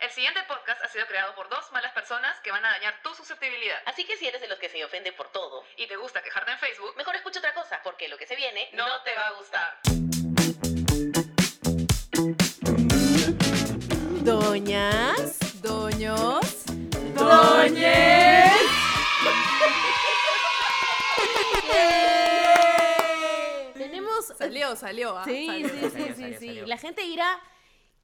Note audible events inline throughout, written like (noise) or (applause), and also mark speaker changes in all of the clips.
Speaker 1: El siguiente podcast ha sido creado por dos malas personas que van a dañar tu susceptibilidad.
Speaker 2: Así que si eres de los que se ofende por todo,
Speaker 1: Y te gusta quejarte en Facebook,
Speaker 2: mejor escucha otra cosa, porque lo que se viene
Speaker 1: no, te va a gustar.
Speaker 3: Doñas, doños,
Speaker 4: Doñes.
Speaker 3: Tenemos.
Speaker 4: Salió, salió. ah,
Speaker 3: Sí,
Speaker 4: salió.
Speaker 3: sí, sí,
Speaker 5: Salió,
Speaker 3: sí,
Speaker 5: salió,
Speaker 3: sí.
Speaker 5: salió.
Speaker 3: La gente dirá.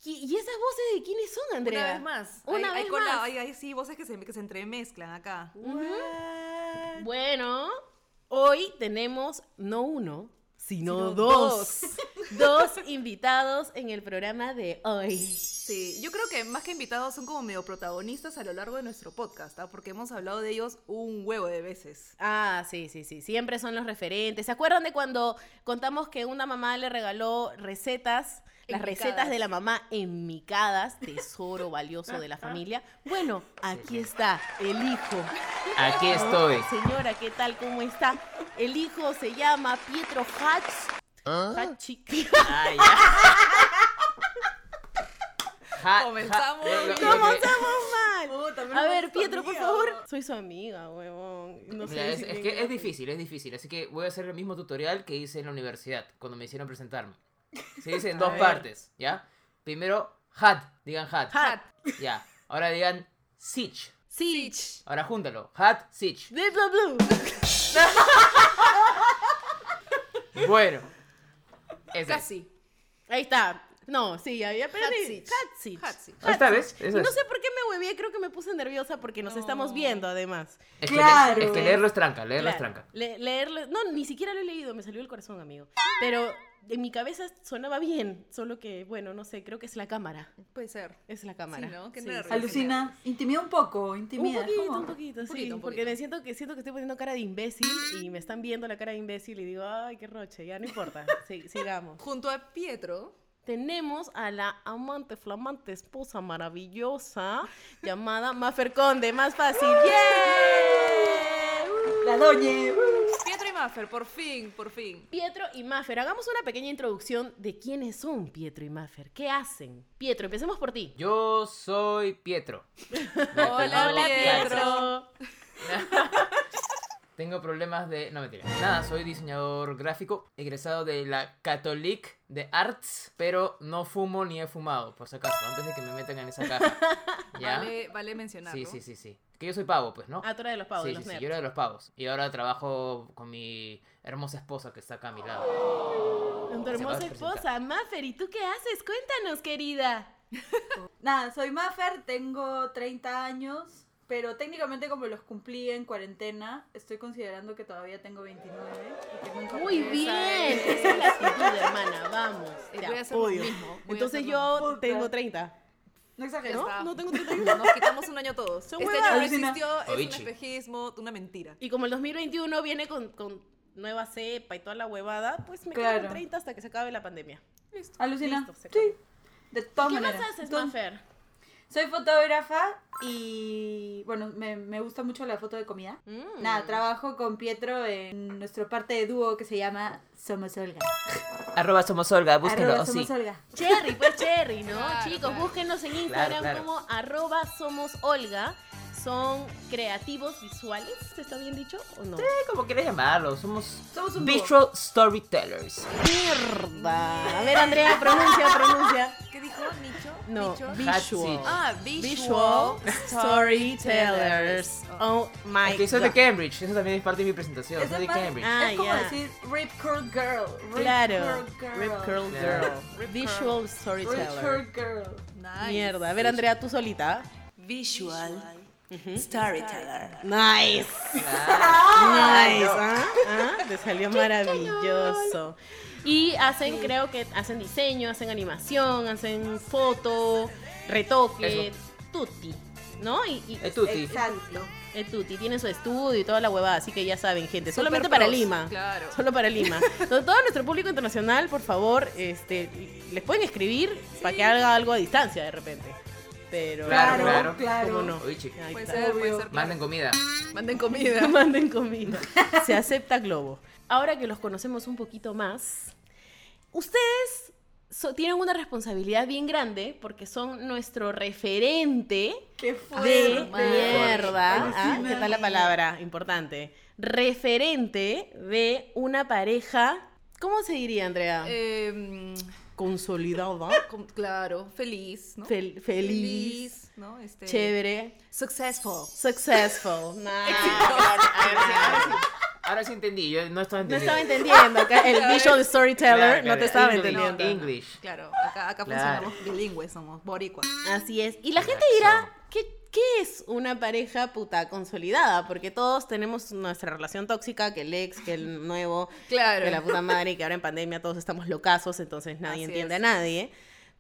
Speaker 3: "¿Qui- ¿Y esas voces de quiénes son, Andrea?
Speaker 4: Una vez más.
Speaker 3: Una
Speaker 4: Hay- hay
Speaker 3: vez
Speaker 4: cola-
Speaker 3: más.
Speaker 4: Hay, hay sí voces que se, que se entremezclan acá.
Speaker 3: Bueno, hoy tenemos no uno, sino,
Speaker 4: Sino
Speaker 3: dos. (laughs) Dos invitados en el programa de hoy.
Speaker 4: Sí, yo creo que más que invitados son como medio protagonistas a lo largo de nuestro podcast, ¿ah? porque hemos hablado de ellos un huevo de veces.
Speaker 3: Ah, sí, sí, sí. Siempre son los referentes. ¿Se acuerdan de cuando contamos que una mamá le regaló recetas? Las recetas
Speaker 4: Enmicadas.
Speaker 3: de la mamá enmicadas, tesoro valioso de la familia. Bueno, aquí está el hijo.
Speaker 5: Aquí estoy.
Speaker 3: Señora, ¿qué tal? ¿Cómo está? El hijo se llama Pietro Hatch. Hatchik.
Speaker 4: (laughs)
Speaker 5: Ah, ya. Ja-
Speaker 4: Comenzamos.
Speaker 5: ja- lo- lo
Speaker 3: ¿Cómo
Speaker 5: que-
Speaker 3: estamos mal?
Speaker 4: pero
Speaker 3: A
Speaker 4: no
Speaker 3: ver,
Speaker 4: es
Speaker 3: Pietro, por
Speaker 4: amiga,
Speaker 3: favor.
Speaker 4: weón.
Speaker 3: Soy su amiga, huevón. No sé.
Speaker 5: Mira, es,
Speaker 3: si
Speaker 5: es
Speaker 3: quién
Speaker 5: que es
Speaker 3: era.
Speaker 5: difícil, es difícil. Así que voy a hacer el mismo tutorial que hice en la universidad cuando me hicieron presentarme. Se dice
Speaker 3: (laughs)
Speaker 5: en
Speaker 3: A
Speaker 5: dos
Speaker 3: ver.
Speaker 5: partes, ¿ya? Primero, hat, digan hat.
Speaker 3: Hat.
Speaker 5: Ya. Ahora digan sich.
Speaker 3: Sich.
Speaker 5: Ahora júntalo. Hat, sich.
Speaker 3: De bla, bla.
Speaker 5: Bueno. Ese.
Speaker 4: Casi.
Speaker 3: Ahí está. No, sí, había aprendí.
Speaker 4: Hatsich.
Speaker 3: Hatsich.
Speaker 4: Hatsich.
Speaker 5: Ahí está, ¿ves?
Speaker 3: Y
Speaker 5: Eso
Speaker 3: no
Speaker 5: es.
Speaker 3: sé por qué me hueví, creo que me puse nerviosa porque nos estamos viendo además.
Speaker 5: Es que,
Speaker 4: Claro.
Speaker 5: le- es que leerlo es tranca, leerlo es
Speaker 3: Claro,
Speaker 5: tranca.
Speaker 3: le- leerlo, no, ni siquiera lo he leído, me salió el corazón, amigo. Pero en mi cabeza sonaba bien, solo que, bueno, no sé, creo que es la cámara.
Speaker 4: Puede ser.
Speaker 3: Es la cámara.
Speaker 4: ¿no? Qué nervios.
Speaker 6: Alucina, intimida un poco,
Speaker 3: Un
Speaker 6: intimida.
Speaker 3: poquito,
Speaker 6: ¿cómo?
Speaker 3: un poquito, sí,
Speaker 4: poquito, un
Speaker 3: porque
Speaker 4: poquito.
Speaker 3: me siento que siento que estoy poniendo cara de imbécil y me están viendo la cara de imbécil y digo, ay, qué roche, ya no importa, sí, (laughs) sigamos.
Speaker 4: Junto a Pietro,
Speaker 3: Tenemos a la amante, flamante, esposa maravillosa llamada Mafer Conde, más fácil. ¡Yeah!
Speaker 6: La doña. uh.
Speaker 4: Pietro y Maffer, por fin, por fin.
Speaker 3: Pietro y Maffer, hagamos una pequeña introducción de quiénes son Pietro y Maffer, qué hacen. Pietro, empecemos por ti.
Speaker 5: Yo soy Pietro.
Speaker 4: Hola,
Speaker 5: Tengo-
Speaker 4: Pietro.
Speaker 5: Tengo problemas de... No, mentira. Nada, soy diseñador gráfico, egresado de la Catholic de Arts, pero no fumo ni he fumado, por si acaso, antes de que me metan en esa caja. ¿Ya?
Speaker 4: Vale, vale mencionarlo.
Speaker 5: sí, sí, sí, sí. Que yo soy pavo, pues, ¿no?
Speaker 3: Ah, tú eres de los pavos,
Speaker 5: sí,
Speaker 3: de los
Speaker 5: sí, sí,
Speaker 3: nerds.
Speaker 5: yo era de los pavos. Y ahora trabajo con mi hermosa esposa que está acá a mi lado.
Speaker 3: Con tu
Speaker 5: Se va a
Speaker 3: hermosa
Speaker 5: presentar.
Speaker 3: esposa, Maffer, ¿y tú qué haces? Cuéntanos, querida.
Speaker 6: Nada, soy Maffer, tengo 30 años, pero técnicamente como los cumplí en cuarentena, estoy considerando que todavía tengo 29. porque nunca
Speaker 3: Muy
Speaker 6: pude
Speaker 3: bien,
Speaker 6: saber.
Speaker 3: esa es la actitud, hermana, vamos.
Speaker 4: Eh,
Speaker 3: te
Speaker 4: voy a hacer lo
Speaker 3: apoyo.
Speaker 4: mismo, voy a
Speaker 3: Entonces
Speaker 4: hacer
Speaker 3: yo
Speaker 4: lo
Speaker 6: mismo.
Speaker 3: tengo 30.
Speaker 6: No
Speaker 4: Ya
Speaker 6: exageres.
Speaker 3: ¿No?
Speaker 4: está.
Speaker 3: No tengo
Speaker 4: Nos quitamos un año todos.
Speaker 3: Son
Speaker 4: este
Speaker 3: huevadas.
Speaker 4: año no
Speaker 6: Alucina.
Speaker 4: existió, es un
Speaker 5: Oichi.
Speaker 4: espejismo, una mentira.
Speaker 3: Y como el 2021 viene con, con nueva cepa y toda la huevada, pues me quedo
Speaker 6: Claro.
Speaker 3: con 30 hasta que se acabe la pandemia.
Speaker 6: Alucina.
Speaker 3: Listo, se
Speaker 6: sí. De todas
Speaker 3: ¿Qué más
Speaker 6: maneras.
Speaker 3: haces,
Speaker 6: Entonces,
Speaker 3: Maffer?
Speaker 6: Soy fotógrafa y bueno, me, me gusta mucho la foto de comida.
Speaker 3: Mm.
Speaker 6: Nada, trabajo con Pietro en nuestro parte de dúo que se llama Somos Olga.
Speaker 5: Arroba somos Olga,
Speaker 6: Arroba Somos Olga.
Speaker 3: (laughs) Cherry, pues Cherry, ¿no?
Speaker 4: Claro,
Speaker 3: Chicos,
Speaker 4: claro.
Speaker 3: búsquenos en Instagram
Speaker 5: claro.
Speaker 3: como arroba somos Olga. Son creativos visuales, ¿se está bien dicho o no?
Speaker 5: ¿Cómo quieres Eh, llamarlo? Somos
Speaker 6: Somos un dúo.
Speaker 5: visual storytellers.
Speaker 3: ¡Mierda! A ver, Andrea, pronuncia, pronuncia.
Speaker 4: ¿Qué dijo? ¿Nicho?
Speaker 3: No,
Speaker 4: ¿Nicho?
Speaker 5: Hatsit.
Speaker 3: visual.
Speaker 4: Ah,
Speaker 3: Visual
Speaker 4: visual.
Speaker 3: storytellers. Oh my
Speaker 5: Es que eso es
Speaker 3: god.
Speaker 5: de Cambridge, eso también es parte de mi presentación,
Speaker 6: Eso
Speaker 5: soy de
Speaker 6: es más-
Speaker 5: Cambridge.
Speaker 3: Ah,
Speaker 6: es como
Speaker 3: ya.
Speaker 6: decir Rip Curl Girl. Rip
Speaker 3: Claro.
Speaker 6: Curl
Speaker 3: Rip
Speaker 6: Girl.
Speaker 3: Curl
Speaker 5: Claro.
Speaker 3: Girl. Visual
Speaker 6: Rip
Speaker 3: storyteller.
Speaker 6: Curl Girl.
Speaker 4: Nice.
Speaker 3: Mierda. A ver, Andrea, tú solita.
Speaker 7: Visual Storyteller.
Speaker 3: Nice.
Speaker 5: Claro.
Speaker 3: Nice, ¿ah? ¿Ah? (laughs) Te salió maravilloso. Y hacen, creo que hacen diseño, hacen animación, hacen foto, retoque,
Speaker 5: Eso.
Speaker 3: tutti, ¿no? Y, y
Speaker 5: Es tutti.
Speaker 6: Exacto.
Speaker 3: el tutti tiene su estudio y toda la huevada, así que ya saben, gente, solamente
Speaker 4: Super
Speaker 3: para
Speaker 4: pros,
Speaker 3: Lima.
Speaker 4: Claro.
Speaker 3: Solo para Lima. Entonces, todo nuestro público internacional, por favor, este, les pueden escribir para que haga algo a distancia de repente. Pero
Speaker 5: Claro,
Speaker 6: Claro,
Speaker 5: claro.
Speaker 6: claro.
Speaker 3: ¿Cómo no?
Speaker 5: Uy, chico.
Speaker 3: Ahí
Speaker 4: Puede
Speaker 3: está.
Speaker 4: ser, puede ser.
Speaker 5: Manden comida.
Speaker 4: Manden
Speaker 3: Que
Speaker 4: comida.
Speaker 3: manden comida. Se acepta globo. Ahora que los conocemos un poquito más, ustedes so- tienen una responsabilidad bien grande porque son nuestro referente
Speaker 6: Qué
Speaker 3: de
Speaker 6: fuerte.
Speaker 3: mierda. Ah, ¿Qué tal la palabra? Importante. Referente de una pareja. ¿Cómo se diría, Andrea?
Speaker 4: Eh,
Speaker 3: Consolidada.
Speaker 4: com- claro, feliz, ¿no?
Speaker 3: Fel- feliz,
Speaker 4: ¿no? Este,
Speaker 3: Chévere.
Speaker 4: Successful.
Speaker 3: Successful. Nah.
Speaker 5: Ahora sí entendí, yo no estaba
Speaker 3: No estaba
Speaker 5: entendiendo.
Speaker 3: entendiendo. acá El
Speaker 4: (laughs)
Speaker 3: visual storyteller
Speaker 5: Claro,
Speaker 3: no te
Speaker 5: claro,
Speaker 3: estaba
Speaker 5: English,
Speaker 3: entendiendo.
Speaker 5: English.
Speaker 4: Claro, acá, acá
Speaker 5: Claro.
Speaker 4: funcionamos bilingües, somos boricuas.
Speaker 3: Así es. Y la gente
Speaker 5: Exacto.
Speaker 3: dirá, ¿qué, qué es una pareja puta consolidada? Porque todos tenemos nuestra relación tóxica, que el ex, que el nuevo,
Speaker 4: Claro.
Speaker 3: que la puta madre, y que ahora en pandemia todos estamos locazos, entonces nadie
Speaker 4: Así
Speaker 3: entiende
Speaker 4: es.
Speaker 3: a nadie.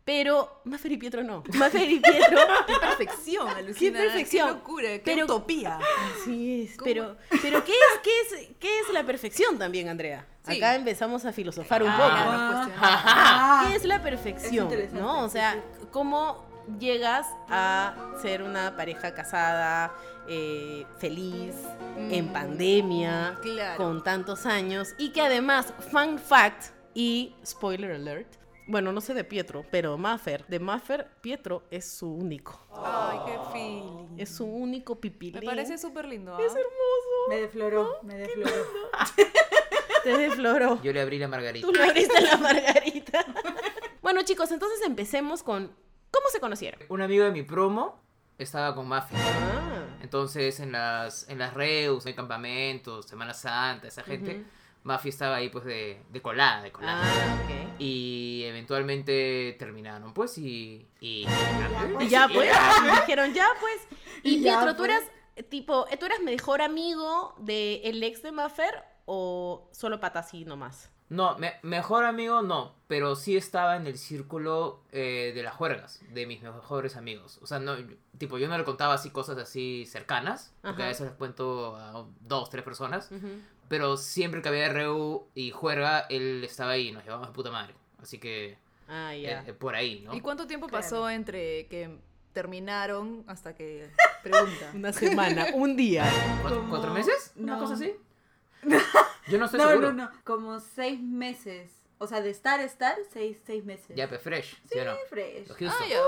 Speaker 3: Pero Maffer y Pietro
Speaker 4: (laughs)
Speaker 3: no. Maffer y Pietro. (laughs)
Speaker 4: Qué perfección, alucinada.
Speaker 3: perfección.
Speaker 4: Qué locura, qué
Speaker 3: Pero-
Speaker 4: utopía.
Speaker 3: Así es.
Speaker 4: ¿Cómo?
Speaker 3: Pero, pero ¿qué, es, qué, es, ¿qué es la perfección también, Andrea?
Speaker 4: Sí.
Speaker 3: Acá empezamos a filosofar un
Speaker 5: Ah,
Speaker 3: poco.
Speaker 4: Claro,
Speaker 6: Ah.
Speaker 4: cuestionamos.
Speaker 6: Ah,
Speaker 3: ¿Qué es la perfección?
Speaker 6: Es interesante,
Speaker 3: ¿No? O
Speaker 6: sí,
Speaker 3: sea, ¿cómo llegas a ser una pareja casada, eh, feliz, en
Speaker 4: Mm,
Speaker 3: pandemia,
Speaker 4: claro.
Speaker 3: con tantos años? Y que además, fun fact y spoiler alert. Bueno, no sé de Pietro, pero Maffer, de Maffer, Pietro es su único.
Speaker 4: Ay, qué feeling.
Speaker 3: Es su único pipilín.
Speaker 4: Me parece súper lindo. ¿ah?
Speaker 6: me
Speaker 3: Oh,
Speaker 6: defloró, me defloró.
Speaker 3: Te desfloró.
Speaker 5: (laughs) Yo le abrí la margarita.
Speaker 3: Tú le abriste la margarita. (laughs) bueno, chicos, entonces empecemos con cómo se conocieron.
Speaker 5: Un amigo de mi promo estaba con Mafia.
Speaker 3: Ah.
Speaker 5: Entonces en las en las reus, en campamentos, Semana Santa, esa gente,
Speaker 3: Ujú.
Speaker 5: Mafia estaba ahí pues de, de colada, de colada.
Speaker 3: Ah, ok.
Speaker 5: Y eventualmente terminaron pues y... Y,
Speaker 3: Y ya
Speaker 5: (laughs)
Speaker 3: pues, me dijeron, ya pues. Y,
Speaker 6: Y ya,
Speaker 3: Pietro, tú
Speaker 6: pues.
Speaker 3: eras eh, tipo, ¿tú eras mejor amigo del el ex de Maffer o solo pata así nomás?
Speaker 5: No, me- mejor amigo no, pero sí estaba en el círculo eh, de las juergas, de mis mejores amigos. O sea, no, yo- tipo, yo no le contaba así cosas así cercanas, porque
Speaker 3: Ajá.
Speaker 5: a veces les cuento a dos, tres personas,
Speaker 3: Ujú.
Speaker 5: pero siempre que había reu y juerga, él estaba ahí, nos llevábamos de puta madre. Así que
Speaker 3: Ah,
Speaker 5: eh,
Speaker 3: ya.
Speaker 5: eh, por ahí, ¿no?
Speaker 4: ¿Y cuánto tiempo
Speaker 3: Claro.
Speaker 4: pasó entre que terminaron hasta que (laughs) pregunta?
Speaker 3: Una semana, un día.
Speaker 5: ¿Cuatro,
Speaker 6: como-
Speaker 5: cuatro meses? ¿Una
Speaker 6: no.
Speaker 5: cosa así? Yo no estoy
Speaker 6: No,
Speaker 5: seguro.
Speaker 6: no, no. Como seis meses. O sea, de estar, estar, seis, seis meses.
Speaker 5: Ya, pero fresh, ¿sí, o no?
Speaker 6: Qué fresh.
Speaker 5: Los Houston.
Speaker 4: Ah, ya.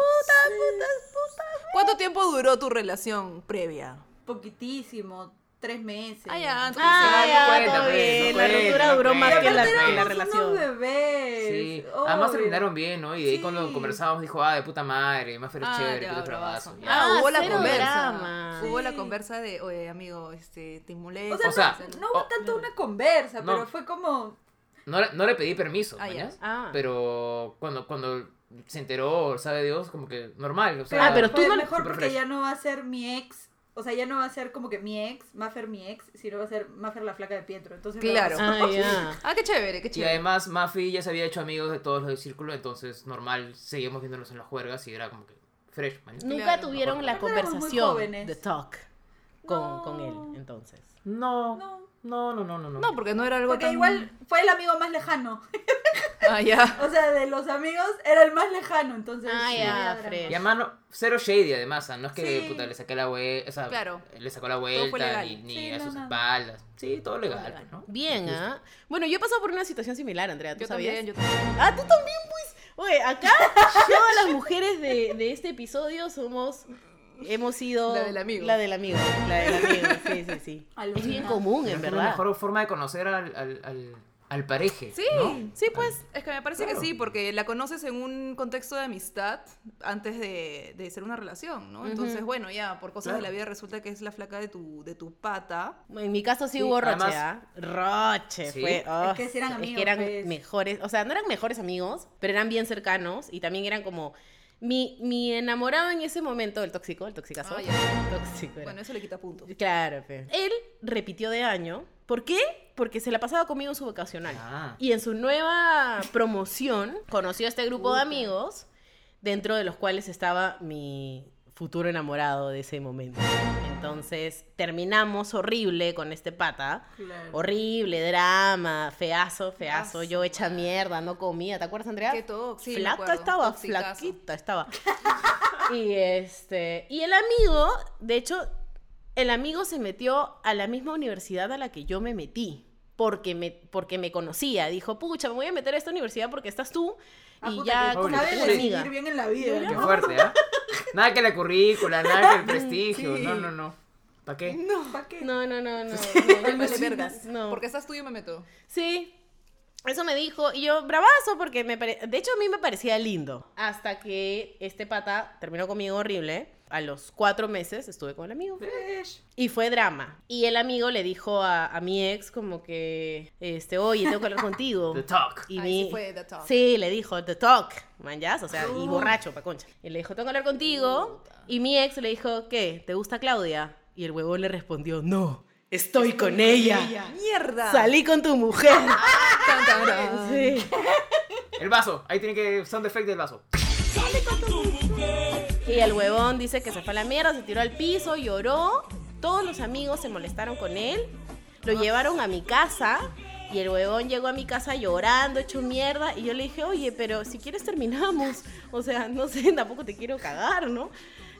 Speaker 4: ¿Cuánto tiempo duró tu relación previa?
Speaker 6: Poquitísimo. Tres meses.
Speaker 4: Ah, ya,
Speaker 6: Y
Speaker 4: antes-
Speaker 3: Ah,
Speaker 5: no
Speaker 3: ya,
Speaker 5: cuenta,
Speaker 3: todo
Speaker 5: pues, no
Speaker 3: bien. la
Speaker 5: cuenta,
Speaker 3: ruptura
Speaker 5: no
Speaker 3: duró más
Speaker 5: cuenta.
Speaker 3: que la,
Speaker 6: aparte
Speaker 3: que la
Speaker 6: éramos unos
Speaker 3: relación.
Speaker 6: bebés.
Speaker 5: Sí, además
Speaker 6: obvio.
Speaker 5: terminaron bien, ¿no? Y de ahí cuando
Speaker 6: Sí.
Speaker 5: conversábamos dijo, ah, de puta madre, más
Speaker 4: Ah,
Speaker 5: chévere,
Speaker 4: ya,
Speaker 5: puto
Speaker 4: bravazo.
Speaker 5: trabazo. ya.
Speaker 4: Ah, hubo la
Speaker 3: cero
Speaker 4: conversa.
Speaker 3: drama.
Speaker 4: Hubo la
Speaker 6: Sí.
Speaker 4: conversa de, oye, amigo, este, te molesta.
Speaker 6: O sea,
Speaker 5: O sea,
Speaker 6: no, no hubo
Speaker 5: oh,
Speaker 6: tanto una conversa,
Speaker 5: No.
Speaker 6: pero fue como.
Speaker 5: No, le- no le pedí permiso,
Speaker 4: Ah, ya.
Speaker 5: ¿mañas?
Speaker 3: Ah.
Speaker 5: Pero cuando, cuando se enteró, sabe Dios, como que normal. O sea,
Speaker 3: Ah, pero tú
Speaker 6: fue
Speaker 3: no-
Speaker 6: mejor
Speaker 5: Super
Speaker 6: porque
Speaker 5: fresh.
Speaker 6: ya no va a ser mi ex. O sea, ya no va a ser como que mi ex, Maffer mi ex, sino va a ser Maffer la flaca de Pietro. Entonces,
Speaker 4: Claro.
Speaker 6: no pues, va a-
Speaker 3: Ah, ya.
Speaker 4: Ah, qué chévere, qué
Speaker 5: Y
Speaker 4: chévere.
Speaker 5: además Mafi ya se había hecho amigos de todos los del círculo, entonces normal, seguíamos viéndonos en las juergas y era como que fresh, ¿mañas?
Speaker 3: Nunca
Speaker 4: Claro.
Speaker 3: tuvieron la
Speaker 6: Aparte éramos muy
Speaker 3: conversación,
Speaker 6: jóvenes.
Speaker 3: the talk, con,
Speaker 6: No.
Speaker 3: con él, entonces.
Speaker 5: No, no,
Speaker 6: No,
Speaker 5: no, no, no, no.
Speaker 4: No, porque no era algo
Speaker 6: porque
Speaker 4: tan...
Speaker 6: igual fue el amigo más lejano.
Speaker 4: (laughs)
Speaker 6: (laughs)
Speaker 4: Ah, ya.
Speaker 6: O sea, de los amigos era el más lejano. Entonces,
Speaker 3: Ah,
Speaker 6: no
Speaker 3: ya,
Speaker 6: había drama.
Speaker 3: fresh.
Speaker 5: Y además, no- cero shady además, ah, no es que
Speaker 6: Sí.
Speaker 5: puta, le saqué la vuelta, o sea,
Speaker 4: Claro.
Speaker 5: le sacó la vuelta
Speaker 4: legal.
Speaker 5: ni, ni
Speaker 6: Sí,
Speaker 5: a
Speaker 6: no,
Speaker 5: sus
Speaker 6: no.
Speaker 5: espaldas. Sí, todo legal,
Speaker 4: legal.
Speaker 5: pues, ¿no?
Speaker 3: Bien,
Speaker 5: Justo.
Speaker 3: ¿ah? Bueno, yo he pasado por una situación similar, Andrea, ¿tú
Speaker 4: Yo
Speaker 3: sabías?
Speaker 4: también, yo también.
Speaker 3: Ah, tú también, pues. Oye, acá todas las mujeres de, de este episodio somos. Hemos sido.
Speaker 4: La del amigo.
Speaker 3: La del amigo. La del amigo. Sí, sí, sí.
Speaker 6: Alucina.
Speaker 3: Es bien común, en
Speaker 5: Es la
Speaker 3: verdad.
Speaker 5: mejor forma de conocer al, al, al, al pareje.
Speaker 4: Sí,
Speaker 5: ¿no?
Speaker 3: Sí, pues.
Speaker 4: Es que me parece
Speaker 5: Claro.
Speaker 4: que sí, porque la conoces en un contexto de amistad antes de, de ser una relación, ¿no? Entonces,
Speaker 3: Ujú.
Speaker 4: bueno, ya, por cosas de
Speaker 5: Claro.
Speaker 4: la vida resulta que es la flaca de tu, de tu pata.
Speaker 3: En mi caso sí,
Speaker 5: Sí,
Speaker 3: hubo roche,
Speaker 5: además-
Speaker 3: ¿ah? Roche
Speaker 5: Sí.
Speaker 3: fue. oh,
Speaker 6: Es que sí eran amigos,
Speaker 3: eran
Speaker 6: pues.
Speaker 3: mejores. O sea, no eran mejores amigos, pero eran bien cercanos y también eran como. Mi, mi enamorado en ese momento, el tóxico, el toxicazo.
Speaker 4: Ah, ya.
Speaker 3: Tóxico era.
Speaker 4: Bueno, eso le quita puntos.
Speaker 3: Claro, fe. Él repitió de año. ¿Por qué? Porque se la pasaba conmigo en su vocacional.
Speaker 5: Ah.
Speaker 3: Y en su nueva promoción conoció a este grupo de amigos, dentro de los cuales estaba mi futuro enamorado de ese momento. Entonces terminamos horrible con este pata.
Speaker 6: Claro.
Speaker 3: Horrible, drama, feazo, feazo.
Speaker 4: Ah,
Speaker 3: Yo hecha mierda, no comía. ¿Te acuerdas, Andrea?
Speaker 4: Qué tox- sí, me
Speaker 3: Flaca
Speaker 4: acuerdo,
Speaker 3: estaba,
Speaker 4: toxicazo.
Speaker 3: flaquita
Speaker 4: (laughs)
Speaker 3: estaba. y este. Y el amigo, de hecho, el amigo se metió a la misma universidad a la que yo me metí. porque me, porque me conocía. Dijo, pucha, me voy a meter a esta universidad porque estás tú
Speaker 6: Ah,
Speaker 3: y
Speaker 6: puta,
Speaker 3: ya
Speaker 6: que
Speaker 5: con
Speaker 3: como
Speaker 5: Holy
Speaker 6: sabes
Speaker 3: tu
Speaker 5: shit.
Speaker 3: amiga.
Speaker 6: decidir bien en la vida.
Speaker 5: Qué
Speaker 6: ¿no?
Speaker 5: fuerte, ¿ah? Nada que la currícula, nada que
Speaker 3: Mm,
Speaker 5: el prestigio.
Speaker 4: sí.
Speaker 5: No, no, no. ¿Para qué?
Speaker 6: ¿Para qué?
Speaker 3: No, no, no, no.
Speaker 4: Me
Speaker 3: no,
Speaker 4: vale
Speaker 3: no,
Speaker 4: vergas.
Speaker 3: no.
Speaker 4: Porque estás tú yo me meto.
Speaker 3: Sí. Eso me dijo y yo bravazo porque me pare- de hecho a mí me parecía lindo hasta que este pata terminó conmigo horrible a los cuatro meses estuve con el amigo y fue drama y el amigo le dijo a, a mi ex como que este oye tengo que hablar (laughs) contigo
Speaker 5: The talk.
Speaker 3: y
Speaker 4: Ahí sí
Speaker 3: mi-
Speaker 4: fue The Talk.
Speaker 3: Sí, le dijo, the talk, manjas, o sea, y borracho, pa' concha. Y le dijo, tengo que hablar contigo. Y mi ex le dijo, ¿qué? ¿Te gusta Claudia? Y el huevón le respondió, no, estoy, con, ella.
Speaker 4: ¡Mierda!
Speaker 3: Salí con tu mujer.
Speaker 4: Tan, tan, (laughs) tan.
Speaker 3: Sí.
Speaker 5: El vaso. Ahí tiene que. Sound effect del vaso.
Speaker 3: (laughs) Y el huevón dice que se fue a la mierda, se tiró al piso, lloró. Todos los amigos se molestaron con él. Lo llevaron a mi casa. Y el huevón llegó a mi casa llorando, hecho mierda. Y yo le dije, oye, pero si quieres terminamos. O sea, no sé, (laughs) tampoco te quiero cagar, ¿no?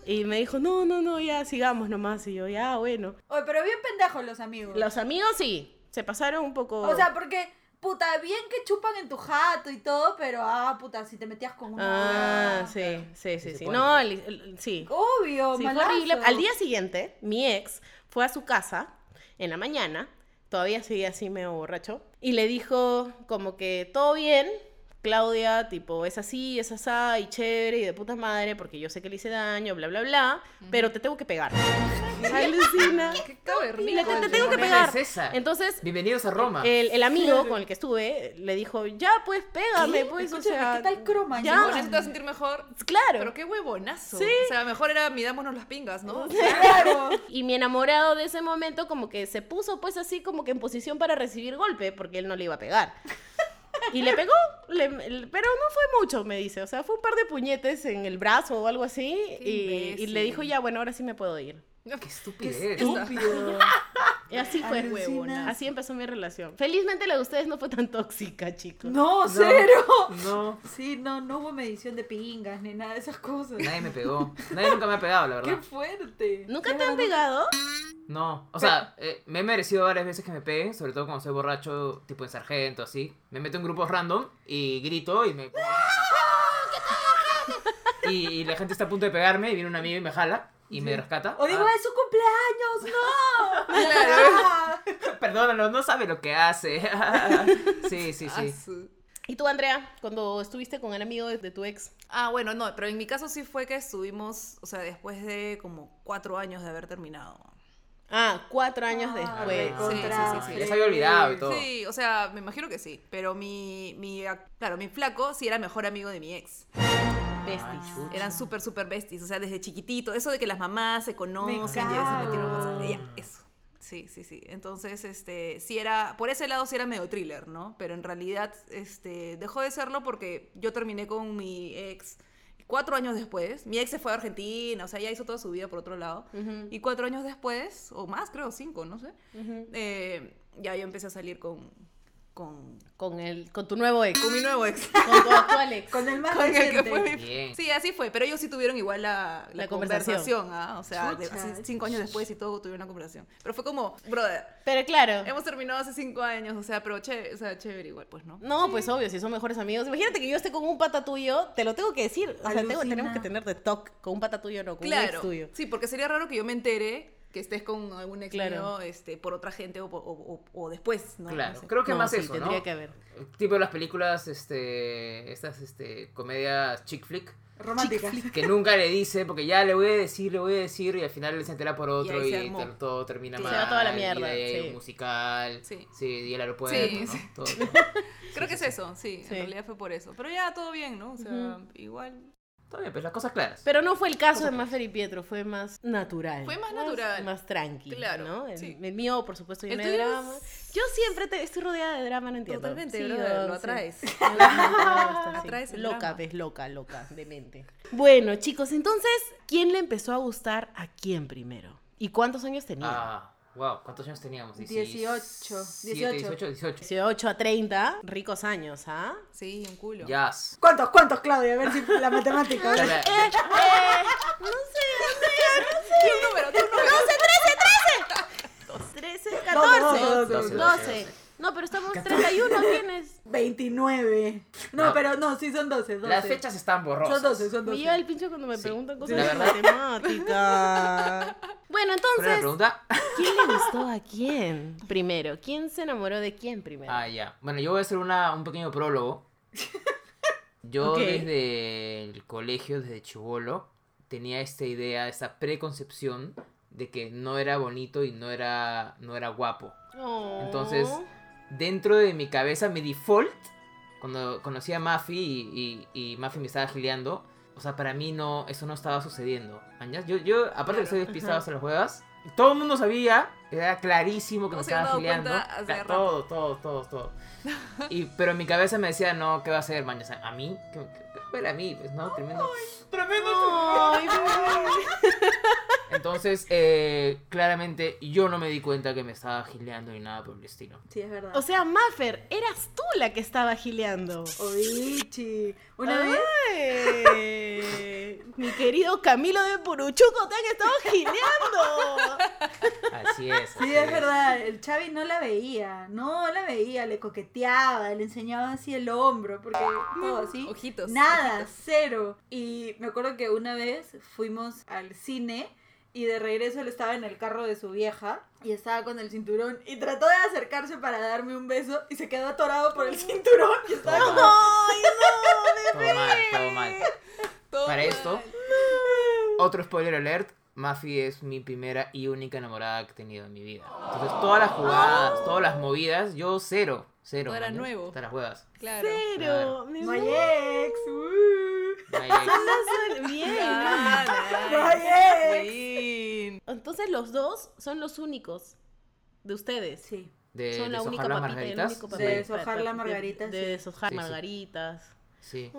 Speaker 3: Y me dijo, no, no, no, ya sigamos nomás. Y yo, ya, bueno.
Speaker 6: Oye, pero bien pendejos los amigos.
Speaker 3: Los amigos sí, se pasaron un poco.
Speaker 6: O sea, porque, puta, bien que chupan en tu jato y todo, pero, ah, puta, si te metías con una...
Speaker 3: Ah, sí, sí,
Speaker 5: Sí,
Speaker 3: sí, sí.
Speaker 5: se pone.
Speaker 3: No, el- el- sí.
Speaker 6: Obvio,
Speaker 3: Sí, fue
Speaker 6: malazo.
Speaker 3: horrible. Al día siguiente, mi ex fue a su casa en la mañana, todavía seguía así medio borracho, y le dijo como que todo bien, Claudia, tipo, es así, es asá, y chévere, y de puta madre, porque yo sé que le hice daño, bla, bla, bla, pero te tengo que pegar. (laughs) Alucina.
Speaker 4: ¡Qué cavernícola!
Speaker 3: Mira, te, te
Speaker 4: el
Speaker 3: tengo que
Speaker 5: Manela
Speaker 3: pegar.
Speaker 4: huevón.
Speaker 5: es esa.
Speaker 3: Entonces, eh,
Speaker 5: Bienvenidos a Roma.
Speaker 3: el, el amigo con el que estuve le dijo, ya, pues, pégame,
Speaker 6: ¿Qué?
Speaker 3: pues, o
Speaker 6: Escúchame,
Speaker 3: sea...
Speaker 6: ¿qué tal croma?
Speaker 3: ya.
Speaker 6: Llegó
Speaker 4: Con eso
Speaker 6: (laughs)
Speaker 4: te vas a sentir mejor.
Speaker 3: Claro.
Speaker 4: Pero qué huevonazo.
Speaker 3: Sí.
Speaker 4: O sea, mejor era midámonos las pingas, ¿no? (laughs)
Speaker 6: Claro.
Speaker 3: Y mi enamorado de ese momento como que se puso pues así como que en posición para recibir golpe porque él no le iba a pegar. Y le pegó, le- le- pero no fue mucho, me dice. O sea, fue un par de puñetes en el brazo o algo así. Y,
Speaker 4: Qué
Speaker 3: y le
Speaker 4: imbécil.
Speaker 3: dijo, ya, bueno, ahora sí me puedo ir.
Speaker 5: Qué estupidez.
Speaker 4: Estúpido.
Speaker 5: (laughs)
Speaker 3: Y así fue.
Speaker 6: Alucinas.
Speaker 3: huevona. Así empezó mi relación. Felizmente la de ustedes no fue tan tóxica, chicos.
Speaker 6: No, cero.
Speaker 5: No.
Speaker 6: Sí, no, no hubo medición de pingas ni nada de esas cosas.
Speaker 5: Nadie me pegó. Nadie nunca me ha pegado, la
Speaker 6: Qué
Speaker 5: verdad.
Speaker 6: fuerte.
Speaker 3: ¿Nunca te han pegado?
Speaker 5: No. O sea, eh, me he merecido varias veces que me peguen, sobre todo cuando soy borracho, tipo en sargento, así. Me meto en grupos random y grito y me. y, y la gente está a punto de pegarme y viene un amigo y me jala y me rescata.
Speaker 6: O digo,
Speaker 5: Ah,
Speaker 6: es su cumpleaños, no. Ah,
Speaker 5: Perdónalo, no sabe lo que hace. (laughs) sí, sí,
Speaker 4: Ah,
Speaker 5: sí.
Speaker 4: su-
Speaker 3: ¿Y tú, Andrea, cuando estuviste con el amigo de, de tu ex?
Speaker 4: Ah, bueno, no, pero en mi caso sí fue que estuvimos, o sea, después de como cuatro años de haber terminado.
Speaker 3: Ah, cuatro años después.
Speaker 5: sí, sí,
Speaker 4: sí, sí.
Speaker 5: Ya se había olvidado y todo.
Speaker 4: Sí, o sea, me imagino que sí, pero mi, mi, claro, mi flaco sí era mejor amigo de mi ex.
Speaker 3: Besties.
Speaker 5: chucha.
Speaker 4: Eran súper, súper besties, o sea, desde chiquitito, eso de que las mamás se conocen, y ya se
Speaker 6: cago.
Speaker 4: metieron bastante, ya, eso. Sí, sí, sí. Entonces, este, sí era, por ese lado sí era medio thriller, ¿no? Pero en realidad, este, dejó de serlo porque yo terminé con mi ex cuatro años después. Mi ex se fue a Argentina, o sea, ya hizo toda su vida por otro lado.
Speaker 3: Ujú.
Speaker 4: Y cuatro años después, o más, creo, cinco, no sé, eh, ya yo empecé a salir con, con,
Speaker 3: Con, el, con tu nuevo ex.
Speaker 4: con mi nuevo ex.
Speaker 3: Con (laughs) tu actual ex.
Speaker 6: Con el más
Speaker 4: Con el que
Speaker 6: reciente.
Speaker 4: fue mi-
Speaker 5: Bien.
Speaker 4: Sí, así fue, pero ellos sí tuvieron igual la, la
Speaker 3: La conversación.
Speaker 4: conversación, ¿ah? o sea, de-
Speaker 6: Chucha.
Speaker 4: así cinco años después y todo tuvieron una conversación. Pero fue como, brother,
Speaker 3: Pero claro.
Speaker 5: Em,
Speaker 4: hemos terminado hace cinco años, o sea, pero chévere, o sea, chévere igual, pues, ¿no?
Speaker 3: No, pues obvio, si son mejores amigos. Imagínate que yo esté con un pata tuyo, te lo tengo que decir. O sea, tengo-
Speaker 6: Alucina.
Speaker 3: tenemos que tener de toc con un pata tuyo, no con un ex
Speaker 4: Claro,
Speaker 3: tuyo.
Speaker 4: sí, porque sería raro que yo me entere que estés con algún ex
Speaker 3: Claro.
Speaker 4: mío, este, por otra gente o, po- o- o- o después, ¿no?
Speaker 5: Claro,
Speaker 4: No sé.
Speaker 5: creo que
Speaker 3: No,
Speaker 5: más
Speaker 3: sí,
Speaker 5: eso,
Speaker 3: tendría
Speaker 5: ¿no?
Speaker 3: que haber.
Speaker 5: Tipo las películas, este, estas, este, comedias chick flick,
Speaker 6: Romántica.
Speaker 5: que nunca le dice, porque ya le voy a decir, le voy a decir, y al final él se entera por otro
Speaker 4: ahí
Speaker 5: y,
Speaker 4: se armó.
Speaker 5: ter- todo termina
Speaker 4: Sí.
Speaker 5: mal.
Speaker 3: Se va toda la
Speaker 5: Y de
Speaker 3: mierda,
Speaker 5: ahí hay
Speaker 3: sí.
Speaker 5: un musical,
Speaker 4: Sí.
Speaker 5: sí. y el aeropuerto,
Speaker 4: Sí,
Speaker 5: ¿no?
Speaker 4: sí.
Speaker 5: Todo.
Speaker 4: Creo que es eso, sí,
Speaker 3: Sí.
Speaker 4: en realidad fue por eso. Pero ya todo bien, ¿no? O sea, igual.
Speaker 5: Todo bien, pues las cosas claras.
Speaker 3: Pero no fue el caso de Maffer y Pietro, fue más natural.
Speaker 4: Fue más natural.
Speaker 3: Más tranqui.
Speaker 4: Claro,
Speaker 3: ¿no? El,
Speaker 4: sí.
Speaker 3: el mío, por supuesto,
Speaker 4: El
Speaker 3: lleno de
Speaker 4: tuyo es-
Speaker 3: drama. Yo siempre te- estoy rodeada de drama, no entiendo.
Speaker 4: Totalmente,
Speaker 3: Sí,
Speaker 4: brother,
Speaker 3: weón,
Speaker 4: lo
Speaker 3: sí. (laughs)
Speaker 4: atraes. Atraes
Speaker 3: Atraes
Speaker 4: el
Speaker 3: loca,
Speaker 4: drama.
Speaker 3: ves, loca, loca, demente. Bueno, chicos, entonces, ¿quién le empezó a gustar a quién primero? ¿Y cuántos años tenía?
Speaker 5: Ah, wow, ¿cuántos años teníamos?
Speaker 6: 18,
Speaker 5: 18.
Speaker 6: 18.
Speaker 5: 18, 18.
Speaker 3: 18 a 30, ricos años, ¿ah?
Speaker 4: Sí, un culo.
Speaker 5: Jazz.
Speaker 6: ¿Cuántos, cuántos, Claudia? A ver si
Speaker 5: (laughs)
Speaker 6: la matemática.
Speaker 5: Claro,
Speaker 4: Eh,
Speaker 3: eh, (laughs) no sé, no sé.
Speaker 4: ¿Qué número? ¿Qué número? (laughs)
Speaker 3: 13, 14,
Speaker 6: 12,
Speaker 3: 12.
Speaker 5: 12.
Speaker 3: No, No, pero estamos 31,
Speaker 5: (laughs)
Speaker 3: tienes.
Speaker 6: 29. No,
Speaker 5: No.
Speaker 6: pero no, sí son 12. 12.
Speaker 5: Las fechas están
Speaker 6: son
Speaker 5: borrosas.
Speaker 6: 12, son
Speaker 3: Me
Speaker 6: 12.
Speaker 3: lleva el pincho cuando me
Speaker 5: Sí.
Speaker 3: preguntan
Speaker 5: Sí,
Speaker 3: cosas
Speaker 5: la
Speaker 3: de
Speaker 5: verdad. (laughs)
Speaker 3: matemática. Bueno,
Speaker 5: ¿Cuál era la
Speaker 3: entonces,
Speaker 5: pregunta?
Speaker 3: ¿quién le gustó a quién primero? ¿Quién se enamoró de quién primero?
Speaker 5: Ah, ya. Bueno, yo voy a hacer una, un
Speaker 3: (laughs)
Speaker 5: pequeño prólogo. Yo
Speaker 3: Ok.
Speaker 5: desde el colegio, desde Chivolo, tenía esta idea, esta preconcepción de que no era bonito y no era, no era guapo.
Speaker 3: Oh.
Speaker 5: Entonces, dentro de mi cabeza, mi default, cuando conocí a Mafi y, y, y Mafi me estaba gileando, o sea, para mí no, eso no estaba sucediendo. ¿Mañas? Yo, yo, aparte de que soy despistado hasta las huevas, todo el mundo sabía, era clarísimo que
Speaker 4: No
Speaker 5: me
Speaker 4: se han
Speaker 5: estaba
Speaker 4: dado
Speaker 5: gileando.
Speaker 4: cuenta hace
Speaker 5: Claro,
Speaker 4: rato.
Speaker 5: Todo, todo, todo, todo. Y, pero mi cabeza me decía, no, ¿qué va a hacer, Mañas? ¿A mí? ¿Qué, qué- qué huele a mí? Pues, no, tremendo. ¡Tremendo!
Speaker 3: Ay, bebé.
Speaker 5: (laughs) Entonces, eh, claramente, yo no me di cuenta que me estaba gileando ni nada por el estilo.
Speaker 6: Sí, es verdad.
Speaker 3: O sea, Maffer, eras tú la que estaba gileando.
Speaker 6: Oichi.
Speaker 4: Ah.
Speaker 6: Una vez
Speaker 3: Ay, Mi querido Camilo de Puruchuco, te han estado gileando.
Speaker 5: Así es. así
Speaker 6: Sí, es verdad. El Chavi no la veía. No la veía. Le coqueteaba. Le enseñaba así el hombro. Porque todo así.
Speaker 4: Ojitos.
Speaker 6: Nada, cero. Y me acuerdo que una vez fuimos al cine y de regreso él estaba en el carro de su vieja y estaba con el cinturón y trató de acercarse para darme un beso y se quedó atorado
Speaker 4: Oh.
Speaker 6: por el cinturón
Speaker 4: (laughs)
Speaker 6: y estaba
Speaker 5: Todo
Speaker 6: como...
Speaker 5: mal, todo mal, todo mal.
Speaker 4: Todo
Speaker 5: (laughs) Para
Speaker 4: mal.
Speaker 5: esto, otro spoiler alert. Mafi es mi primera y única enamorada que he tenido en mi vida. Entonces, todas las
Speaker 6: Ah.
Speaker 5: jugadas, todas las movidas, yo cero. Cero.
Speaker 4: Todo era
Speaker 5: ¿no?
Speaker 4: nuevo.
Speaker 5: Hasta las huevas.
Speaker 6: (laughs)
Speaker 4: Claro.
Speaker 3: Pero,
Speaker 5: Claro.
Speaker 3: mi
Speaker 6: My
Speaker 3: amor,
Speaker 6: ex, uh,
Speaker 5: No hay ex. (laughs)
Speaker 3: andas bien.
Speaker 6: my
Speaker 4: Claro.
Speaker 6: ex".
Speaker 4: Win.
Speaker 3: Entonces los dos son los únicos de ustedes.
Speaker 6: Sí,
Speaker 5: De,
Speaker 3: son la
Speaker 5: Eh, deshojar
Speaker 3: única
Speaker 5: las
Speaker 3: papita y el
Speaker 5: margaritas.
Speaker 3: único
Speaker 6: De
Speaker 3: papel.
Speaker 6: deshojar
Speaker 3: Pa- pa-
Speaker 6: la margarita,
Speaker 3: De,
Speaker 6: sí.
Speaker 3: de deshojar
Speaker 5: Sí, sí.
Speaker 3: margaritas.
Speaker 5: Sí.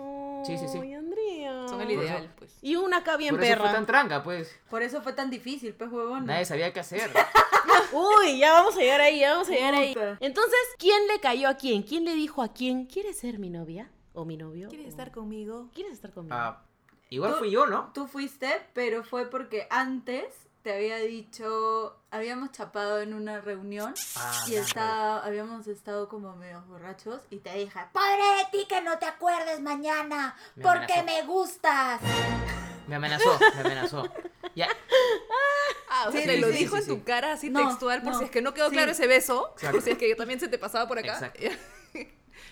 Speaker 3: Sí,
Speaker 5: Sí, sí, sí.
Speaker 3: Andrea.
Speaker 4: Son el
Speaker 5: Por
Speaker 4: ideal,
Speaker 5: eso-
Speaker 4: pues.
Speaker 3: Y una acá bien
Speaker 5: Por eso fue
Speaker 3: perra.
Speaker 5: tan tranca, pues.
Speaker 6: por eso fue tan difícil, pues huevón.
Speaker 5: Nadie sabía
Speaker 3: (laughs)
Speaker 5: qué hacer.
Speaker 3: (laughs) Uy, ya vamos a llegar ahí, ya vamos a llegar ahí.
Speaker 6: Puta.
Speaker 3: Entonces, ¿quién le cayó a quién? ¿Quién le dijo a quién? ¿Quieres ser mi novia? ¿O mi novio?
Speaker 4: ¿Quieres
Speaker 3: ¿O-
Speaker 4: estar conmigo?
Speaker 3: ¿Quieres estar conmigo?
Speaker 5: Ah, igual fui yo, ¿no?
Speaker 6: Tú fuiste, pero fue porque antes te había dicho, habíamos chapado en una reunión
Speaker 5: Ah,
Speaker 6: y
Speaker 5: claro.
Speaker 6: estaba, habíamos estado como medios borrachos y te dije, padre de ti que no te acuerdes mañana,
Speaker 5: Me
Speaker 6: porque
Speaker 5: amenazó.
Speaker 6: me gustas.
Speaker 5: Me amenazó, me amenazó. Ya,
Speaker 4: Ah, o sea,
Speaker 5: Sí,
Speaker 4: te
Speaker 5: sí,
Speaker 4: lo
Speaker 5: sí,
Speaker 4: dijo
Speaker 5: sí,
Speaker 4: en tu
Speaker 5: sí.
Speaker 4: cara así
Speaker 6: No,
Speaker 4: textual por
Speaker 6: no.
Speaker 4: si es que no quedó
Speaker 6: Sí.
Speaker 4: claro ese beso,
Speaker 5: Exacto.
Speaker 4: por si es que también se te pasaba por acá. (laughs)
Speaker 5: Exacto.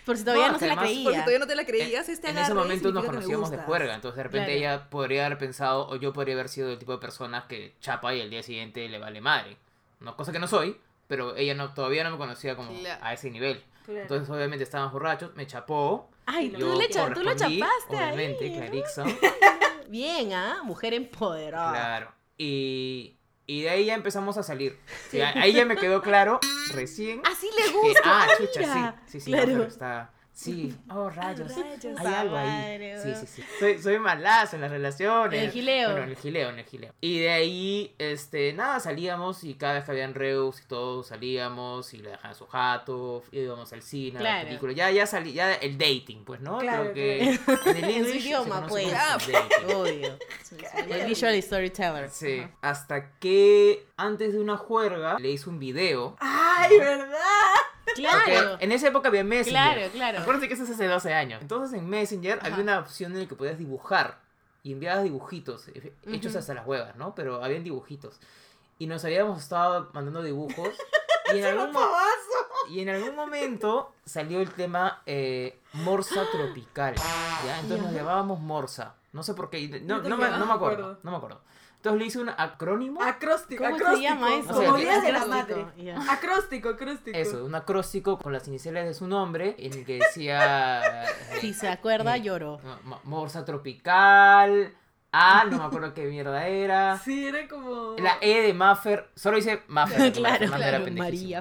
Speaker 3: Por si todavía no,
Speaker 5: no,
Speaker 3: se
Speaker 5: que
Speaker 3: la
Speaker 5: además-
Speaker 3: creía.
Speaker 4: Porque todavía no te la creías, este
Speaker 5: Eh, en ese
Speaker 4: agarre
Speaker 5: momento
Speaker 4: significa
Speaker 5: nos
Speaker 4: que me
Speaker 5: conocíamos de
Speaker 4: gustas.
Speaker 5: juerga, entonces de repente
Speaker 3: Claro.
Speaker 5: ella podría haber pensado, o yo podría haber sido el tipo de persona que chapa y el día siguiente le vale madre. No, cosa que no soy, pero ella no, todavía no me conocía como
Speaker 4: Claro.
Speaker 5: a ese nivel.
Speaker 6: Claro.
Speaker 5: Entonces obviamente estábamos borrachos, me chapó.
Speaker 3: Ay,
Speaker 6: Yo
Speaker 3: tú, le cha- tú lo
Speaker 5: correspondí,
Speaker 3: chapaste
Speaker 5: Obviamente,
Speaker 3: ahí. ¿no? (laughs)
Speaker 5: Clarixon.
Speaker 3: Bien, ¿ah? Mujer empoderada.
Speaker 5: Claro. Y, y de ahí ya empezamos a salir. Y
Speaker 6: (laughs)
Speaker 5: a- ahí ya me quedó claro, recién.
Speaker 3: Así (laughs) le
Speaker 5: que,
Speaker 3: gusta.
Speaker 5: ah,
Speaker 3: ah,
Speaker 5: chucha,
Speaker 3: mira.
Speaker 5: sí. Sí, sí, no,
Speaker 3: claro.
Speaker 5: pero está. Sí, oh, rayos.
Speaker 3: rayos.
Speaker 5: Hay algo ahí.
Speaker 3: Madre,
Speaker 5: Sí,
Speaker 3: weón.
Speaker 5: sí, sí. Soy, soy malazo en las relaciones.
Speaker 3: En el gileo.
Speaker 5: Bueno, en el gileo, en el gileo. Y de ahí, este, nada, salíamos y cada vez que habían reus y todo, salíamos y le dejaban su jato, íbamos al cine, a
Speaker 3: Claro.
Speaker 5: la película. Ya, ya salí, ya el dating, pues, ¿no?
Speaker 6: Claro,
Speaker 5: Creo que en el
Speaker 3: (laughs) En su
Speaker 5: English se
Speaker 3: idioma,
Speaker 5: conoce
Speaker 3: pues.
Speaker 5: como dating.
Speaker 3: Obvio. El Pues visual storyteller.
Speaker 5: Sí, hasta que antes de una juerga le hice un video.
Speaker 6: Ay, ¿verdad?
Speaker 3: Ah, Claro.
Speaker 5: Porque en esa época había Messenger.
Speaker 3: Claro, claro.
Speaker 5: Acuérdate que eso es hace 12 años. Entonces en Messenger había una opción en la que podías dibujar. Y enviabas dibujitos, eh, hechos
Speaker 3: Ujú.
Speaker 5: hasta las huevas, ¿no? Pero habían dibujitos. Y nos habíamos estado mandando (laughs) dibujos. y, en algún mo- y en algún momento salió el tema eh, Morsa (gasps) Tropical. ¿ya? Entonces nos llamábamos Morsa. No sé por qué. y No,
Speaker 6: Yo
Speaker 5: no me,
Speaker 6: también,
Speaker 5: no me
Speaker 6: me
Speaker 5: acuerdo,
Speaker 6: acuerdo.
Speaker 5: No me acuerdo. Entonces le hice un acrónimo.
Speaker 6: Acróstico,
Speaker 3: ¿Cómo
Speaker 6: acróstico.
Speaker 3: se llama eso?
Speaker 5: O sea,
Speaker 6: Como
Speaker 5: que-
Speaker 6: días de la
Speaker 3: Acróstico,
Speaker 6: madre.
Speaker 3: ya.
Speaker 6: Acróstico, acróstico.
Speaker 5: Eso, un acróstico con las iniciales de su nombre, en el que (laughs) decía. eh,
Speaker 3: Si se acuerda,
Speaker 5: eh,
Speaker 3: lloró.
Speaker 5: no, mo- Morsa tropical. A, no me acuerdo qué mierda era.
Speaker 6: (laughs) Sí, era como...
Speaker 5: La E de Maffer. Solo dice Maffer.
Speaker 3: (laughs)
Speaker 5: porque
Speaker 3: Claro,
Speaker 5: Fernanda era
Speaker 3: claro.
Speaker 5: pendejísima,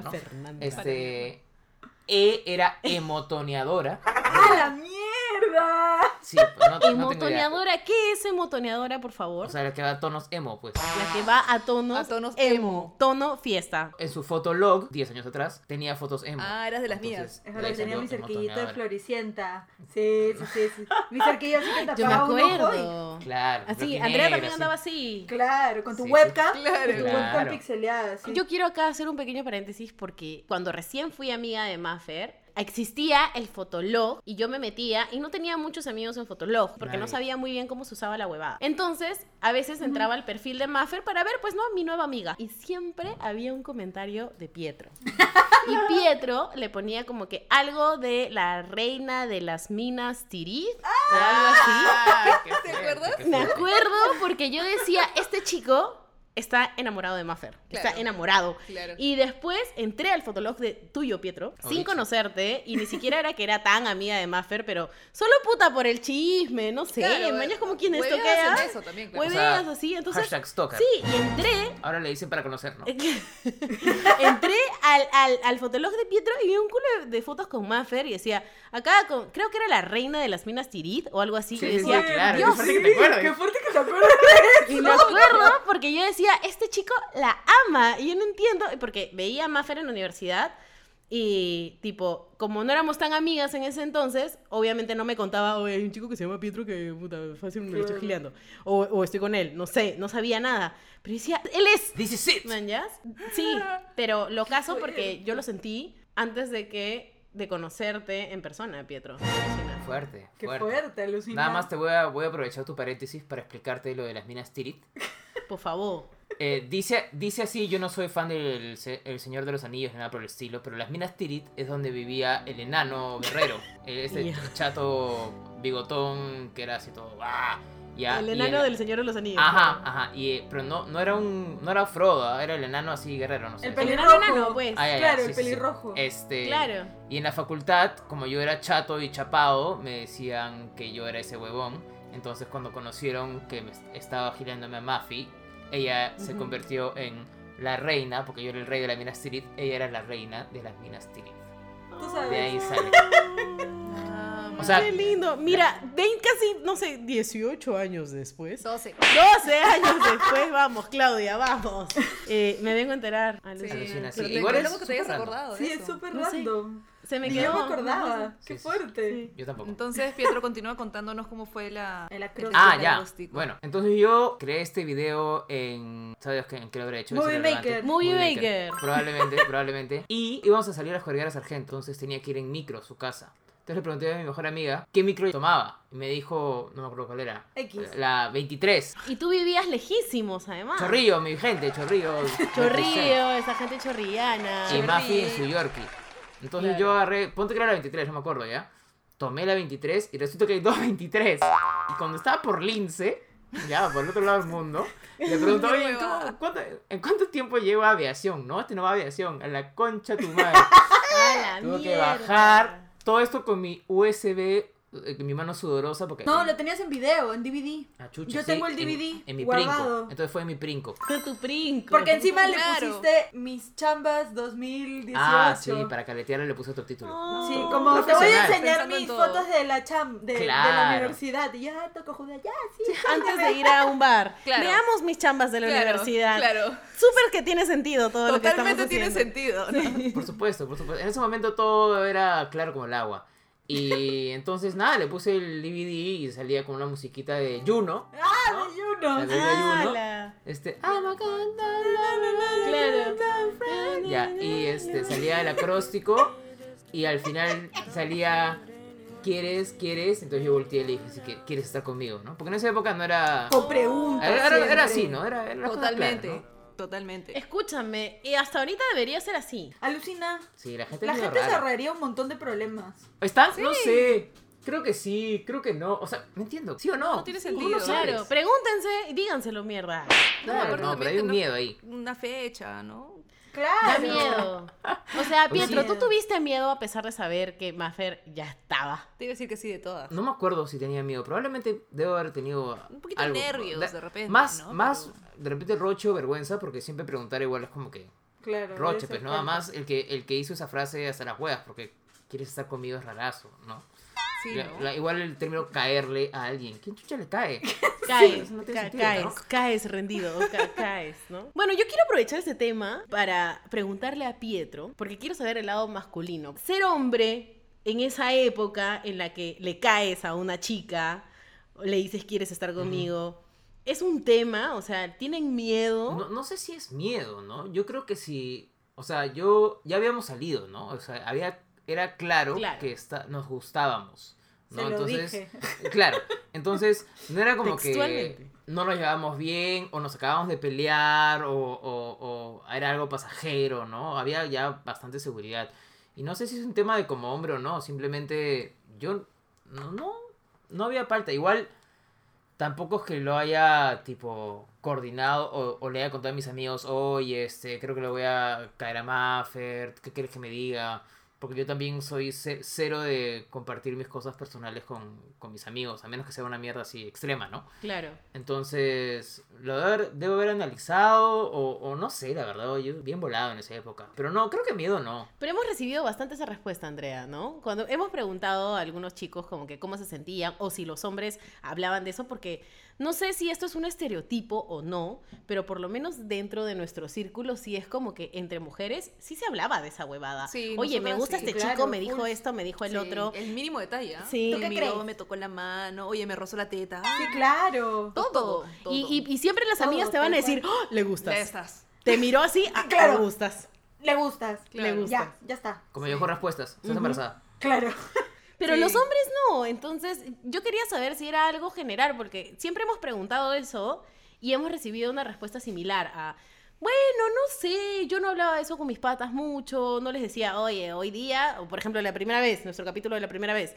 Speaker 3: María
Speaker 5: ¿no?
Speaker 3: Fernanda.
Speaker 5: Este. E era emotoneadora.
Speaker 6: ¡Ah, la mierda!
Speaker 5: Sí, pues no, no tengo idea.
Speaker 3: Emotoneadora, ¿qué es emotoneadora, por favor?
Speaker 5: O sea, la que va a tonos emo, pues.
Speaker 3: la que va a tonos,
Speaker 4: A tonos emo.
Speaker 3: Tono fiesta.
Speaker 5: En su fotolog, 10 años atrás, tenía fotos emo.
Speaker 4: Ah, eras de las mías.
Speaker 5: de
Speaker 6: Es verdad
Speaker 5: ahí
Speaker 6: que tenía
Speaker 5: salió
Speaker 6: mi cerquillito de
Speaker 5: emotoneadora. (laughs)
Speaker 6: floricienta. Sí, sí, sí. sí. Mi cerquillo así que
Speaker 3: Yo me
Speaker 6: tapaba un ojo. y-
Speaker 3: acuerdo.
Speaker 5: Claro.
Speaker 3: Así,
Speaker 5: blanco y
Speaker 3: Ah, Andrea
Speaker 5: negro,
Speaker 3: también
Speaker 5: así.
Speaker 3: andaba así.
Speaker 6: Claro, con tu
Speaker 5: Sí, sí.
Speaker 6: webcam.
Speaker 4: (laughs) Claro.
Speaker 6: Con tu webcam
Speaker 5: Claro.
Speaker 6: pixeleada. sí.
Speaker 3: Yo quiero acá hacer un pequeño paréntesis porque cuando recién fui amiga de Maffer, existía el Fotolog y yo me metía y no tenía muchos amigos en Fotolog porque no
Speaker 5: Right.
Speaker 3: sabía muy bien cómo se usaba la huevada. Entonces, a veces entraba al perfil de Maffer para ver, pues no, mi nueva amiga. Y siempre había un comentario de
Speaker 5: (laughs)
Speaker 3: Pietro. Y Pietro le ponía como que algo de la reina de las minas Tiriz o algo así.
Speaker 5: Ah, qué
Speaker 4: ¿Te
Speaker 5: fuerte,
Speaker 4: acuerdas?
Speaker 5: qué
Speaker 3: Me
Speaker 5: fuerte.
Speaker 3: acuerdo porque yo decía, este chico está enamorado de Maffer,
Speaker 4: Claro.
Speaker 3: está enamorado.
Speaker 4: Claro.
Speaker 3: Y después entré al fotolog de tuyo, Pietro, sin
Speaker 5: Ahorita.
Speaker 3: conocerte, y ni siquiera era que era tan amiga de Maffer, pero solo puta por el chisme, no sé,
Speaker 4: Claro,
Speaker 3: mañas como quien esto
Speaker 4: hueveas
Speaker 3: que
Speaker 4: en
Speaker 3: hay,
Speaker 4: eso también, claro.
Speaker 5: Hueve-
Speaker 3: hueveas
Speaker 5: O sea,
Speaker 3: así, entonces...
Speaker 5: Hashtag stalker.
Speaker 3: Sí, y entré, (laughs)
Speaker 5: Ahora le dicen para conocernos.
Speaker 3: entré al, al, al fotolog de Pietro y vi un culo de, de fotos con Maffer y decía, acá con- creo que era la reina de las minas Tirit o algo así,
Speaker 5: Sí,
Speaker 3: y
Speaker 5: sí, sí,
Speaker 3: decía,
Speaker 5: claro, qué
Speaker 3: Dios
Speaker 5: fuerte que te acuerdes.
Speaker 6: Qué fuerte que te acuerdas.
Speaker 3: Y me acuerdo porque yo decía, este chico la ama. Y yo no entiendo, porque veía a Maffer en la universidad y, tipo, como no éramos tan amigas en ese entonces, obviamente no me contaba, oye, hay un chico que se llama Pietro que, puta, fácil me lo estoy gileando. O, o estoy con él, no sé, no sabía nada. Pero decía, él es.
Speaker 5: This is it.
Speaker 3: ¿Manjas? Sí, pero lo caso porque yo lo sentí antes de que de conocerte en persona, Pietro.
Speaker 5: Fuerte,
Speaker 6: Qué
Speaker 5: fuerte.
Speaker 6: fuerte, alucinante.
Speaker 5: Nada más te voy a, voy a aprovechar tu paréntesis para explicarte lo de las minas Tirit.
Speaker 3: Por favor.
Speaker 5: Eh, dice, dice así, yo no soy fan del se- el Señor de los Anillos ni nada por el estilo, pero las minas Tirit es donde vivía el enano guerrero. eh, Ese
Speaker 3: Ya.
Speaker 5: chato bigotón que era así todo... ¡ah! Ya,
Speaker 3: el
Speaker 5: y
Speaker 3: enano
Speaker 5: el-
Speaker 3: del Señor de los Anillos.
Speaker 5: Ajá, ajá. Y, eh, pero no, no era un... No era Frodo, ah, era el enano así guerrero, no sé.
Speaker 6: El
Speaker 3: El
Speaker 6: peli-
Speaker 3: enano,
Speaker 6: Pelirrojo.
Speaker 3: enano, pues.
Speaker 5: Ah, ya, ya,
Speaker 6: Claro, el
Speaker 5: sí, sí, sí.
Speaker 6: pelirrojo.
Speaker 5: Este...
Speaker 3: Claro.
Speaker 5: Y en la facultad, como yo era chato y chapado, me decían que yo era ese huevón. Entonces cuando conocieron que me est- estaba girándome a Mafi, ella se
Speaker 3: Ujú.
Speaker 5: convirtió en la reina, porque yo era el rey de las minas Tirith, ella era la reina de las minas Tirith.
Speaker 6: Tú
Speaker 5: De
Speaker 6: sabes.
Speaker 5: ahí sale.
Speaker 3: (laughs)
Speaker 4: Ah,
Speaker 5: O sea,
Speaker 3: Qué lindo. Mira, ven casi, no sé, 18 años después.
Speaker 4: 12.
Speaker 3: 12 años después, vamos, Claudia, vamos. Eh, me vengo a enterar. Alucina.
Speaker 4: Sí,
Speaker 5: Alucina,
Speaker 4: pero
Speaker 5: sí.
Speaker 4: te-
Speaker 5: Igual
Speaker 4: qué
Speaker 5: es
Speaker 4: loco que te hayas
Speaker 5: súper random.
Speaker 4: acordado de
Speaker 6: Sí, es
Speaker 4: eso.
Speaker 6: súper
Speaker 3: No sé.
Speaker 6: random.
Speaker 3: Se me
Speaker 6: Ni yo
Speaker 3: quedó.
Speaker 6: me acordaba.
Speaker 5: Sí,
Speaker 6: Qué
Speaker 5: sí, sí.
Speaker 6: fuerte.
Speaker 3: Sí.
Speaker 5: yo tampoco.
Speaker 4: (laughs) Entonces, Pietro continúa contándonos cómo fue la...
Speaker 6: El acróstico.
Speaker 5: Ah,
Speaker 4: el
Speaker 5: ya.
Speaker 4: acróstico.
Speaker 5: Bueno, entonces yo creé este video en... ¿Sabes qué- en qué lo habré hecho? Es
Speaker 6: Movie
Speaker 5: irrelevante.
Speaker 6: Maker.
Speaker 3: Movie
Speaker 5: Movie
Speaker 3: Maker.
Speaker 5: Probablemente,
Speaker 6: (laughs)
Speaker 5: probablemente. Y íbamos a salir a jugar a Sargento, entonces tenía que ir en micro a su casa. Entonces le pregunté a mi mejor amiga qué micro tomaba. Y me dijo, no me acuerdo cuál era.
Speaker 6: X. Ah.
Speaker 5: La 23.
Speaker 3: Y tú vivías lejísimos, además.
Speaker 5: Chorrillo, mi gente,
Speaker 6: (laughs)
Speaker 5: chorrillo.
Speaker 3: Chorrillo, esa gente chorrillana.
Speaker 5: Y Mafi en su Yorkie. Entonces yo agarré, ponte que era la 23, no me acuerdo ya. Tomé la 23 y resulta que hay dos 23. Y cuando estaba por Lince, ya por el otro lado del mundo, le pregunto,
Speaker 6: (laughs)
Speaker 4: Qué
Speaker 5: oye, ¿en
Speaker 4: huevada.
Speaker 5: cómo- cuánto, en cuánto tiempo lleva aviación? No, este no va a aviación, a la concha tu madre.
Speaker 3: A la
Speaker 5: Tuve que
Speaker 3: mierda.
Speaker 5: bajar todo esto con mi USB, eh, con mi mano sudorosa porque...
Speaker 6: No, lo tenías en video, en DVD.
Speaker 5: Ah, chucha,
Speaker 6: yo
Speaker 5: sí,
Speaker 6: tengo el
Speaker 5: en-
Speaker 6: DVD
Speaker 5: en, mi
Speaker 6: guardado.
Speaker 5: princo. Entonces fue en mi princo.
Speaker 3: Fue tu princo.
Speaker 6: Porque encima
Speaker 4: Claro.
Speaker 6: le pusiste mis chambas 2018.
Speaker 5: Ah, sí, para caletearle le puse otro título.
Speaker 6: Sí, como te voy a
Speaker 5: Profesional.
Speaker 6: enseñar
Speaker 4: Pensando en
Speaker 6: mis
Speaker 4: todo.
Speaker 6: fotos de la cham de, de la
Speaker 5: Claro.
Speaker 6: universidad. Y ya toco Judea, ya, sí.
Speaker 3: Antes de ir a un
Speaker 5: (laughs)
Speaker 3: bar.
Speaker 4: Claro.
Speaker 3: Veamos mis chambas de la
Speaker 4: Claro,
Speaker 3: universidad.
Speaker 4: Claro.
Speaker 3: Súper que tiene sentido todo lo que estamos
Speaker 4: Totalmente tiene
Speaker 3: haciendo.
Speaker 4: sentido. ¿no?
Speaker 5: Por supuesto, por supuesto. En ese momento todo era claro como el agua. Y entonces nada, le puse el DVD y salía con una musiquita de Juno.
Speaker 6: Ah, de Juno.
Speaker 5: La de Juno.
Speaker 3: ¡Hala!
Speaker 5: Este, I'm a gun, la, la, la, la, la.
Speaker 3: Claro.
Speaker 5: Ya, y este, salía el acróstico y al final salía ¿Quieres? ¿Quieres? Entonces yo volteé y le dije, si qui- ¿quieres estar conmigo? ¿no? Porque en esa época no era...
Speaker 6: Con preguntas.
Speaker 5: Era, era- era
Speaker 6: siempre.
Speaker 5: así, ¿no? Era, era la cosa clara,
Speaker 4: Totalmente.
Speaker 5: ¿no?
Speaker 4: Totalmente.
Speaker 3: Escúchame, y hasta ahorita debería ser así.
Speaker 6: Alucina.
Speaker 5: Sí, la gente,
Speaker 6: La
Speaker 5: es medio
Speaker 6: gente se
Speaker 5: rara.
Speaker 6: ahorraría un montón de problemas.
Speaker 5: ¿Están? No sé. Creo que sí, creo que no. O sea, no entiendo. ¿Sí o no?
Speaker 4: No tiene
Speaker 5: ¿Cómo
Speaker 4: sentido.
Speaker 5: sabes?
Speaker 3: Claro, pregúntense y díganselo, mierda.
Speaker 5: Claro,
Speaker 4: aparte
Speaker 5: no, pero
Speaker 4: también
Speaker 5: hay un
Speaker 4: que no-
Speaker 5: miedo ahí.
Speaker 4: Una fecha, ¿no?
Speaker 6: Claro.
Speaker 3: Da miedo. O sea,
Speaker 5: Pues
Speaker 3: Pietro,
Speaker 6: sí.
Speaker 3: tú tuviste miedo a pesar de saber que Maffer ya estaba.
Speaker 4: Te iba a decir que sí de todas.
Speaker 5: No me acuerdo si tenía miedo. Probablemente debo haber tenido.
Speaker 4: Un poquito de
Speaker 5: algo.
Speaker 4: nervios, de repente,
Speaker 5: Más,
Speaker 4: ¿no?
Speaker 5: más, de repente rocho, vergüenza, porque siempre preguntar igual es como que.
Speaker 6: Claro.
Speaker 5: Roche,
Speaker 6: debe
Speaker 5: pues
Speaker 6: ser
Speaker 5: nada
Speaker 6: fuerte.
Speaker 5: más el que, el que hizo esa frase hasta las huevas, porque quieres estar conmigo es rarazo, ¿no?
Speaker 4: Sí,
Speaker 5: La-
Speaker 4: ¿no?
Speaker 5: la- igual el término caerle a alguien. ¿Quién chucha
Speaker 4: (laughs)
Speaker 5: le cae?
Speaker 3: Caes,
Speaker 5: eso no tiene
Speaker 3: ca-
Speaker 5: sentido,
Speaker 3: caes,
Speaker 5: ¿no?
Speaker 3: caes rendido,
Speaker 5: (laughs)
Speaker 3: ca- caes, ¿no? Bueno, yo quiero aprovechar este tema para preguntarle a Pietro, porque quiero saber el lado masculino. Ser hombre en esa época en la que le caes a una chica, o le dices quieres estar conmigo, es un tema, o sea, tienen miedo.
Speaker 5: No, no sé si es miedo, ¿no? Yo creo que si. O sea, yo. Ya habíamos salido, ¿no? O sea, había. Era claro,
Speaker 3: Claro.
Speaker 5: que está, nos gustábamos. ¿no?
Speaker 6: Se lo
Speaker 5: Entonces.
Speaker 6: dije.
Speaker 5: Claro. Entonces, no era como que
Speaker 3: Textualmente.
Speaker 5: no nos llevábamos bien, o nos acabábamos de pelear, o, o- o era algo pasajero, ¿no? Había ya bastante seguridad. Y no sé si es un tema de como hombre o no, simplemente yo no, no, no había falta. Igual tampoco es que lo haya tipo coordinado o, o le haya contado a mis amigos, oye, este, creo que le voy a caer a Maffer, ¿qué quieres que me diga? Porque yo también soy ce- cero de compartir mis cosas personales con, con mis amigos, a menos que sea una mierda así extrema, ¿no?
Speaker 3: Claro.
Speaker 5: Entonces, lo debo haber, debo haber analizado o, o no sé, la verdad, yo bien volado en esa época. Pero no, creo que miedo no.
Speaker 3: Pero hemos recibido bastante esa respuesta, Andrea, ¿no? Cuando hemos preguntado a algunos chicos como que cómo se sentían o si los hombres hablaban de eso, porque no sé si esto es un estereotipo o no, pero por lo menos dentro de nuestro círculo sí es como que entre mujeres sí se hablaba de esa huevada.
Speaker 4: Sí,
Speaker 3: Oye, me
Speaker 4: nosotras
Speaker 3: gusta
Speaker 4: sí,
Speaker 3: este
Speaker 6: claro,
Speaker 3: chico, me dijo
Speaker 6: full.
Speaker 3: esto, me dijo el
Speaker 4: Sí,
Speaker 3: otro.
Speaker 4: El mínimo detalle. ¿ah?
Speaker 3: Sí.
Speaker 4: Me
Speaker 3: ¿Tú qué
Speaker 4: miró,
Speaker 6: crees?
Speaker 4: me tocó la mano, oye, me rozó la teta.
Speaker 6: Sí, claro.
Speaker 4: Todo, todo.
Speaker 3: Y, y- y siempre las
Speaker 6: Todo,
Speaker 3: amigas te van a
Speaker 6: tal
Speaker 3: decir, ¡Oh, le
Speaker 4: Ya
Speaker 3: gustas.
Speaker 4: estás.
Speaker 3: Te miró así, ah,
Speaker 6: Claro.
Speaker 3: le gustas.
Speaker 6: Le gustas.
Speaker 3: Le gustas.
Speaker 6: Ya, ya está.
Speaker 5: Como yo con respuestas, estás embarazada.
Speaker 6: Claro. (laughs)
Speaker 3: Pero
Speaker 4: Sí.
Speaker 3: los hombres no, entonces yo quería saber si era algo general, porque siempre hemos preguntado eso y hemos recibido una respuesta similar a, bueno, no sé, yo no hablaba de eso con mis patas mucho, no les decía, oye, hoy día, o por ejemplo la primera vez, nuestro capítulo de la primera vez,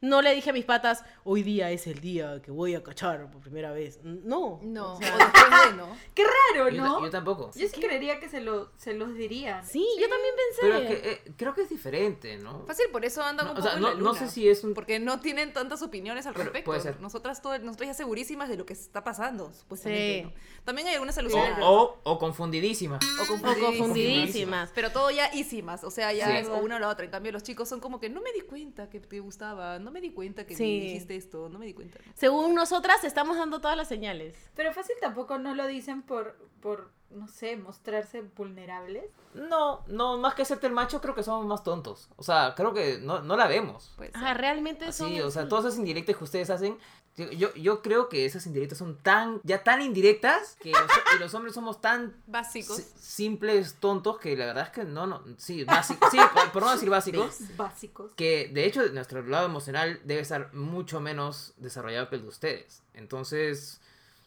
Speaker 3: no le dije a mis patas, hoy día es el día que voy a cachar por primera vez. No.
Speaker 4: No,
Speaker 3: O sea,
Speaker 4: o después de, ¿no?
Speaker 6: Qué raro,
Speaker 5: Yo, ta-
Speaker 6: ¿no?
Speaker 5: yo tampoco.
Speaker 6: Yo sí creería que se, lo, se los dirían.
Speaker 3: sí, yo también pensé.
Speaker 5: Pero es que, eh, creo que es diferente, ¿no?
Speaker 4: Fácil, por eso andan
Speaker 5: No,
Speaker 4: un
Speaker 5: o
Speaker 4: poco
Speaker 5: sea,
Speaker 4: en
Speaker 5: no,
Speaker 4: la
Speaker 5: no
Speaker 4: luna.
Speaker 5: sé si es un...
Speaker 4: Porque no tienen tantas opiniones al
Speaker 5: Pero
Speaker 4: respecto.
Speaker 5: puede ser.
Speaker 4: Nosotras, todo, nosotras ya segurísimas de lo que está pasando, supuestamente.
Speaker 3: Sí.
Speaker 4: ¿no? También hay algunas
Speaker 5: O,
Speaker 4: alusiones.
Speaker 5: o- o confundidísima.
Speaker 4: o
Speaker 3: O
Speaker 4: confundidísimas.
Speaker 3: confundidísimas.
Speaker 4: Pero todo ya hicimos, o sea, ya
Speaker 5: Sí.
Speaker 4: es o una o la otra. En cambio, los chicos son como que no me di cuenta que te gustaba, no me di cuenta que me
Speaker 3: Sí.
Speaker 4: dijiste esto, no me di cuenta.
Speaker 3: Según nosotras estamos dando todas las señales.
Speaker 6: Pero fácil tampoco no lo dicen por, por no sé, mostrarse vulnerables.
Speaker 5: No, no, más que hacerte el macho, creo que somos más tontos. O sea, creo que no, no la vemos.
Speaker 4: Pues,
Speaker 3: Ah, realmente son...
Speaker 5: Sí, o sea, todas esas indirectas que ustedes hacen, yo- yo, yo creo que esas indirectas son tan, ya tan indirectas que los, y los hombres somos tan
Speaker 4: básicos.
Speaker 5: si- simples, tontos, que la verdad es que no, no, sí, básicos, sí, por, por no decir básicos,
Speaker 6: Básicos.
Speaker 5: que de hecho nuestro lado emocional debe estar mucho menos desarrollado que el de ustedes. Entonces,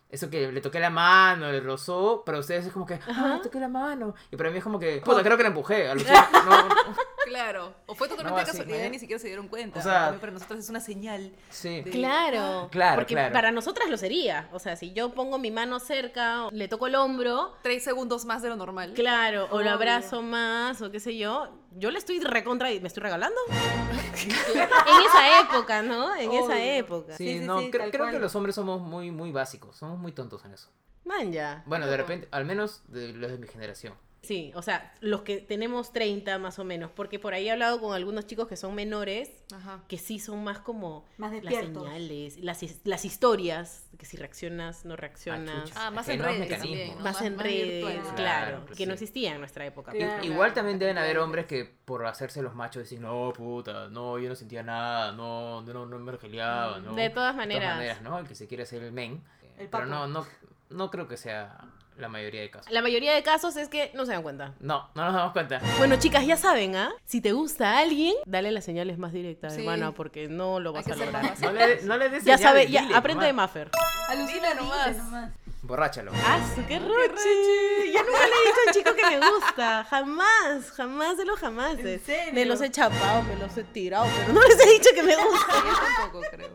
Speaker 5: eso que le toqué la mano, le rozó, para ustedes es como que, ah, le toqué la mano. Y para mí es como que, puta, creo que la empujé. alucina, no, no.
Speaker 4: Claro. O fue totalmente
Speaker 5: No,
Speaker 4: de
Speaker 5: así,
Speaker 4: casualidad
Speaker 5: ¿no?
Speaker 4: y ni siquiera se dieron cuenta.
Speaker 5: O sea-
Speaker 4: En cambio, para nosotros es una señal.
Speaker 5: Sí.
Speaker 4: de-
Speaker 3: Claro,
Speaker 5: Claro,
Speaker 3: porque
Speaker 5: claro.
Speaker 3: para nosotras lo sería. O sea, si yo pongo mi mano cerca, le toco el hombro,
Speaker 4: Tres segundos más de lo normal.
Speaker 3: claro, o lo
Speaker 6: Obvio.
Speaker 3: abrazo más, o qué sé yo, yo le estoy recontra y me estoy regalando. en esa época, ¿no? En esa
Speaker 6: Obvio.
Speaker 3: época.
Speaker 5: Sí,
Speaker 6: Sí, sí,
Speaker 5: no,
Speaker 6: sí,
Speaker 5: cre-
Speaker 6: tal
Speaker 5: creo que
Speaker 6: cual.
Speaker 5: los hombres somos muy, muy básicos, somos muy tontos en eso.
Speaker 3: Man, ya.
Speaker 5: Bueno, de repente, al menos de los de mi generación.
Speaker 3: Sí, o sea, los que tenemos 30 más o menos, porque por ahí he hablado con algunos chicos que son menores,
Speaker 4: Ajá.
Speaker 3: que sí son más como
Speaker 6: Más
Speaker 3: las
Speaker 6: despiertos.
Speaker 3: señales, las, his- las historias, que si reaccionas, no reaccionas.
Speaker 5: chucha.
Speaker 4: Ah, más
Speaker 5: Hay
Speaker 4: en
Speaker 5: nuevos
Speaker 4: redes
Speaker 5: mecanismos.
Speaker 4: también. ¿no?
Speaker 3: más en redes,
Speaker 4: virtual.
Speaker 3: claro,
Speaker 5: Claro,
Speaker 3: que
Speaker 5: sí.
Speaker 3: no existía en nuestra época.
Speaker 5: I-
Speaker 3: pues.
Speaker 6: Claro.
Speaker 5: Igual también deben haber hombres que por hacerse los machos dicen, no, puta, no, yo no sentía nada, no, no, no me regaleaba, no.
Speaker 3: De todas maneras.
Speaker 5: ¿no? El que se quiere hacer el men. eh,
Speaker 6: El
Speaker 5: pero
Speaker 6: papo.
Speaker 5: no, no, no creo que sea la mayoría
Speaker 3: (laughs)
Speaker 5: de casos.
Speaker 3: La mayoría de casos es que no se dan cuenta.
Speaker 5: No, no nos damos cuenta.
Speaker 3: Bueno, chicas, ya saben, ¿ah? Si te gusta a alguien, dale las señales más directas,
Speaker 4: Sí.
Speaker 3: hermana, porque no lo
Speaker 4: Hay
Speaker 3: vas
Speaker 4: que
Speaker 3: a
Speaker 4: ser
Speaker 3: lograr.
Speaker 4: más
Speaker 5: No le, no le des
Speaker 3: Ya
Speaker 5: señales,
Speaker 3: sabe, ya
Speaker 5: dile
Speaker 3: aprende de
Speaker 5: nomás.
Speaker 3: Maffer.
Speaker 6: Alucina
Speaker 4: Dile
Speaker 6: nomás.
Speaker 4: nomás.
Speaker 5: Borráchalo.
Speaker 3: ¡Ah, su- qué roche! Yo nunca le he dicho a un chico que me gusta. Jamás, jamás de los jamás.
Speaker 6: ¿En serio?
Speaker 3: Me los he chapado, me los he tirado, pero no les he dicho que me gusta. (laughs)
Speaker 4: Yo tampoco, creo.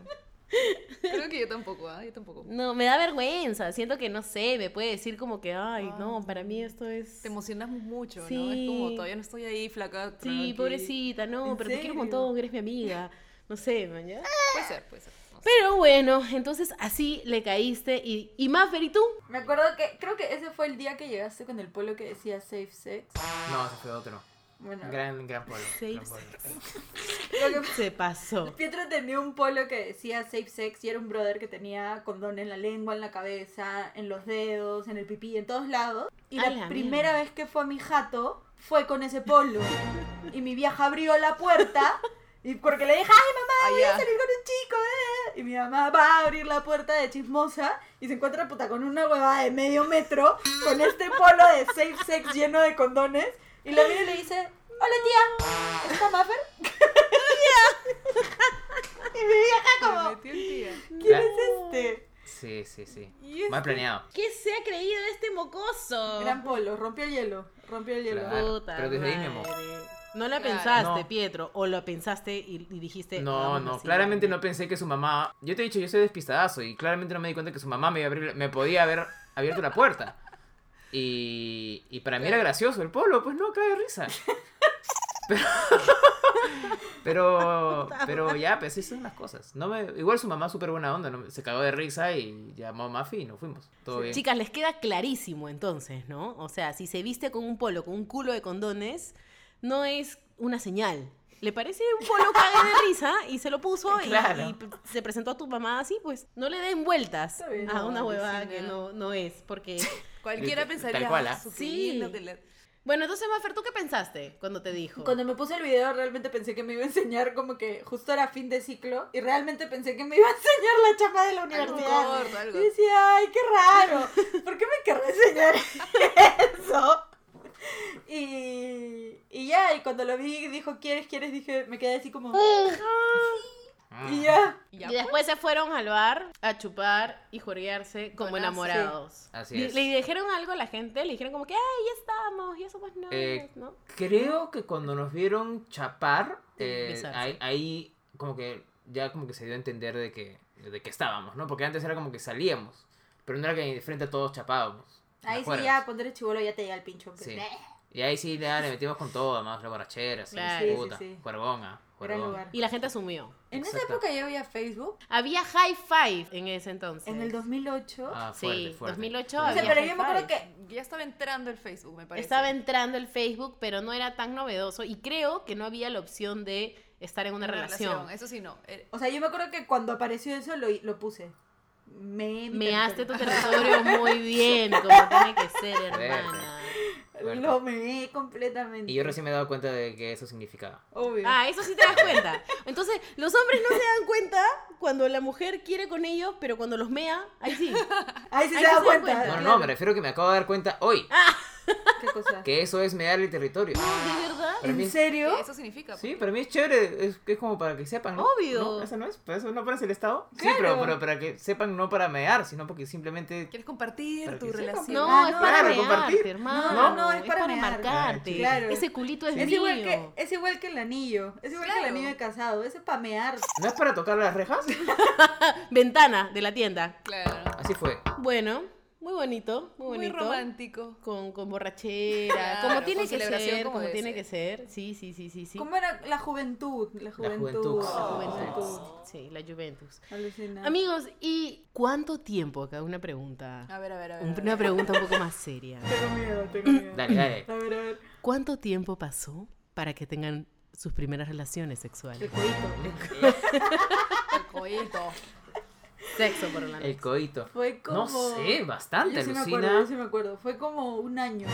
Speaker 4: Creo que yo tampoco, ¿ah? Yo tampoco.
Speaker 3: No, me da vergüenza. Siento que no sé, me puede decir como que, ay, no, para mí esto es.
Speaker 4: Te emocionas mucho, ¿no?
Speaker 3: Sí.
Speaker 4: Es como todavía no estoy ahí, flaca.
Speaker 3: Sí,
Speaker 4: tranqui.
Speaker 3: pobrecita, no,
Speaker 6: Ah, ¿En
Speaker 3: pero te quiero un
Speaker 6: serio? Ah,
Speaker 3: montón, eres mi amiga. No sé, mañana.
Speaker 4: Puede ser, puede ser. no sé.
Speaker 3: Pero bueno, entonces así le caíste. Y, y Maffer, ¿y tú?
Speaker 6: Me acuerdo que, creo que ese fue el día que llegaste con el polo que decía safe sex.
Speaker 5: No, ese fue otro.
Speaker 6: Bueno,
Speaker 5: Gran, gran polo.
Speaker 3: Safe
Speaker 5: gran polo.
Speaker 6: lo que- (laughs)
Speaker 3: Se (laughs) pasó.
Speaker 6: Pietro tenía un polo que decía safe sex y era un brother que tenía condón en la lengua, en la cabeza, en los dedos, en el pipí, en todos lados. Y
Speaker 3: A
Speaker 6: la,
Speaker 3: la
Speaker 6: primera
Speaker 3: mierda.
Speaker 6: vez que fue a mi jato fue con ese polo. y mi vieja abrió la puerta y porque le dije, ay mamá,
Speaker 4: Ah,
Speaker 6: voy a
Speaker 4: ya.
Speaker 6: salir con un chico, eh". Y mi mamá va a abrir la puerta de chismosa y se encuentra puta con una huevada de medio metro con este polo de safe sex lleno de condones. Y la mira y le dice, hola tía, ¿está Maffer? Y mi vieja
Speaker 4: Me
Speaker 6: como,
Speaker 4: metió el día.
Speaker 6: ¿quién es este?
Speaker 5: Sí, sí, sí.
Speaker 4: Y
Speaker 5: Mal planeado.
Speaker 3: ¿Qué se ha creído este mocoso?
Speaker 6: Gran polo, rompió el hielo, rompió el hielo.
Speaker 5: Claro. Ah, pero desde ahí me
Speaker 3: madre.
Speaker 5: mojó.
Speaker 3: No la
Speaker 4: Claro.
Speaker 3: pensaste,
Speaker 5: No.
Speaker 3: Pietro, o lo pensaste y, y dijiste.
Speaker 6: este,
Speaker 3: "Ah,
Speaker 5: No, no, claramente no pensé que su mamá. Yo te he dicho, yo soy despistadazo y claramente no me di cuenta que su mamá me, iba a abrir- me podía haber abierto la puerta. Y, y para mí era gracioso el polo, pues no, cae de risa. Pero,
Speaker 6: (laughs)
Speaker 5: pero, pero ya, pues esas son las cosas. No me, igual su mamá súper buena onda, no- se cagó de risa y llamó a Mafi y nos fuimos. Todo bien.
Speaker 3: Chicas, les queda clarísimo entonces, ¿no? O sea, si se viste con un polo, con un culo de condones, no es una señal. Le parece un polo cague de risa y se lo puso y-
Speaker 5: Claro.
Speaker 3: y, p- se presentó a tu mamá así, pues no le den vueltas
Speaker 6: Está bien,
Speaker 3: a
Speaker 6: no,
Speaker 3: una huevada
Speaker 4: alucina.
Speaker 3: que no, no es, porque...
Speaker 4: Cualquiera
Speaker 5: Tal
Speaker 4: pensaría.
Speaker 5: cual, ¿ah?
Speaker 4: "Ah, su qué
Speaker 3: Sí.
Speaker 4: lindo que le-".
Speaker 3: Bueno, entonces, Mafer, ¿tú qué pensaste cuando te dijo?
Speaker 6: Cuando me puse el video realmente pensé que me iba a enseñar como que justo era fin de ciclo y realmente pensé que me iba a enseñar la chapa de la
Speaker 4: Algún
Speaker 6: universidad.
Speaker 4: corto,
Speaker 6: Y
Speaker 4: algo.
Speaker 6: decía, ay, qué raro, ¿por qué me querrá enseñar eso? Y, y ya, y cuando lo vi dijo, ¿quieres, quieres? Dije, me quedé así como,
Speaker 5: Ah, Mm.
Speaker 6: y ya.
Speaker 4: Ya,
Speaker 3: Y después se fueron al bar a chupar y jorguearse como
Speaker 4: Con asco.
Speaker 3: enamorados.
Speaker 5: Así
Speaker 3: Di-
Speaker 5: es.
Speaker 3: Le, dijeron algo a la gente, le dijeron como que, ay, ya estamos, ya somos novios,
Speaker 5: Eh,
Speaker 3: ¿no?
Speaker 5: Creo que cuando nos vieron chapar, eh,
Speaker 3: Besarse.
Speaker 5: ahí, ahí como que ya como que se dio a entender de que, de que estábamos, ¿no? Porque antes era como que salíamos, pero no era que frente a todos chapábamos. en
Speaker 6: Ahí
Speaker 5: las
Speaker 6: sí,
Speaker 5: juergas.
Speaker 6: ya, cuando eres chivolo ya te llega el pincho. pues,
Speaker 5: Sí. Y ahí sí ya le metimos con todo, más la borrachera, así,
Speaker 3: Claro. Sí,
Speaker 6: sí,
Speaker 5: puta,
Speaker 6: sí.
Speaker 5: cuervona,
Speaker 6: Gran
Speaker 5: cuervón.
Speaker 6: lugar.
Speaker 3: Y la gente asumió.
Speaker 6: En esa
Speaker 5: Exacto.
Speaker 6: época yo había Facebook,
Speaker 3: Había high five en ese entonces.
Speaker 6: en el 2008.
Speaker 5: Ah,
Speaker 3: Sí,
Speaker 5: fuerte, fuerte.
Speaker 3: 2008
Speaker 5: Pero
Speaker 6: o sea,
Speaker 3: había-
Speaker 5: ya-
Speaker 6: pero yo me
Speaker 3: High
Speaker 6: acuerdo que
Speaker 4: pues, Ya estaba entrando el Facebook, me parece.
Speaker 3: Estaba entrando el Facebook, pero no era tan novedoso y creo que no había la opción de estar en una, relación.
Speaker 4: Eso sí, no. Eh, Era-
Speaker 6: O sea, yo me acuerdo que cuando apareció eso lo, lo puse. Me, mi
Speaker 3: Measte tu
Speaker 6: territorio.
Speaker 3: territorio muy bien, como tiene que ser, hermana.
Speaker 5: Fuerte.
Speaker 6: Lo meé completamente.
Speaker 5: Y yo recién me he dado cuenta de que eso significaba.
Speaker 6: Obvio.
Speaker 3: Ah, eso sí te das cuenta. Entonces, los hombres no se dan cuenta cuando la mujer quiere con ellos, pero cuando los mea, ahí sí.
Speaker 6: Ahí sí
Speaker 3: ahí
Speaker 6: se
Speaker 3: sí
Speaker 6: da
Speaker 3: se
Speaker 6: cuenta.
Speaker 3: dan
Speaker 5: No, no,
Speaker 6: Claro. Ah.
Speaker 5: no, me refiero que me acabo de dar cuenta hoy
Speaker 6: ¿Qué cosa?
Speaker 5: que eso es medarle territorio.
Speaker 3: ¿De verdad?
Speaker 5: Para mí
Speaker 6: Ah, ¿En
Speaker 5: es
Speaker 6: serio?
Speaker 4: ¿Qué eso significa? pues,
Speaker 5: Sí, pues. para mí es chévere, es, es como para que sepan. ¿no?
Speaker 3: Obvio.
Speaker 5: ¿No? ¿Eso no es? ¿Para eso no parece el Estado? Sí,
Speaker 6: Claro.
Speaker 5: pero, pero para que sepan no para mear, sino porque simplemente...
Speaker 4: ¿Quieres compartir
Speaker 5: Para que
Speaker 4: tu
Speaker 5: sí,
Speaker 4: relación?
Speaker 3: No,
Speaker 6: Ah,
Speaker 3: es
Speaker 6: no,
Speaker 3: para
Speaker 5: claro,
Speaker 3: mearte,
Speaker 5: compartir.
Speaker 3: hermano.
Speaker 6: No, no, no, es para mear.
Speaker 3: marcarte.
Speaker 6: Claro.
Speaker 3: Ese culito es,
Speaker 6: Es
Speaker 3: mío.
Speaker 6: igual, que, es igual que el anillo. Es igual que el
Speaker 4: Claro.
Speaker 6: anillo de casado. Ese pamear.
Speaker 5: ¿No es para tocar las rejas?
Speaker 3: Ventana de la tienda.
Speaker 4: Ah, Claro.
Speaker 5: Así fue.
Speaker 3: Bueno, muy bonito, muy
Speaker 4: Muy
Speaker 3: bonito.
Speaker 4: romántico.
Speaker 3: con, con borrachera,
Speaker 4: Claro,
Speaker 3: como tiene
Speaker 4: con
Speaker 3: que
Speaker 4: celebración
Speaker 3: ser,
Speaker 4: como
Speaker 3: como,
Speaker 4: debe
Speaker 3: tiene
Speaker 4: ser.
Speaker 3: que ser. Sí, sí, sí, sí, sí.
Speaker 6: ¿Cómo era la juventud? La
Speaker 5: juventud.
Speaker 6: juventud.
Speaker 5: La
Speaker 3: La
Speaker 5: Oh.
Speaker 3: Juventus. Sí, la Juventus.
Speaker 6: Alucinante.
Speaker 3: Amigos, ¿y cuánto tiempo? Acá una pregunta.
Speaker 4: A ver, a ver, a ver. a ver.
Speaker 3: Una pregunta un poco más seria.
Speaker 6: Tengo miedo, tengo
Speaker 3: Mm.
Speaker 6: miedo.
Speaker 5: Dale, (laughs) dale.
Speaker 6: A ver, a ver.
Speaker 3: ¿Cuánto tiempo pasó para que tengan sus primeras relaciones
Speaker 6: El (laughs)
Speaker 3: sexuales?
Speaker 6: coito.
Speaker 4: El coito.
Speaker 3: Sexo, por la
Speaker 5: El coito.
Speaker 6: Fue como.
Speaker 5: No sé,
Speaker 6: Yo
Speaker 5: bastante.
Speaker 6: sí me acuerdo, yo
Speaker 5: alucina.
Speaker 6: sí me acuerdo. Fue como un año.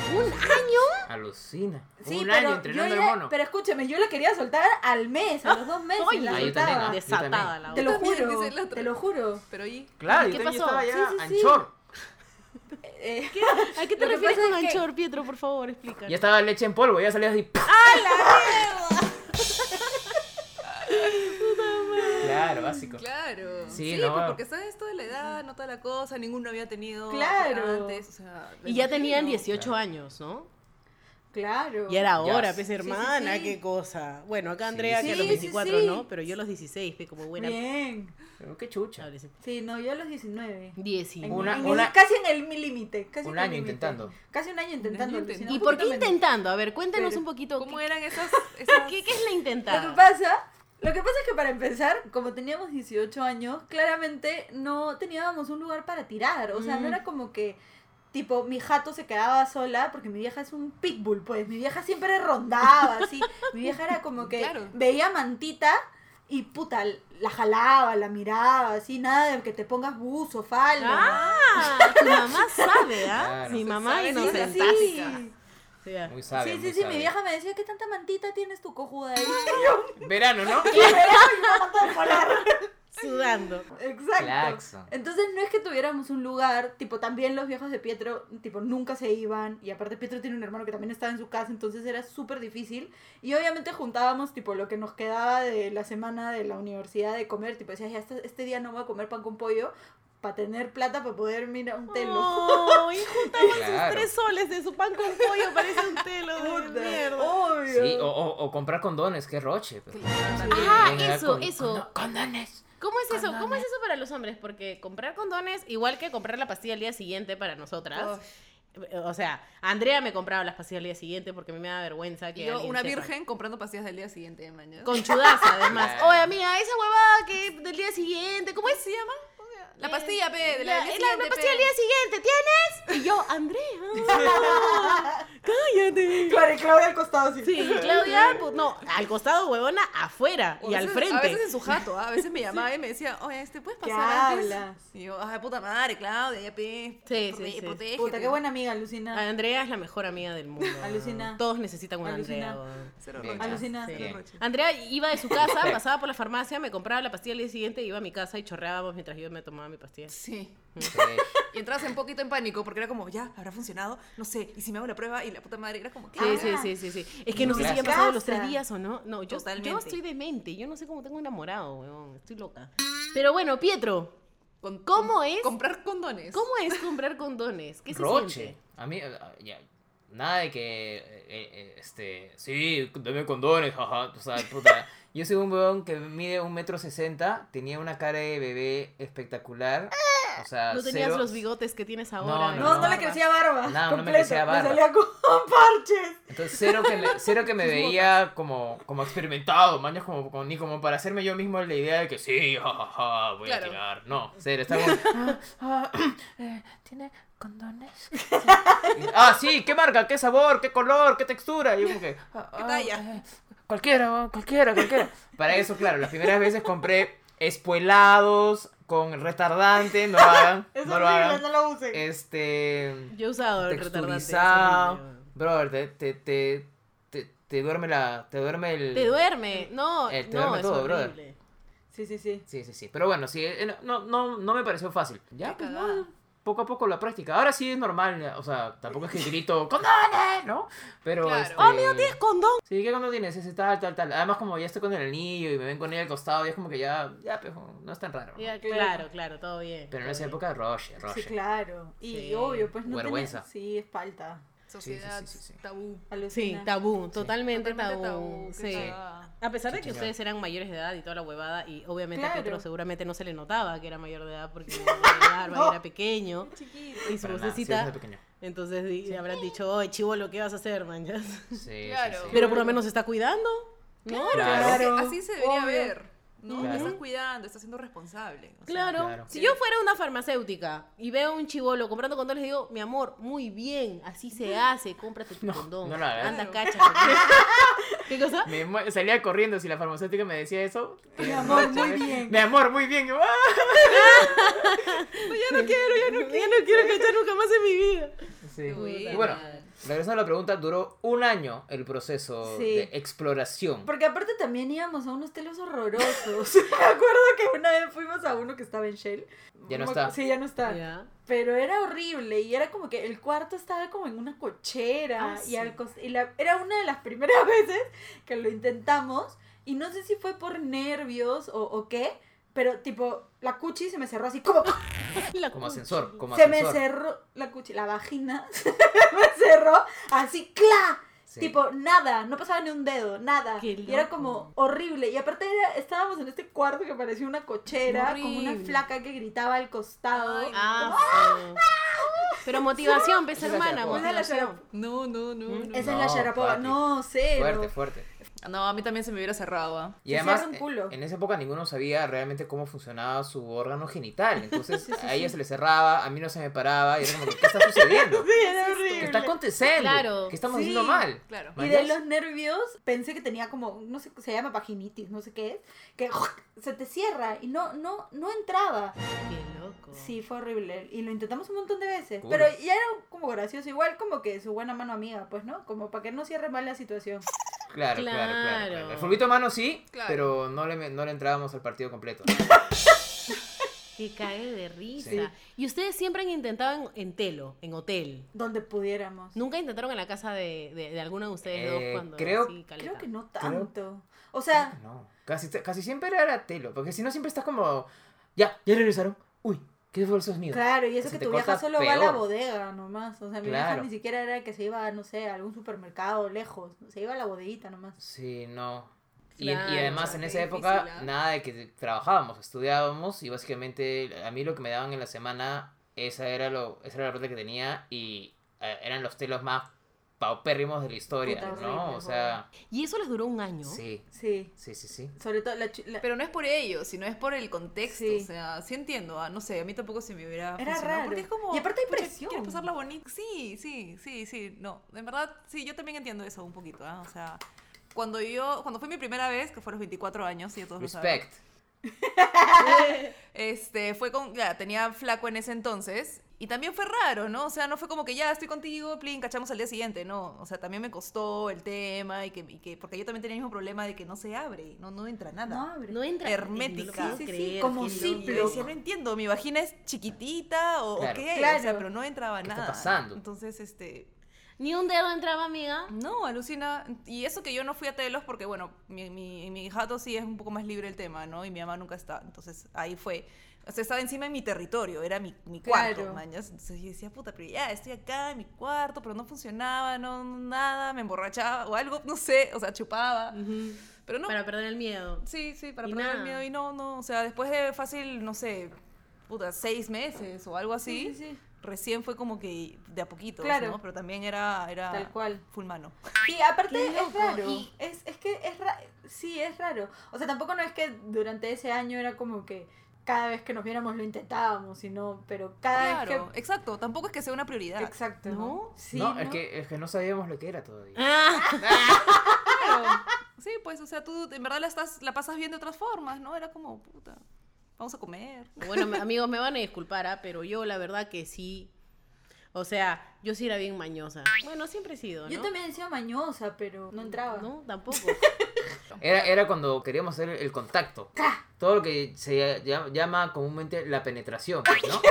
Speaker 5: Alucina.
Speaker 6: Sí,
Speaker 5: Un
Speaker 6: pero
Speaker 5: año
Speaker 6: yo
Speaker 5: entrenando al
Speaker 6: era-
Speaker 5: mono.
Speaker 6: Pero escúchame, yo la quería soltar al mes, a los dos meses.
Speaker 3: Oye,
Speaker 6: la
Speaker 5: Ah, yo
Speaker 6: soltaba.
Speaker 5: también,
Speaker 3: Desatada la
Speaker 6: Te
Speaker 3: otra.
Speaker 6: lo
Speaker 4: Yo también,
Speaker 6: juro,
Speaker 4: dice la otra.
Speaker 6: te lo juro.
Speaker 4: Pero ahí.
Speaker 5: Claro,
Speaker 3: ¿Y
Speaker 5: yo
Speaker 3: qué
Speaker 5: también
Speaker 3: pasó?
Speaker 5: estaba ya
Speaker 6: Sí, sí, sí.
Speaker 5: anchor.
Speaker 6: Eh,
Speaker 3: ¿A qué te
Speaker 6: Lo que
Speaker 3: refieres
Speaker 6: pasa
Speaker 3: con
Speaker 6: es que-
Speaker 3: anchor, Pietro? Por favor, explica.
Speaker 5: Ya estaba leche en polvo, ya salía así. ¡pah!
Speaker 4: (laughs)
Speaker 5: Claro, básico.
Speaker 4: Claro.
Speaker 5: Sí,
Speaker 4: Sí,
Speaker 5: no.
Speaker 4: pues, porque sabes toda la edad, no toda la cosa, ninguno había tenido
Speaker 6: Claro.
Speaker 4: antes. O sea, me
Speaker 3: Y ya
Speaker 4: imagino.
Speaker 3: tenían 18
Speaker 5: Claro.
Speaker 3: años, ¿no?
Speaker 6: claro.
Speaker 3: Y era ahora,
Speaker 5: Ya.
Speaker 3: pues
Speaker 5: Sí,
Speaker 3: hermana,
Speaker 6: sí.
Speaker 3: qué cosa. Bueno, acá
Speaker 5: Sí,
Speaker 3: Andrea que a los
Speaker 6: sí, sí,
Speaker 3: 24
Speaker 6: sí.
Speaker 3: no, pero yo a los 16, pues como buena
Speaker 6: Bien.
Speaker 5: Pero qué chucha.
Speaker 3: adolescente.
Speaker 6: Sí, no, yo a los 19. En-
Speaker 3: 19.
Speaker 5: Una-
Speaker 6: en-
Speaker 5: una-
Speaker 6: casi en el mi límite. casi
Speaker 5: Un
Speaker 6: en el
Speaker 5: año
Speaker 6: límite.
Speaker 5: intentando.
Speaker 6: Casi un año intentando.
Speaker 4: Un año
Speaker 6: alucinó,
Speaker 3: ¿Y por qué
Speaker 6: completamente.
Speaker 3: intentando? A ver, cuéntanos
Speaker 6: Pero,
Speaker 3: un poquito.
Speaker 4: ¿Cómo
Speaker 3: ¿qué-
Speaker 4: eran
Speaker 3: (laughs)
Speaker 4: esas? esas...
Speaker 3: ¿Qué, qué es la
Speaker 6: Lo que
Speaker 3: intentada?
Speaker 6: pasa, lo que pasa es que para empezar, como teníamos Mm. 18 años, claramente no teníamos un lugar para tirar. O sea, no era como que Tipo, mi jato se quedaba sola porque mi vieja es un pitbull, pues. Mi vieja siempre rondaba, (laughs) así. Mi vieja era como que
Speaker 4: Claro.
Speaker 6: veía mantita y puta, la jalaba, la miraba, así. Nada de que te pongas buzo, falda.
Speaker 3: Ah, tu mamá sabe, ¿ah?
Speaker 5: Claro.
Speaker 3: Mi mamá
Speaker 6: Sí,
Speaker 3: inocente.
Speaker 6: sí, sí.
Speaker 3: Sí, ah.
Speaker 5: Muy sabia.
Speaker 6: Sí, sí,
Speaker 5: muy
Speaker 6: sí, mi
Speaker 5: sabia.
Speaker 6: vieja me decía, ¿qué tanta mantita tienes tu cojuda ahí?
Speaker 5: Verano, ¿no?
Speaker 6: (laughs)
Speaker 3: Sudando.
Speaker 6: Exacto.
Speaker 5: Claxo.
Speaker 6: Entonces no es que tuviéramos un lugar, tipo también los viejos de Pietro, tipo nunca se iban y aparte Pietro tiene un hermano que también estaba en su casa, entonces era súper difícil y obviamente juntábamos tipo lo que nos quedaba de la semana de la universidad de comer, tipo decías, ya este, este día no voy a comer pan con pollo para tener plata para poder mirar un
Speaker 3: Oh,
Speaker 6: telo.
Speaker 3: No, y juntaban
Speaker 5: Claro.
Speaker 3: sus tres soles de su pan con pollo, parece un telo de
Speaker 6: Puta,
Speaker 3: mierda.
Speaker 6: obvio.
Speaker 5: Sí, o, o- o comprar condones, que roche. pues.
Speaker 3: Ah,
Speaker 5: Venga,
Speaker 3: eso,
Speaker 5: con-
Speaker 3: eso. (laughs)
Speaker 5: condo- condones.
Speaker 3: ¿Cómo es eso? ¿Cómo es eso para los hombres? Porque comprar condones, igual que comprar la pastilla al día siguiente para nosotras. O sea, Andrea me compraba las pastillas al día siguiente porque a mí me da vergüenza que.
Speaker 4: Y yo,
Speaker 3: alguien
Speaker 4: una
Speaker 3: sepa.
Speaker 4: virgen, comprando pastillas del día siguiente de mañana.
Speaker 3: Con chudaza, además.
Speaker 5: Claro.
Speaker 3: Oye, amiga, esa huevada que del día siguiente, ¿cómo es? se llama?
Speaker 4: La pastilla, pe, de la,
Speaker 3: La,
Speaker 4: del día
Speaker 3: la- la
Speaker 4: siguiente, pe.
Speaker 3: pastilla del día siguiente, ¿tienes? Y yo, Andrea, (laughs) cállate.
Speaker 6: Claro, y Claudia al costado sí.
Speaker 3: Sí, Claudia, pues, no, al costado, huevona, afuera
Speaker 4: O
Speaker 3: y
Speaker 4: a
Speaker 3: al
Speaker 4: veces-
Speaker 3: frente.
Speaker 4: A veces en su jato, ¿ah? a veces
Speaker 3: (laughs)
Speaker 4: me llamaba y me decía, oye, este, ¿puedes
Speaker 6: ¿Qué
Speaker 4: pasar antes?
Speaker 6: hablas?
Speaker 4: Y yo, ay, puta madre, Claudia, ya pe.
Speaker 3: Sí, sí,
Speaker 4: prote-
Speaker 3: sí.
Speaker 4: protégete".
Speaker 6: Puta, qué buena amiga, Lucina.
Speaker 5: Ah,
Speaker 3: Andrea es la mejor amiga del mundo.
Speaker 6: Alucina.
Speaker 3: Todos necesitan una
Speaker 6: Alucina.
Speaker 3: Andrea. huevón.
Speaker 4: Cero
Speaker 5: Bien.
Speaker 4: roche.
Speaker 6: Alucina.
Speaker 4: Cero
Speaker 5: Bien.
Speaker 4: roche.
Speaker 3: Andrea iba de su
Speaker 5: (laughs)
Speaker 3: casa, pasaba por la farmacia, me compraba la pastilla al día siguiente, iba a mi casa y chorreábamos mientras yo me tomaba mi pastilla.
Speaker 4: Sí.
Speaker 5: Fresh.
Speaker 4: Y entras un poquito en pánico porque era como, ya, habrá funcionado, no sé, y si me hago la prueba y la puta madre, era como, ¿qué?
Speaker 3: Sí,
Speaker 6: Ah.
Speaker 3: sí, sí, sí, sí. Es que no sé si
Speaker 5: Gracias.
Speaker 3: han pasado los tres
Speaker 6: Casa.
Speaker 3: días o no. No, yo,
Speaker 4: Totalmente.
Speaker 3: yo estoy demente. Yo no sé cómo tengo enamorado, weón. Estoy loca. Pero bueno, Pietro,
Speaker 4: Con-
Speaker 3: ¿Cómo
Speaker 4: con-
Speaker 3: es?
Speaker 4: Comprar condones.
Speaker 3: ¿cómo es comprar condones? ¿Qué se
Speaker 5: Roche.
Speaker 3: siente?
Speaker 5: A mí, eh, ya, nada de que, eh, eh, este, sí, dame condones, jaja, o sea,
Speaker 3: (laughs)
Speaker 5: puta. Yo soy un weón que mide un metro sesenta, tenía una cara de bebé espectacular, o sea,
Speaker 3: No tenías
Speaker 5: Ah, cero-
Speaker 3: los bigotes que tienes
Speaker 5: No,
Speaker 3: ahora.
Speaker 5: no,
Speaker 6: No, no,
Speaker 5: no.
Speaker 6: le crecía barba.
Speaker 5: No, no me
Speaker 6: completo.
Speaker 5: crecía barba.
Speaker 6: salía con (laughs) parches.
Speaker 5: Entonces, cero que me, cero que me veía como, como experimentado, maños, como, como- ni como para hacerme yo mismo la idea de que sí, jajaja, voy
Speaker 4: Claro.
Speaker 5: a tirar. (laughs) No, cero, está como... "Ah, ah, (clears throat) eh, ¿Tiene condones? Sí. (laughs) Ah, sí, ¿qué marca? ¿Qué sabor? ¿Qué color? ¿Qué textura? Y yo como que... "Ah,
Speaker 4: ¿Qué
Speaker 5: ah,
Speaker 4: talla?
Speaker 5: eh, cualquiera, weón, cualquiera, cualquiera. Para eso, claro, las primeras veces compré espuelados con retardante, no lo (laughs) hagan,
Speaker 6: Es
Speaker 5: no lo
Speaker 6: horrible,
Speaker 5: hagan. Eh,
Speaker 6: no lo usen.
Speaker 5: Este
Speaker 3: Yo he usado el retardante. es horrible,
Speaker 5: texturizado.
Speaker 3: weón.
Speaker 5: Brother, te, te, te, te, te duerme la. Te duerme el.
Speaker 3: Te duerme. No,
Speaker 5: Eh, te
Speaker 3: no,
Speaker 5: duerme
Speaker 3: es
Speaker 5: todo, brother.
Speaker 3: horrible.
Speaker 6: Sí, sí, sí.
Speaker 5: Sí, sí, sí. Pero bueno, sí, eh, no, no, no me pareció fácil. Ya,
Speaker 4: Qué
Speaker 5: pues,
Speaker 4: cagada.
Speaker 5: no, poco a poco la práctica. Ahora sí es normal, ya, o sea, tampoco es que grito ¡Condones! ¿No? Pero.
Speaker 4: Claro.
Speaker 5: Este...
Speaker 4: ¡Oh,
Speaker 5: amigo,
Speaker 3: ¿Tienes condón?
Speaker 5: Sí, ¿qué cuando tienes? Ese tal, tal, tal. Además, como ya estoy con el anillo y me ven con ella al costado, ya es como que ya. Ya, pues, no es tan raro. ¿no?
Speaker 3: Ya,
Speaker 6: Claro.
Speaker 3: claro, claro, todo bien.
Speaker 5: Pero en
Speaker 3: todo
Speaker 5: esa
Speaker 3: bien.
Speaker 5: época, Roche, Roche.
Speaker 6: Sí, claro. Y
Speaker 3: Sí.
Speaker 6: obvio, pues no
Speaker 5: Vergüenza.
Speaker 6: tenés- Sí, es falta.
Speaker 4: Sociedad,
Speaker 5: Sí, sí, sí, sí, sí.
Speaker 4: tabú.
Speaker 3: Sí,
Speaker 6: Alucina.
Speaker 3: tabú, totalmente
Speaker 4: Totalmente
Speaker 3: tabú.
Speaker 4: qué
Speaker 3: sí.
Speaker 4: cagada.
Speaker 3: A pesar de
Speaker 5: Sí,
Speaker 3: que
Speaker 5: señor.
Speaker 3: ustedes eran mayores de edad y toda la huevada, y obviamente a
Speaker 6: Claro.
Speaker 3: Pietro seguramente no se le notaba que era mayor de edad porque la barba
Speaker 6: No.
Speaker 3: era pequeño
Speaker 4: Chiquito.
Speaker 3: y su
Speaker 5: Para nada, sí, desde
Speaker 3: vocecita.
Speaker 5: pequeño.
Speaker 3: entonces di- le habrán dicho, oye, chivo, lo que vas a hacer, manchas?
Speaker 5: Sí, sí,
Speaker 4: Claro.
Speaker 5: sí.
Speaker 3: Pero por lo menos se está cuidando, ¿no?
Speaker 5: Claro.
Speaker 6: Claro.
Speaker 4: Así se debería
Speaker 6: Obvio.
Speaker 4: ver. No,
Speaker 5: Claro.
Speaker 4: te estás cuidando, estás siendo responsable. o sea,
Speaker 3: Claro.
Speaker 5: Claro.
Speaker 3: Si yo fuera una farmacéutica y veo un chivolo comprando condones, digo, mi amor, muy bien, así se hace, cómprate tu condón.
Speaker 5: no lo hagas.
Speaker 3: Anda,
Speaker 4: Claro.
Speaker 3: cacha. ¿Qué cosa?
Speaker 5: Me mu- salía corriendo si la farmacéutica me decía eso. eh,
Speaker 6: Mi amor, muy bien.
Speaker 5: Mi amor, muy bien. Yo, ¡ah!
Speaker 3: ya no quiero, ya
Speaker 6: (laughs)
Speaker 3: no quiero. Ya no quiero cachar nunca más en mi vida.
Speaker 5: Sí.
Speaker 4: Buena.
Speaker 5: Y bueno, regresando a la pregunta, duró un año el proceso
Speaker 6: Sí.
Speaker 5: de exploración.
Speaker 6: Porque aparte también íbamos a unos telos horrorosos. (laughs) Me acuerdo que una vez fuimos a uno que estaba en Shell.
Speaker 5: Ya no
Speaker 6: Me acu-
Speaker 5: está.
Speaker 6: Sí, ya no está.
Speaker 3: Ya.
Speaker 6: Pero era horrible y era como que el cuarto estaba como en una cochera
Speaker 3: Ah,
Speaker 6: y,
Speaker 3: sí.
Speaker 6: al cos- y la- era una de las primeras (laughs) veces que lo intentamos y no sé si fue por nervios o, o qué, pero tipo la cuchi se me cerró así como
Speaker 3: La
Speaker 5: Como
Speaker 3: concha.
Speaker 5: ascensor, como
Speaker 6: se me
Speaker 5: ascensor.
Speaker 6: cerró la cuchi, la vagina (laughs) se me cerró así ¡cla!
Speaker 5: Sí.
Speaker 6: Tipo, nada, no pasaba ni un dedo, nada.
Speaker 3: Qué
Speaker 6: Y era
Speaker 3: loco.
Speaker 6: como horrible. Y aparte era- estábamos en este cuarto que parecía una cochera con una
Speaker 3: Horrible.
Speaker 6: flaca que gritaba al costado.
Speaker 4: Ay,
Speaker 6: ¡Oh!
Speaker 3: Ah, sí. Pero motivación, pues
Speaker 5: Esa es la
Speaker 3: hermana,
Speaker 5: Sharapova.
Speaker 6: Esa es la
Speaker 3: motivación.
Speaker 4: No, no, no. no.
Speaker 6: Esa es la
Speaker 5: No,
Speaker 6: Sharapova.
Speaker 5: papi.
Speaker 6: No, cero.
Speaker 5: Fuerte, fuerte.
Speaker 4: No, a mí también se me hubiera cerrado. ¿ah?
Speaker 5: Y
Speaker 6: Se
Speaker 5: además,
Speaker 6: cierra un
Speaker 5: eh,
Speaker 6: culo.
Speaker 5: en esa época ninguno sabía realmente cómo funcionaba su órgano genital. Entonces a ella se le cerraba, a mí no se me paraba. Y era como, que, ¿qué está
Speaker 6: (laughs)
Speaker 5: sucediendo?
Speaker 6: Era
Speaker 5: ¿Qué
Speaker 6: horrible.
Speaker 5: está aconteciendo?
Speaker 3: Claro.
Speaker 5: ¿Qué estamos
Speaker 6: Sí.
Speaker 5: haciendo mal?
Speaker 4: Claro.
Speaker 6: Y de los nervios, pensé que tenía como, no sé, se llama paginitis, no sé qué es, que (laughs) se te cierra y no, no, no entraba.
Speaker 3: Qué loco.
Speaker 6: Sí, fue horrible. Y lo intentamos un montón de veces.
Speaker 5: Puta.
Speaker 6: Pero ya era como gracioso, igual como que su buena mano amiga, pues, ¿no? Como para que no cierre mal la situación.
Speaker 5: Claro, claro, claro.
Speaker 3: Claro.
Speaker 5: claro. El fulbito a mano sí,
Speaker 4: Claro.
Speaker 5: pero no le, no le entrábamos al partido completo.
Speaker 3: Que cae de risa.
Speaker 5: Sí.
Speaker 3: Y ustedes siempre han intentado en, en telo, en hotel.
Speaker 6: Donde pudiéramos.
Speaker 3: ¿Nunca intentaron en la casa de, de, de alguno de ustedes
Speaker 5: Eh,
Speaker 3: dos cuando
Speaker 5: creo-
Speaker 3: sí, caleta?
Speaker 6: Creo que no
Speaker 5: Creo-
Speaker 6: tanto. O sea,
Speaker 5: No, casi, casi siempre era telo, porque si no siempre estás como, ya, ya regresaron. Uy, qué fue el sonido.
Speaker 6: claro, y eso
Speaker 5: Se
Speaker 6: que
Speaker 5: te
Speaker 6: tu vieja
Speaker 5: corta
Speaker 6: solo va a la
Speaker 5: peor.
Speaker 6: bodega nomás. O sea, mi
Speaker 5: Claro.
Speaker 6: vieja ni siquiera era que se iba, no sé, a algún supermercado lejos. Se iba a la bodeguita nomás.
Speaker 5: Sí, no. Y, y
Speaker 3: Claro,
Speaker 5: además
Speaker 4: qué
Speaker 5: en esa
Speaker 4: difícil,
Speaker 5: época
Speaker 4: ¿ah?
Speaker 5: nada de que trabajábamos, estudiábamos y básicamente a mí lo que me daban en la semana esa era lo esa era la ruta que tenía y eh, eran los telos más paupérrimos de la historia,
Speaker 6: Puta,
Speaker 5: ¿no?
Speaker 6: horrible,
Speaker 5: o sea,
Speaker 3: Y eso les duró un año.
Speaker 5: sí,
Speaker 6: Sí.
Speaker 5: sí, sí, sí.
Speaker 6: Sobre todo la, chu- la-
Speaker 4: Pero no es por ello, sino es por el contexto.
Speaker 6: Sí.
Speaker 4: O sea, sí entiendo. ah, No sé, a mí tampoco se me hubiera.
Speaker 6: Era
Speaker 4: funcionado,
Speaker 6: raro.
Speaker 4: Porque es como.
Speaker 6: Y aparte hay
Speaker 4: pucha,
Speaker 6: presión.
Speaker 4: ¿Quieres pasarla bonita? Sí, sí, sí, sí. No, en verdad, sí, yo también entiendo eso un poquito. ah, O sea, cuando yo. Cuando fue mi primera vez, que fue a los 24 años, y todos lo saben.
Speaker 5: Respect.
Speaker 4: Este, fue con, ya, tenía flaco en ese entonces. Y también fue raro, ¿no? O sea, no fue como que ya estoy contigo, plin, cachamos al día siguiente, no. O sea, también me costó el tema y que, y que porque yo también tenía el mismo problema de que no se abre, no, no entra nada.
Speaker 6: No abre.
Speaker 3: No entra no
Speaker 4: Hermética.
Speaker 3: lo puedo
Speaker 6: Sí, sí, sí,
Speaker 3: creer,
Speaker 6: como
Speaker 3: qué
Speaker 4: Y
Speaker 6: simple.
Speaker 3: loco.
Speaker 4: yo decía, no entiendo, mi vagina es chiquitita o, o
Speaker 5: Claro.
Speaker 4: qué, o sea,
Speaker 6: Claro.
Speaker 4: pero no entraba
Speaker 5: ¿Qué está
Speaker 4: nada.
Speaker 5: pasando?
Speaker 4: Entonces, este,
Speaker 3: Ni un dedo entraba, amiga.
Speaker 4: no, alucina. Y eso que yo no fui a telos porque, bueno, mi, mi, mi jato sí es un poco más libre el tema, ¿no? Y mi mamá nunca está. Entonces ahí fue. O sea, estaba encima de mi territorio, era mi, mi cuarto,
Speaker 6: Claro.
Speaker 4: mañas. Entonces yo decía, puta, pero ya estoy acá en mi cuarto, pero no funcionaba, no, nada, me emborrachaba o algo, no sé, o sea, chupaba.
Speaker 3: Ujú.
Speaker 4: Pero no,
Speaker 3: Para perder el miedo.
Speaker 4: sí, sí, para
Speaker 3: Y
Speaker 4: perder el
Speaker 3: nada.
Speaker 4: miedo y no, no. O sea, después de fácil, no sé, puta, seis meses o algo así,
Speaker 6: Sí, sí, sí.
Speaker 4: recién fue como que de a poquitos,
Speaker 6: Claro.
Speaker 4: ¿no? Pero también era, era
Speaker 6: Tal cual.
Speaker 4: full mano.
Speaker 6: Sí, aparte
Speaker 3: Qué
Speaker 6: es
Speaker 3: loco,
Speaker 6: raro.
Speaker 3: y-
Speaker 6: Es, es que es ra- sí, es raro. O sea, tampoco no es que durante ese año era como que cada vez que nos viéramos lo intentábamos, sino, pero cada
Speaker 4: Claro,
Speaker 6: vez
Speaker 4: exacto. Tampoco es que sea una
Speaker 6: que...
Speaker 4: prioridad.
Speaker 6: Exacto.
Speaker 3: ¿No?
Speaker 6: Sí,
Speaker 5: no,
Speaker 6: ¿no?
Speaker 5: Es, que, es que no sabíamos lo que era todavía.
Speaker 3: Ah,
Speaker 4: Claro. (laughs) Sí, pues, o sea, tú en verdad la, estás, la pasas bien de otras formas, ¿no? Era como, puta, vamos a comer.
Speaker 3: bueno, me- amigos, me van a disculpar, ¿ah? pero yo la verdad que sí. O sea, yo sí era bien mañosa. Bueno, siempre he sido, ¿no?
Speaker 6: Yo también he sido mañosa, pero no entraba.
Speaker 3: No,
Speaker 6: (laughs)
Speaker 3: tampoco.
Speaker 5: Era, era cuando queríamos hacer el contacto. Todo lo que se llama, llama comúnmente la penetración, pues, ¿no?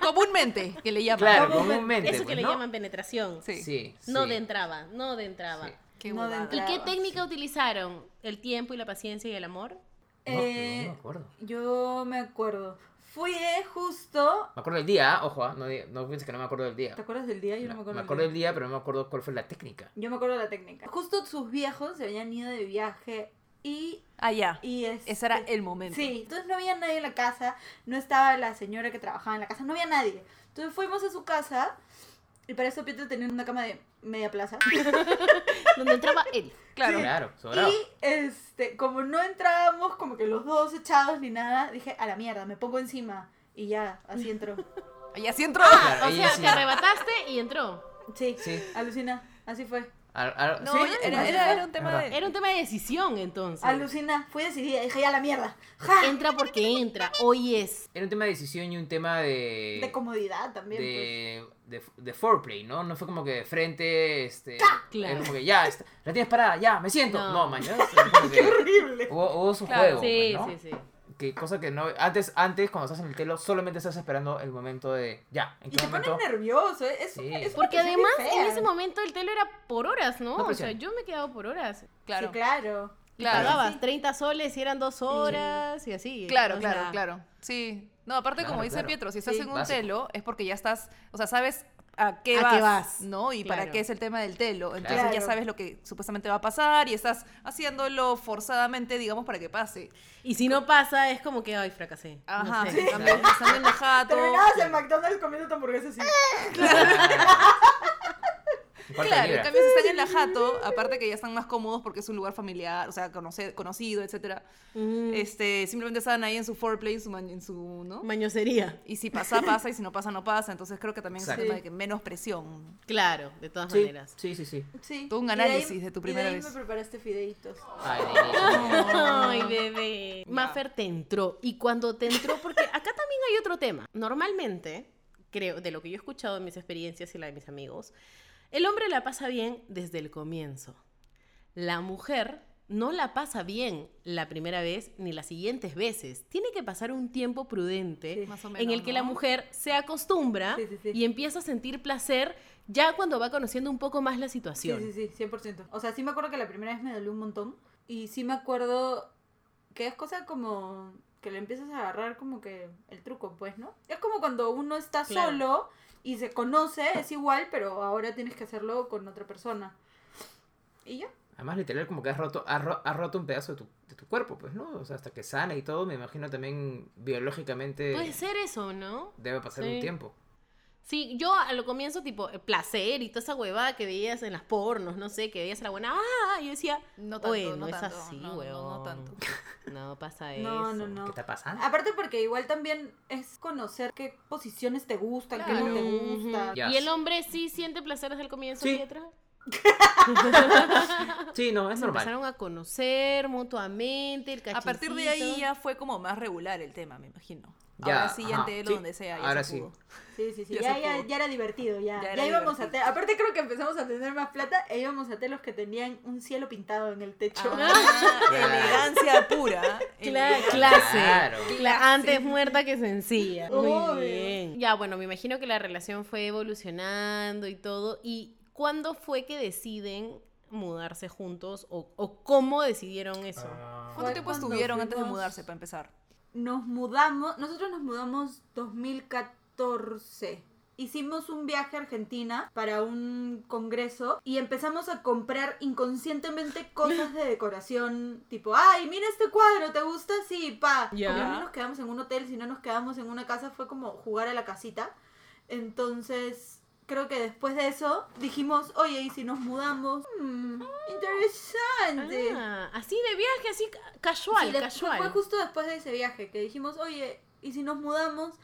Speaker 4: Comúnmente, que le llaman.
Speaker 5: Claro,
Speaker 6: Comúnmente.
Speaker 5: comúnmente.
Speaker 3: Eso que
Speaker 5: pues,
Speaker 3: le
Speaker 5: ¿no?
Speaker 3: llaman penetración.
Speaker 4: Sí.
Speaker 5: Sí,
Speaker 3: No
Speaker 5: sí.
Speaker 3: de entraba, no de entraba.
Speaker 5: Sí.
Speaker 4: Qué
Speaker 6: No
Speaker 4: huevada.
Speaker 6: de
Speaker 3: ¿Y qué
Speaker 6: Entraba,
Speaker 3: técnica utilizaron? ¿El tiempo y la paciencia y el amor?
Speaker 5: No,
Speaker 6: Eh,
Speaker 5: no me acuerdo.
Speaker 6: Yo me acuerdo. Fui eh, justo...
Speaker 5: Me acuerdo del día, ah, ojo, ah, no, di- no pienses que no me acuerdo del día.
Speaker 6: ¿Te acuerdas del día? Yo no, me acuerdo.
Speaker 5: me
Speaker 6: del
Speaker 5: acuerdo
Speaker 6: día.
Speaker 5: del día, pero no me acuerdo cuál fue la técnica.
Speaker 6: Yo me acuerdo de la técnica. Justo sus viejos se habían ido de viaje y...
Speaker 4: Ah, ya.
Speaker 6: y
Speaker 4: Ese era
Speaker 6: este-
Speaker 4: el momento.
Speaker 6: Sí, entonces no había nadie en la casa, no estaba la señora que trabajaba en la casa, no había nadie. Entonces fuimos a su casa y para eso Pietro tenía una cama de media plaza.
Speaker 3: Donde entraba él.
Speaker 4: Claro.
Speaker 5: Claro, sobrado.
Speaker 6: Y este, como no entrábamos como que los dos echados ni nada, dije, a la mierda, me pongo encima y ya, así entró.
Speaker 4: Y así entró.
Speaker 5: Claro,
Speaker 3: ah, O
Speaker 5: ella
Speaker 3: sea,
Speaker 5: sí.
Speaker 3: te arrebataste y entró.
Speaker 6: Sí,
Speaker 5: Sí.
Speaker 6: alucina, así fue.
Speaker 5: Al- al-
Speaker 4: No,
Speaker 5: sí,
Speaker 4: era, era, era un tema de...
Speaker 3: Era un tema de decisión entonces.
Speaker 6: Alucina, fui decidida, dije, ya a la mierda. ¡Ja!
Speaker 3: Entra porque entra, hoy es.
Speaker 5: era un tema de decisión y un tema de...
Speaker 6: De comodidad también.
Speaker 5: de,
Speaker 3: pues.
Speaker 5: de, de foreplay, ¿no? No fue como que de frente, este...
Speaker 3: ¡Ah! Claro.
Speaker 5: Era como que ya, está- la tienes parada, ya, me siento.
Speaker 3: No.
Speaker 5: No, mañana. era
Speaker 3: (laughs)
Speaker 5: como que
Speaker 6: pues. (laughs) Horrible.
Speaker 5: Hubo, hubo su
Speaker 4: Claro.
Speaker 5: juego,
Speaker 3: Sí,
Speaker 5: pues, ¿no?
Speaker 3: sí, sí.
Speaker 5: Que cosa que no... Antes, antes cuando estás en el telo, solamente estás esperando el momento de... Ya, ¿en
Speaker 6: Y
Speaker 5: qué
Speaker 6: te pones
Speaker 5: momento?
Speaker 6: nervioso, ¿eh? es,
Speaker 5: Sí.
Speaker 6: es una
Speaker 3: Porque
Speaker 6: presión bien
Speaker 3: además en
Speaker 6: fea.
Speaker 3: ese momento el telo era por horas, ¿no?
Speaker 5: No pues
Speaker 3: o sea,
Speaker 5: presión.
Speaker 3: yo me he quedado por horas.
Speaker 4: Claro.
Speaker 6: Sí, claro.
Speaker 3: Y
Speaker 4: Claro.
Speaker 3: pagabas 30 soles y eran dos horas y así. ¿eh?
Speaker 4: Claro,
Speaker 3: O sea,
Speaker 4: claro, claro. Sí. No, aparte, como
Speaker 5: Claro,
Speaker 4: dice
Speaker 5: claro.
Speaker 4: Pietro, si estás
Speaker 6: Sí.
Speaker 4: en un
Speaker 5: Básico.
Speaker 4: telo, es porque ya estás, o sea, sabes a qué
Speaker 3: ¿A
Speaker 4: vas,
Speaker 3: qué vas?
Speaker 4: ¿no? Y para
Speaker 3: Claro.
Speaker 4: qué es el tema del telo. Entonces ya
Speaker 6: Claro.
Speaker 4: sabes lo que supuestamente va a pasar y estás haciéndolo forzadamente, digamos, para que pase.
Speaker 3: Y si no pasa, es como que, ay, fracasé. No
Speaker 4: Ajá,
Speaker 3: sé.
Speaker 4: también estando en la jato.
Speaker 5: (laughs)
Speaker 6: Terminabas en McDonald's comiendo tu hamburguesa así.
Speaker 5: Claro. aparte
Speaker 4: Claro, en
Speaker 5: mira,
Speaker 4: cambio si están en la jato, aparte que ya están más cómodos porque es un lugar familiar, o sea, conoce- conocido, etcétera.
Speaker 3: Mm. Eh,
Speaker 4: Este, simplemente estaban ahí en su foreplay, en su, man- en su ¿no?
Speaker 3: Mañosería.
Speaker 4: Y si pasa, pasa, y si no pasa, no pasa. Entonces creo que también es
Speaker 5: Exacto.
Speaker 4: un tema de que menos presión.
Speaker 3: Claro, de todas
Speaker 5: sí,
Speaker 3: maneras.
Speaker 5: sí, sí, sí.
Speaker 6: Sí.
Speaker 4: Tú un
Speaker 6: Y de
Speaker 4: análisis
Speaker 6: ahí-
Speaker 4: de tu
Speaker 6: y
Speaker 4: primera
Speaker 6: ahí
Speaker 4: vez.
Speaker 6: me preparaste fideitos.
Speaker 5: Ay, niña.
Speaker 3: Ay, bebé. Maffer te entró. Y cuando te entró,
Speaker 6: (laughs)
Speaker 3: porque acá también hay otro tema. Normalmente, creo, de lo que yo he escuchado en mis experiencias y la de mis amigos, el hombre la pasa bien desde el comienzo. La mujer no la pasa bien la primera vez ni las siguientes veces. Tiene que pasar un tiempo prudente
Speaker 6: Sí.
Speaker 4: Más o
Speaker 3: en
Speaker 4: menos,
Speaker 3: el que la
Speaker 4: ¿no?
Speaker 3: mujer se acostumbra
Speaker 6: Sí, sí, sí.
Speaker 3: y empieza a sentir placer ya cuando va conociendo un poco más la
Speaker 6: Sí,
Speaker 3: situación.
Speaker 6: sí, sí, 100%. O sea, sí me acuerdo que la primera vez me dolió un montón. Y sí me acuerdo que es cosa como que le empiezas a agarrar como que el truco, pues, ¿no? Es como cuando uno está
Speaker 3: Claro.
Speaker 6: solo y se conoce, es igual, pero ahora tienes que hacerlo con otra persona. Y ya.
Speaker 5: Además, literal, como que has roto, has, ro- has roto un pedazo de tu, de tu cuerpo, pues, ¿no? O sea, hasta que sana y todo, me imagino también biológicamente
Speaker 3: Puede ser eso, ¿no?
Speaker 5: debe pasar
Speaker 3: Sí.
Speaker 5: un tiempo.
Speaker 3: Sí, yo a lo comienzo, tipo, eh, placer y toda esa huevada que veías en las pornos, no sé, que veías a la buena, ¡ah! y Yo decía,
Speaker 4: No tanto,
Speaker 3: oye, no,
Speaker 4: no
Speaker 3: es
Speaker 4: tanto,
Speaker 3: así,
Speaker 4: no, no, no
Speaker 3: huevón.
Speaker 4: tanto.
Speaker 3: (laughs) No pasa eso.
Speaker 6: No, no, no.
Speaker 5: ¿Qué está
Speaker 4: Ah.
Speaker 5: pasando?
Speaker 6: Aparte porque igual también es conocer qué posiciones te gustan, qué no
Speaker 4: Claro.
Speaker 6: te gusta.
Speaker 5: Ya.
Speaker 3: ¿Y el hombre sí siente placer desde el comienzo,
Speaker 5: Sí.
Speaker 3: Pietra?
Speaker 5: Sí, no, es
Speaker 3: Se
Speaker 5: normal.
Speaker 3: empezaron a conocer mutuamente, el
Speaker 4: A
Speaker 3: cachincito.
Speaker 4: partir de ahí ya fue como más regular el tema, me imagino. ahora sí, ya
Speaker 5: ajá,
Speaker 4: entero donde sea. ya
Speaker 5: ahora
Speaker 4: se
Speaker 5: sí. (laughs)
Speaker 4: pudo. Ah,
Speaker 6: Sí, sí, sí.
Speaker 4: Ya
Speaker 6: Ya,
Speaker 4: se
Speaker 6: ya,
Speaker 4: pudo.
Speaker 6: ya era divertido, ya.
Speaker 4: Ya
Speaker 6: Ya,
Speaker 4: era
Speaker 6: íbamos
Speaker 4: divertido.
Speaker 6: a te- Aparte creo que empezamos a tener más plata e íbamos a telos que tenían un cielo pintado en el techo.
Speaker 4: (laughs) Ah, elegancia pura. Eh,
Speaker 3: Cla-
Speaker 4: elegancia.
Speaker 3: clase.
Speaker 5: Claro.
Speaker 3: Cla- antes muerta que sencilla. Muy
Speaker 6: Obvio.
Speaker 3: bien. Ya, bueno, me imagino que la relación fue evolucionando y todo. ¿Y cuándo fue que deciden mudarse juntos o, o cómo decidieron eso?
Speaker 4: ¿Cuánto
Speaker 6: Fue
Speaker 4: tiempo
Speaker 6: cuando
Speaker 4: estuvieron antes de
Speaker 6: fuimos-
Speaker 4: mudarse para empezar?
Speaker 6: Nos mudamos, nosotros nos mudamos 2014. Hicimos un viaje a Argentina para un congreso y empezamos a comprar inconscientemente cosas de decoración, tipo, ay, mira este cuadro, ¿te gusta? Sí, pa.
Speaker 3: Ya.
Speaker 6: Como no nos quedamos en un hotel, sino nos quedamos en una casa, fue como jugar a la casita. Entonces, creo que después de eso dijimos, oye, ¿y si nos mudamos? Hmm, interesante.
Speaker 3: Ah, así de viaje, así ca- casual,
Speaker 6: Sí, de-
Speaker 3: casual.
Speaker 6: Fue justo después de ese viaje que dijimos, oye, ¿y si nos mudamos?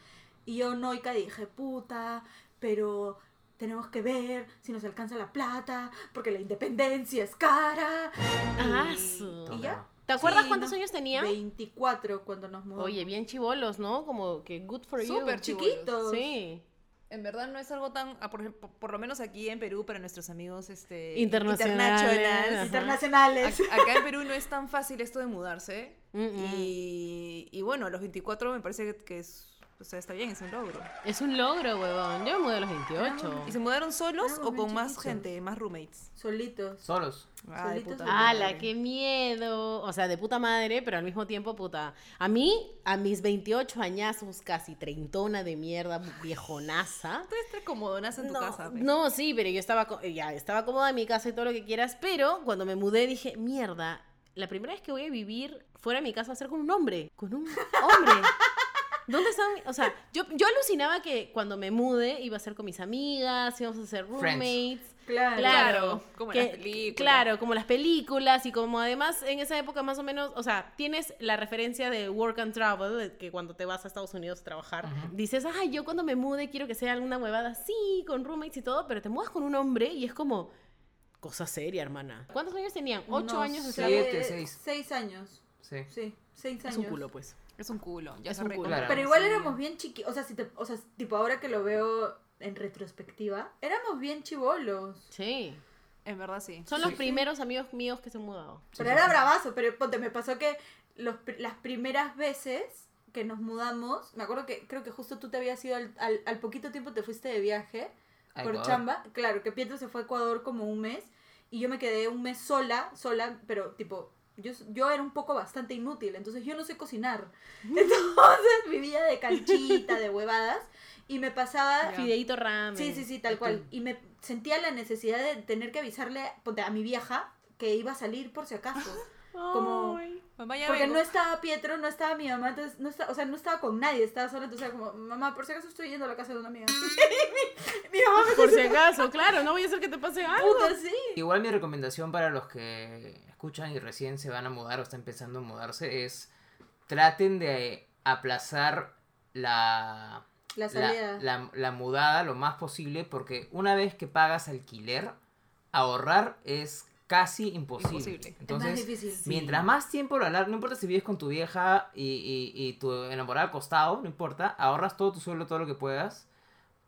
Speaker 6: Y yo, Noica, dije, puta, pero tenemos que ver si nos alcanza la plata, porque la independencia es cara.
Speaker 3: Ah,
Speaker 6: Y-
Speaker 3: su.
Speaker 6: ¿Y ya?
Speaker 3: ¿Te acuerdas
Speaker 6: Sí,
Speaker 3: cuántos
Speaker 6: no.
Speaker 3: años tenía?
Speaker 6: 24 cuando nos mudamos.
Speaker 3: Oye, bien chivolos, ¿no? Como que good for you.
Speaker 4: Súper
Speaker 6: chiquitos.
Speaker 3: Sí.
Speaker 4: En verdad no es algo tan, ah, por, ejemplo, por lo menos aquí en Perú, para nuestros amigos este,
Speaker 6: Eh,
Speaker 3: Internacionales,
Speaker 4: internationals,
Speaker 3: ajá.
Speaker 6: Internacionales.
Speaker 4: Ac- Acá en Perú no es tan fácil esto de mudarse.
Speaker 3: Mm, mm.
Speaker 4: Y, y bueno, a los 24 me parece que, que es, o sea, está bien, es un logro.
Speaker 3: Es un logro, huevón. Yo me mudé a los
Speaker 6: Ah,
Speaker 3: 28.
Speaker 4: ¿Y se mudaron solos
Speaker 6: Éramos
Speaker 4: o con
Speaker 6: bien
Speaker 4: más
Speaker 6: chiquitos.
Speaker 4: gente, más roommates?
Speaker 6: Solitos.
Speaker 5: Solos.
Speaker 4: Ay,
Speaker 6: Solitos
Speaker 3: (laughs)
Speaker 4: puta
Speaker 6: o-
Speaker 4: madre.
Speaker 3: ¡Hala, qué miedo! O sea, de puta madre, pero al mismo tiempo, puta. A mí, a mis 28 añazos, casi treintona de mierda, viejonaza.
Speaker 4: Tú estás comodonaza en tu casa. pe.
Speaker 3: No, sí, pero yo estaba, co- ya, estaba cómoda en mi casa y todo lo que quieras, pero cuando me mudé dije, mierda, la primera vez que voy a vivir fuera de mi casa va a ser con un hombre, con un hombre.
Speaker 4: (laughs)
Speaker 3: ¿Dónde están? mi- O sea, yo, yo alucinaba que cuando me mudé iba a ser con mis amigas, íbamos a ser
Speaker 5: Friends.
Speaker 3: roommates.
Speaker 6: Claro.
Speaker 3: Claro,
Speaker 4: Claro, como
Speaker 3: que-
Speaker 4: las películas.
Speaker 3: Claro, como las películas y como además en esa época más o menos, o sea, tienes la referencia de work and travel, de que cuando te vas a Estados Unidos a trabajar, dices, ay, yo cuando me mude quiero que sea alguna huevada así, con roommates y todo, pero te mudas con un hombre y es como cosa seria, hermana. ¿Cuántos años tenían? ¿Ocho
Speaker 6: No
Speaker 3: años? o
Speaker 6: sé,
Speaker 3: sea,
Speaker 5: sí. Siete, seis.
Speaker 6: Seis años.
Speaker 5: Sí.
Speaker 6: Sí, seis años.
Speaker 3: es un culo, pues.
Speaker 4: Es un culo. Ya
Speaker 3: Es
Speaker 4: se
Speaker 3: un
Speaker 4: reconoce.
Speaker 3: culo. Claro.
Speaker 6: Pero igual éramos bien chiquitos. O sea, si te, o sea, tipo ahora que lo veo en retrospectiva, éramos bien chivolos.
Speaker 3: Sí.
Speaker 4: En verdad sí.
Speaker 3: Son los primeros amigos míos que se han mudado.
Speaker 6: Pero era bravazo, pero ponte, me pasó que los pri- las primeras veces que nos mudamos, me acuerdo que creo que justo tú te habías ido al, al, al poquito tiempo te fuiste de viaje
Speaker 5: A
Speaker 6: por
Speaker 5: Ecuador.
Speaker 6: chamba. Claro, que Pietro se fue a Ecuador como un mes y yo me quedé un mes sola, sola, pero tipo, yo, yo era un poco bastante inútil, entonces yo no sé cocinar. (laughs) Entonces vivía de canchita, de huevadas y me pasaba
Speaker 4: Ya.
Speaker 3: Fideito Ramen.
Speaker 6: Ah, Sí, sí, sí, tal cual. Y me sentía la necesidad de tener que avisarle ponte, a mi vieja que iba a salir por si acaso. Como,
Speaker 3: Ay.
Speaker 4: Mamá, Ah, ya
Speaker 6: porque
Speaker 4: vengo.
Speaker 6: no estaba Pietro, no estaba mi mamá, entonces, no estaba, o sea, no estaba con nadie, estaba sola, entonces era como, mamá, por si acaso estoy yendo a la casa de una amiga. (laughs) mi, mi mamá me
Speaker 3: Por si acaso, claro, no voy a hacer que te pase algo.
Speaker 6: puta, sí.
Speaker 5: Igual mi recomendación para los que escuchan y recién se van a mudar o están pensando en mudarse es traten de aplazar la,
Speaker 6: La salida.
Speaker 5: la, la- la mudada lo más posible porque una vez que pagas alquiler, ahorrar es casi imposible.
Speaker 4: Imposible.
Speaker 5: Entonces,
Speaker 6: es más difícil.
Speaker 5: Mientras más tiempo lo alar- no importa si vives con tu vieja y, y- y tu enamorada al costado, no importa, ahorras todo tu sueldo, todo lo que puedas,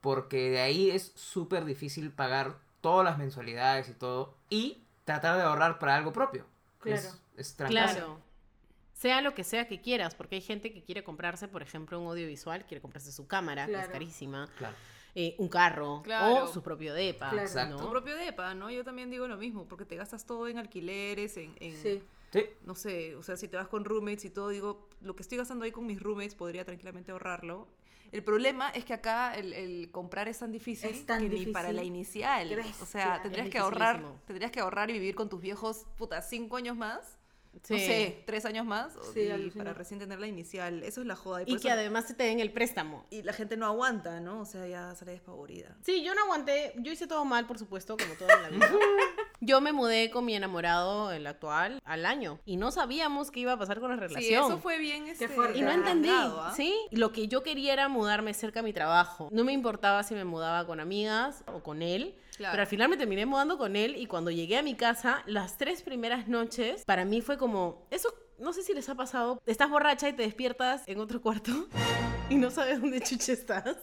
Speaker 5: porque de ahí es súper difícil pagar todas las mensualidades y todo, y tratar de ahorrar para algo propio.
Speaker 6: Claro.
Speaker 5: Es, es trancazo.
Speaker 3: Claro. Sea lo que sea que quieras, porque hay gente que quiere comprarse, por ejemplo, un audiovisual, quiere comprarse su cámara, que es
Speaker 6: Claro.
Speaker 3: carísima,
Speaker 5: Claro.
Speaker 3: eh, un carro
Speaker 4: Claro.
Speaker 3: o su propio depa.
Speaker 6: Claro.
Speaker 5: Exacto.
Speaker 3: ¿no?
Speaker 4: Tu propio depa, ¿no? Yo también digo lo mismo, porque te gastas todo en alquileres, en, en-
Speaker 6: Sí.
Speaker 5: Sí,
Speaker 4: no sé, o sea, si te vas con roommates y todo, digo, lo que estoy gastando ahí con mis roommates podría tranquilamente ahorrarlo. El problema es que acá el, el comprar es tan difícil
Speaker 6: Es tan
Speaker 4: que ni
Speaker 6: difícil.
Speaker 4: para la inicial.
Speaker 6: Qué
Speaker 4: O
Speaker 6: bestia.
Speaker 4: sea, tendrías
Speaker 3: Es
Speaker 4: que ahorrar,
Speaker 3: dificilísimo.
Speaker 4: tendrías que ahorrar y vivir con tus viejos, puta, cinco años más.
Speaker 3: Sí.
Speaker 4: No sé, tres años más o-
Speaker 6: Sí,
Speaker 4: y
Speaker 6: alucina.
Speaker 4: para recién tener la inicial. Eso es la joda. Y,
Speaker 3: Y
Speaker 4: por
Speaker 3: que
Speaker 4: eso-
Speaker 3: además se te den el préstamo.
Speaker 4: y la gente no aguanta, ¿no? O sea, ya sale despavorida.
Speaker 3: Sí, yo no aguanté, yo hice todo mal, por supuesto, como toda la vida.
Speaker 4: (laughs)
Speaker 3: Yo me mudé con mi enamorado, el actual, al año y no sabíamos qué iba a pasar con la relación.
Speaker 4: Sí, eso fue bien este,
Speaker 6: fuerte.
Speaker 3: Y no entendí,
Speaker 4: arriesgado, ¿ah?
Speaker 3: ¿sí? Lo que yo quería era mudarme cerca a mi trabajo. No me importaba si me mudaba con amigas o con él.
Speaker 4: Claro.
Speaker 3: Pero al final me terminé mudando con él y cuando llegué a mi casa, las tres primeras noches, para mí fue como, eso, no sé si les ha pasado, estás borracha y te despiertas en otro cuarto (laughs) y no sabes dónde chuche
Speaker 4: (laughs)
Speaker 3: estás.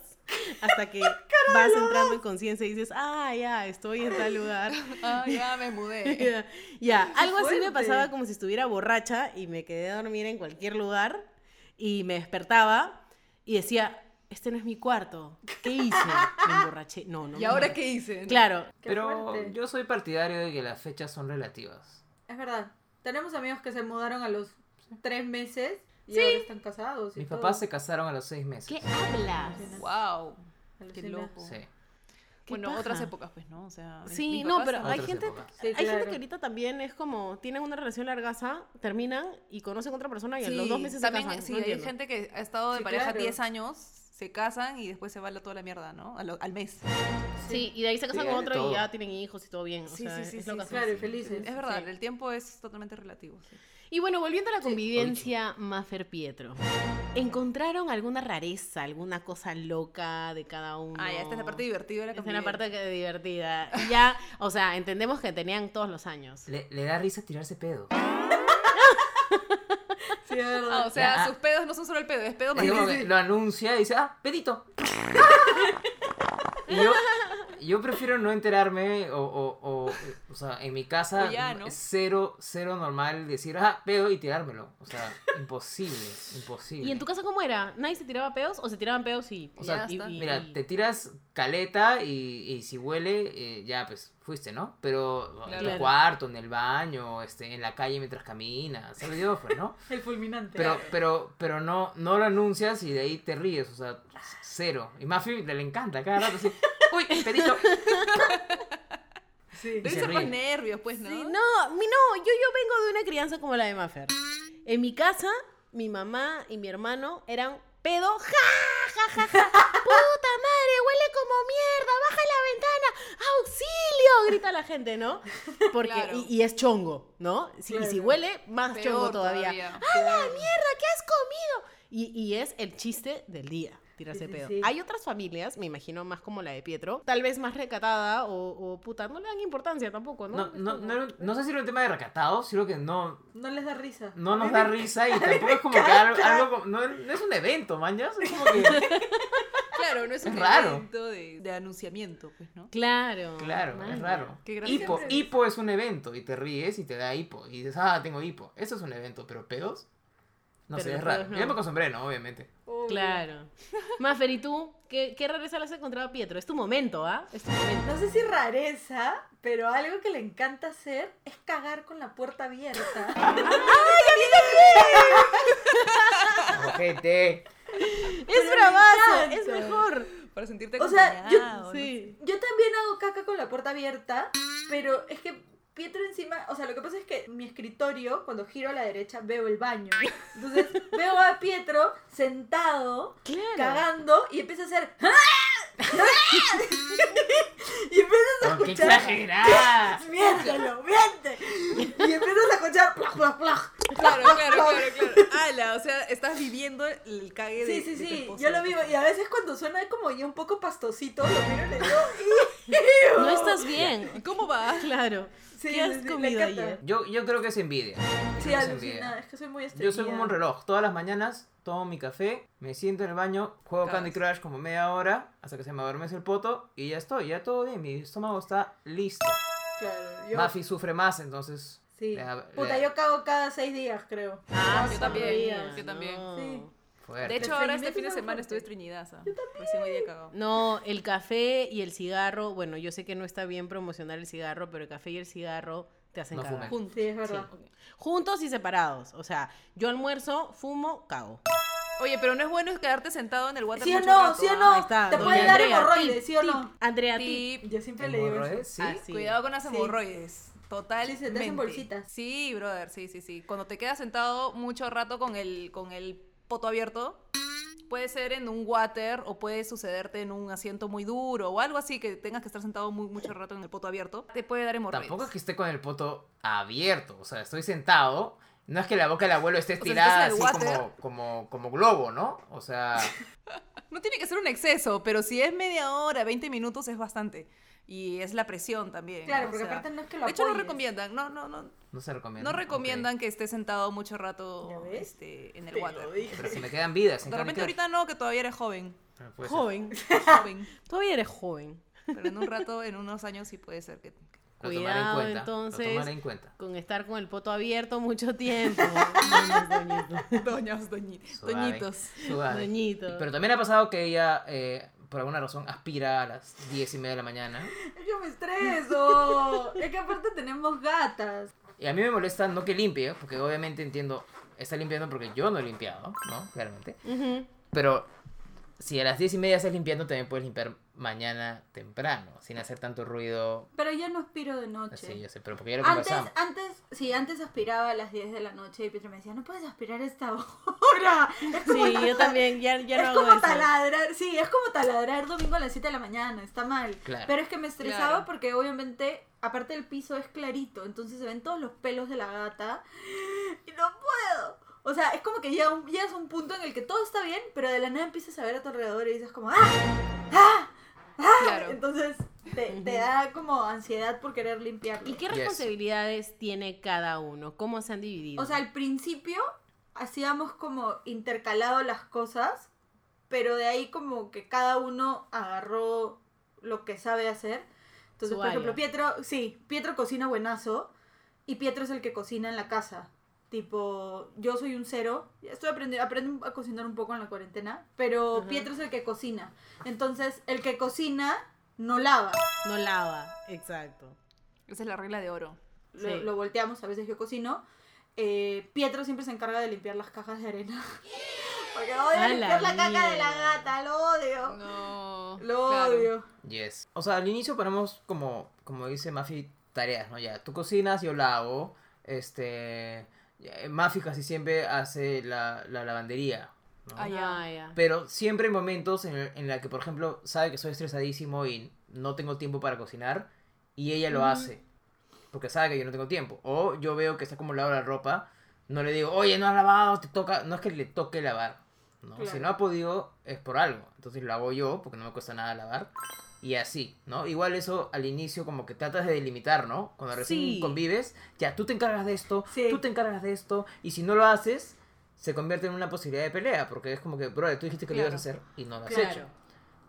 Speaker 3: Hasta que vas entrando en conciencia y dices, ah, ya, estoy en tal
Speaker 4: (laughs)
Speaker 3: lugar. (laughs)
Speaker 4: Ah, ya me (laughs) mudé.
Speaker 3: Ya, ya, algo así me
Speaker 6: fuerte.
Speaker 3: pasaba como si estuviera borracha y me quedé a dormir en cualquier lugar y me despertaba y decía, este no es mi cuarto. ¿Qué hice?
Speaker 4: (laughs)
Speaker 3: Me emborraché. No, no.
Speaker 4: ¿Y
Speaker 3: me
Speaker 4: ahora
Speaker 3: emborraché.
Speaker 4: qué hice?
Speaker 3: Claro.
Speaker 6: Qué
Speaker 5: Pero
Speaker 6: fuerte.
Speaker 5: yo soy partidario de que las fechas son relativas.
Speaker 6: Es verdad. Tenemos amigos que se mudaron a los tres meses y ahora están casados. Y
Speaker 5: Mis
Speaker 6: todo.
Speaker 5: papás se casaron a los seis meses.
Speaker 3: ¿Qué hablas?
Speaker 4: Wow. Qué
Speaker 6: Alucina.
Speaker 4: loco.
Speaker 5: Sí.
Speaker 3: Qué
Speaker 4: Bueno,
Speaker 3: paja.
Speaker 4: otras épocas, pues, ¿no? O sea, mi-
Speaker 3: Sí,
Speaker 4: mis
Speaker 3: no,
Speaker 4: papás
Speaker 3: pero
Speaker 4: también.
Speaker 3: hay
Speaker 5: Otras
Speaker 3: gente,
Speaker 5: épocas.
Speaker 6: Sí,
Speaker 3: hay gente
Speaker 6: claro.
Speaker 3: que ahorita también es como, tienen una relación largaza, terminan y conocen a otra persona y a los dos
Speaker 4: Sí,
Speaker 3: meses
Speaker 4: también,
Speaker 3: se casan.
Speaker 4: Sí,
Speaker 3: No
Speaker 4: hay
Speaker 3: entiendo.
Speaker 4: gente que ha estado de
Speaker 6: Sí,
Speaker 4: pareja
Speaker 6: claro.
Speaker 4: 10 años, se casan y después se va la- toda la mierda, ¿no? A lo- Al, mes.
Speaker 3: Sí, y de ahí se casan
Speaker 5: Sí,
Speaker 3: con
Speaker 5: hay de
Speaker 3: otro
Speaker 5: todo.
Speaker 3: y ya tienen hijos y todo bien. O
Speaker 4: Sí,
Speaker 3: sea,
Speaker 4: sí, sí,
Speaker 3: es
Speaker 4: sí,
Speaker 3: lo que
Speaker 4: sí,
Speaker 3: hacen.
Speaker 6: Claro, y felices.
Speaker 4: Es verdad, el tiempo es totalmente relativo. sí.
Speaker 3: Y bueno, volviendo a la convivencia Maffer Pietro. ¿Encontraron alguna rareza, alguna cosa loca de cada uno?
Speaker 4: Ah, ya, esta es la parte divertida de la
Speaker 3: Esta es la parte
Speaker 4: convivencia.
Speaker 3: que- divertida. Y Ya, o sea, entendemos que tenían todos los años.
Speaker 5: Le, le da risa
Speaker 4: (laughs)
Speaker 5: tirarse pedo.
Speaker 6: Sí, es verdad.
Speaker 4: Ah, o sea,
Speaker 5: Ya.
Speaker 4: sus pedos no son solo el pedo, es pedo más
Speaker 5: Es como
Speaker 4: grande.
Speaker 5: que lo anuncia y dice, ah,
Speaker 3: (laughs)
Speaker 5: pedito. y yo, yo prefiero no enterarme o, o, o, o sea, en mi casa
Speaker 4: O ya, ¿no?
Speaker 5: es cero, cero normal decir, ah, pedo y tirármelo. O sea, imposible, imposible.
Speaker 3: ¿Y en tu casa cómo era? ¿Nadie se tiraba pedos o se tiraban pedos y...
Speaker 5: O sea,
Speaker 4: Ya está.
Speaker 3: y-
Speaker 5: Mira,
Speaker 3: y-
Speaker 5: te tiras caleta y, y si huele, eh, ya pues fuiste, ¿no? Pero en tu
Speaker 3: Claro.
Speaker 5: cuarto, en el baño, este, en la calle mientras caminas, ¿sabes? Dios, pues, ¿no?
Speaker 6: El fulminante.
Speaker 5: Pero, pero, pero no, no lo anuncias y de ahí te ríes, o sea, cero. Y Mafi le, le encanta cada rato así, uy, pedito.
Speaker 6: Sí.
Speaker 5: Y
Speaker 4: Debe
Speaker 5: se
Speaker 4: ser más
Speaker 5: ríe.
Speaker 4: nervios, pues, ¿no?
Speaker 3: Sí, no, mi- no, yo, yo vengo de una crianza como la de Maffer. En mi casa, mi mamá y mi hermano eran pedo. ¡Ja, ja, ja, ja! ¡Puta madre! ¡Huele como mierda! ¡Baja la ventana! ¡Auxilio! Grita la gente, ¿no? Porque,
Speaker 4: Claro.
Speaker 3: y, y es chongo, ¿no? Si- Y si
Speaker 6: Claro.
Speaker 3: huele, más
Speaker 4: Peor
Speaker 3: chongo todavía.
Speaker 4: todavía.
Speaker 3: ¡A la mierda! ¿Qué has comido? Y, y es el chiste del día, tirarse
Speaker 6: Sí, sí,
Speaker 3: pedo.
Speaker 6: sí.
Speaker 3: Hay otras familias, me imagino más como la de Pietro, tal vez más recatada o, o puta, no le dan importancia tampoco, ¿no?
Speaker 5: No,
Speaker 3: Es
Speaker 5: no,
Speaker 3: como-
Speaker 5: no, era un- no sé si era un tema de recatado, sino que no,
Speaker 6: No les da risa.
Speaker 5: no nos da risa y tampoco es como que algo, algo como- no, no es un evento, man, ya, es como que, (laughs)
Speaker 4: Claro, no es un
Speaker 5: Es raro.
Speaker 4: evento de, de anunciamiento, pues, ¿no?
Speaker 3: Claro.
Speaker 5: claro,
Speaker 3: Mano.
Speaker 5: es raro.
Speaker 4: Qué gracioso.
Speaker 5: Hipo, hipo es un evento y te ríes y te da hipo y dices, ah, tengo hipo, eso es un evento, pero pedos, no
Speaker 3: Pero
Speaker 5: sé,
Speaker 3: los
Speaker 5: es raro.
Speaker 3: pedos no.
Speaker 5: Yo me acostumbré, ¿no? Obviamente.
Speaker 6: Obvio.
Speaker 3: Claro. Mafer, ¿y tú? ¿Qué, qué rareza le has encontrado a Pietro? Es tu momento, ¿ah? Es tu momento.
Speaker 6: No sé si rareza, pero algo que le encanta hacer es cagar con la puerta abierta.
Speaker 5: Ojete.
Speaker 3: ¡Es
Speaker 6: Pero
Speaker 3: bravazo!
Speaker 6: me
Speaker 3: ¡Es
Speaker 6: encanta.
Speaker 3: mejor!
Speaker 4: Para sentirte
Speaker 6: O sea, yo-
Speaker 4: acompañado, ¿no?
Speaker 3: Sí.
Speaker 6: Yo también hago caca con la puerta abierta, pero es que Pietro encima, o sea, lo que pasa es que mi escritorio, cuando giro a la derecha, veo el baño. Entonces veo a Pietro sentado,
Speaker 3: Claro.
Speaker 6: cagando, y empieza a hacer... (laughs) "¡Ah! ¡Ah!" y empiezas a
Speaker 5: Pero ¡Qué
Speaker 6: escuchar...
Speaker 5: exagerada!
Speaker 6: ¡Miéntelo, miente! Y empiezas a escuchar... plaj, plaj, plaj.
Speaker 4: Claro, claro, claro, claro. Ala, o sea, estás viviendo el cague de
Speaker 6: Sí, sí,
Speaker 4: de tu
Speaker 6: sí,
Speaker 4: esposo.
Speaker 6: yo lo vivo. Y a veces cuando suena como ya un poco pastosito, lo miro y
Speaker 4: (laughs)
Speaker 6: le digo...
Speaker 3: No estás
Speaker 6: (laughs)
Speaker 3: bien.
Speaker 4: ¿Cómo vas?
Speaker 3: Claro.
Speaker 6: Sí,
Speaker 3: ¿Qué has
Speaker 6: sí, sí, me
Speaker 3: comido
Speaker 6: encanta.
Speaker 3: ayer?
Speaker 5: Yo, yo creo que es envidia.
Speaker 6: Sí,
Speaker 5: Yo creo que es
Speaker 6: alucina,
Speaker 5: envidia.
Speaker 6: es que soy muy
Speaker 5: Yo
Speaker 6: estreñida.
Speaker 5: soy como un reloj. Todas las mañanas tomo mi café, me siento en el baño, juego
Speaker 4: Claro.
Speaker 5: Candy Crush como media hora, hasta que se me adormece el poto y ya estoy, ya todo bien. Mi estómago está listo.
Speaker 6: Claro, yo...
Speaker 5: Buffy sufre más, entonces.
Speaker 6: Sí.
Speaker 5: le da-
Speaker 6: Puta,
Speaker 5: le da
Speaker 6: yo cago cada seis días, creo.
Speaker 3: Ah,
Speaker 4: yo
Speaker 6: sí.
Speaker 4: también,
Speaker 6: Días.
Speaker 4: yo también.
Speaker 6: Sí.
Speaker 5: fuerte.
Speaker 4: De hecho, ahora este fin de
Speaker 6: Estreñimiento es algo
Speaker 4: semana
Speaker 6: fuerte.
Speaker 4: estuve estreñidaza. Yo también. Recién hoy día cagado.
Speaker 3: No, el café y el cigarro, bueno, yo sé que no está bien promocionar el cigarro, pero el café y el cigarro te hacen
Speaker 5: No
Speaker 3: cagar.
Speaker 5: fumen.
Speaker 6: Sí, es verdad.
Speaker 3: Juntos y separados. O sea, yo almuerzo, fumo, cago.
Speaker 4: Oye, pero no es bueno quedarte sentado en el water
Speaker 6: ¿Sí o
Speaker 4: mucho
Speaker 6: no?
Speaker 4: rato,
Speaker 6: ¿Sí o
Speaker 4: ¿ah?
Speaker 6: no?
Speaker 3: Ahí está,
Speaker 6: Te
Speaker 3: doña
Speaker 6: puede dar
Speaker 3: Andrea,
Speaker 6: hemorroides,
Speaker 3: tip,
Speaker 6: ¿sí o no?
Speaker 3: Andrea, ti.
Speaker 4: Tip.
Speaker 6: Yo siempre le digo eso.
Speaker 5: ¿Hemorroides? Sí.
Speaker 3: Así.
Speaker 4: Cuidado con las
Speaker 6: Sí.
Speaker 4: hemorroides. Total.
Speaker 6: Sí, se te hacen bolsitas.
Speaker 4: Sí, brother, sí, sí, sí. Cuando te quedas sentado mucho rato con el, con el poto abierto, puede ser en un water o puede sucederte en un asiento muy duro o algo así que tengas que estar sentado muy, mucho rato en el poto abierto. Te puede dar hemorroides.
Speaker 5: Tampoco es que esté con el poto abierto, o sea, estoy sentado. No es que la boca del abuelo esté
Speaker 4: sea, si
Speaker 5: estirada
Speaker 4: estás en
Speaker 5: así
Speaker 4: el
Speaker 5: como, como, como globo, ¿no? O sea,
Speaker 4: No tiene que ser un exceso, pero si es media hora, 20 minutos es bastante. Y es la presión también.
Speaker 6: Claro,
Speaker 4: o
Speaker 6: porque
Speaker 4: sea,
Speaker 6: aparte no es que lo
Speaker 4: De hecho, no
Speaker 6: apoyes.
Speaker 4: recomiendan, no, no, no,
Speaker 5: no se recomienda.
Speaker 4: no recomiendan
Speaker 5: ok.
Speaker 4: que estés sentado mucho rato
Speaker 6: ¿Ya ves?
Speaker 4: este, en el
Speaker 6: Te lo
Speaker 4: water.
Speaker 6: dije.
Speaker 5: Pero si me quedan vidas. en
Speaker 4: De repente
Speaker 5: Candy Crush.
Speaker 4: ahorita no, que todavía eres joven.
Speaker 5: Ah, puede ser.
Speaker 3: Joven.
Speaker 4: joven.
Speaker 3: Todavía eres joven.
Speaker 4: Pero en un rato, en unos años sí puede ser que... que-
Speaker 5: Lo tomaré en
Speaker 3: Cuidado,
Speaker 5: cuenta.
Speaker 3: entonces.
Speaker 5: Lo tomaré en cuenta.
Speaker 3: Con estar con el poto abierto mucho
Speaker 6: (laughs)
Speaker 3: tiempo.
Speaker 4: (laughs) Doñas, doñi-
Speaker 5: Suave.
Speaker 4: doñitos.
Speaker 3: (laughs)
Speaker 5: Suave.
Speaker 3: Doñito.
Speaker 5: Pero también ha pasado que ella, eh, por alguna razón, aspira a las 10 y media de la mañana.
Speaker 6: Yo me estreso. (laughs) es que aparte tenemos gatas.
Speaker 5: Y a mí me molesta no que limpie, porque obviamente entiendo, está limpiando porque yo no he limpiado, ¿no? Claramente.
Speaker 3: Ujú.
Speaker 5: Pero si a las 10 y media estás limpiando, también puedes limpiar mañana temprano, sin hacer tanto ruido.
Speaker 6: Pero yo no aspiro de noche.
Speaker 5: Así, yo sé, pero porque ya lo
Speaker 6: Antes,
Speaker 5: conversamos.
Speaker 6: antes, sí, antes aspiraba a las 10 de la noche y Pietro me decía, no puedes aspirar a esta (laughs) hora. Es como
Speaker 3: Sí, yo
Speaker 6: taladrar-
Speaker 3: también ya, ya no
Speaker 6: es
Speaker 3: hago
Speaker 6: como
Speaker 3: eso.
Speaker 6: taladrar, sí, es como taladrar domingo a las 7 de la mañana, está mal.
Speaker 5: Claro.
Speaker 6: Pero es que me estresaba
Speaker 4: Claro.
Speaker 6: porque obviamente, aparte el piso es clarito, entonces se ven todos los pelos de la gata y no puedo. O sea, es como que ya, un- ya es un punto en el que todo está bien, pero de la nada empiezas a ver a tu alrededor y dices como, ¡ah! ¡ah! ¡ah!
Speaker 4: Claro.
Speaker 6: Entonces te, te da como ansiedad por querer limpiarlo.
Speaker 3: ¿Y qué
Speaker 5: Yes.
Speaker 3: responsabilidades tiene cada uno? ¿Cómo se han dividido?
Speaker 6: O sea, al principio hacíamos como intercalado las cosas, pero de ahí como que cada uno agarró lo que sabe hacer. Entonces,
Speaker 3: Su
Speaker 6: por ejemplo,
Speaker 3: área.
Speaker 6: Pietro, sí, Pietro cocina buenazo y Pietro es el que cocina en la casa. Tipo, yo soy un cero, estoy aprendiendo, aprendo a cocinar un poco en la cuarentena, pero
Speaker 3: Ajá.
Speaker 6: Pietro es el que cocina. Entonces, el que cocina no lava.
Speaker 3: no lava. Exacto.
Speaker 4: Esa es la regla de oro.
Speaker 6: Lo,
Speaker 3: Sí.
Speaker 6: lo volteamos, a veces yo cocino. Eh, Pietro siempre se encarga de limpiar las cajas de arena. (laughs) Porque odio
Speaker 3: A la
Speaker 6: limpiar la caca de la
Speaker 3: mierda.
Speaker 6: gata, lo odio.
Speaker 4: No.
Speaker 6: Lo
Speaker 4: claro.
Speaker 6: odio.
Speaker 5: Yes. O sea, al inicio ponemos como, como dice Mafi, tareas, ¿no? Ya, tú cocinas, yo lavo. Este. ya, Mafi casi siempre hace la, la lavandería. ¿no?
Speaker 4: Ah, ya.
Speaker 3: Ah, ya.
Speaker 5: Pero siempre hay momentos en, en la que, por ejemplo, sabe que soy estresadísimo y no tengo tiempo para cocinar y ella lo hace. Porque sabe que yo no tengo tiempo. O yo veo que está acumulada la ropa, no le digo, oye, no has lavado, te toca. No es que le toque lavar. ¿no? Si
Speaker 6: Claro.
Speaker 5: no ha podido, es por algo. Entonces lo hago yo porque no me cuesta nada lavar. Y así, ¿no? Igual eso al inicio como que tratas de delimitar, ¿no? Cuando recién
Speaker 3: Sí.
Speaker 5: convives, ya tú te encargas de esto,
Speaker 6: Sí.
Speaker 5: tú te encargas de esto, y si no lo haces, se convierte en una posibilidad de pelea, porque es como que, bro, tú dijiste que lo ibas a hacer y no lo has
Speaker 3: Claro.
Speaker 5: hecho.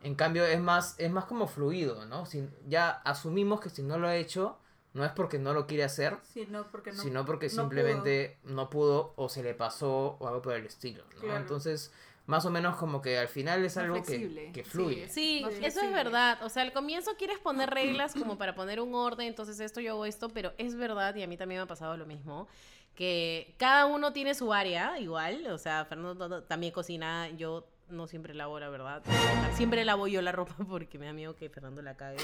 Speaker 5: En cambio, es más, es más como fluido, ¿no? Si, ya asumimos que si no lo ha hecho, no es porque no lo quiere hacer,
Speaker 6: Sí, no, porque no.
Speaker 5: sino porque
Speaker 6: no
Speaker 5: simplemente no pudo o se le pasó o algo por el estilo, ¿no?
Speaker 6: Claro.
Speaker 5: Entonces, más o menos como que al final es
Speaker 4: Más
Speaker 5: algo que,
Speaker 4: flexible.
Speaker 5: que
Speaker 4: Sí,
Speaker 5: fluye.
Speaker 3: Sí,
Speaker 4: Más
Speaker 3: eso es
Speaker 4: flexible.
Speaker 3: verdad. O sea, al comienzo quieres poner reglas como para poner un orden, entonces esto yo hago esto, pero es verdad, y a mí también me ha pasado lo mismo, que cada uno tiene su área igual. O sea, Fernando t- también cocina, yo (laughs) no siempre lavo, la verdad. Siempre lavo yo la ropa porque me da miedo que Fernando la cague.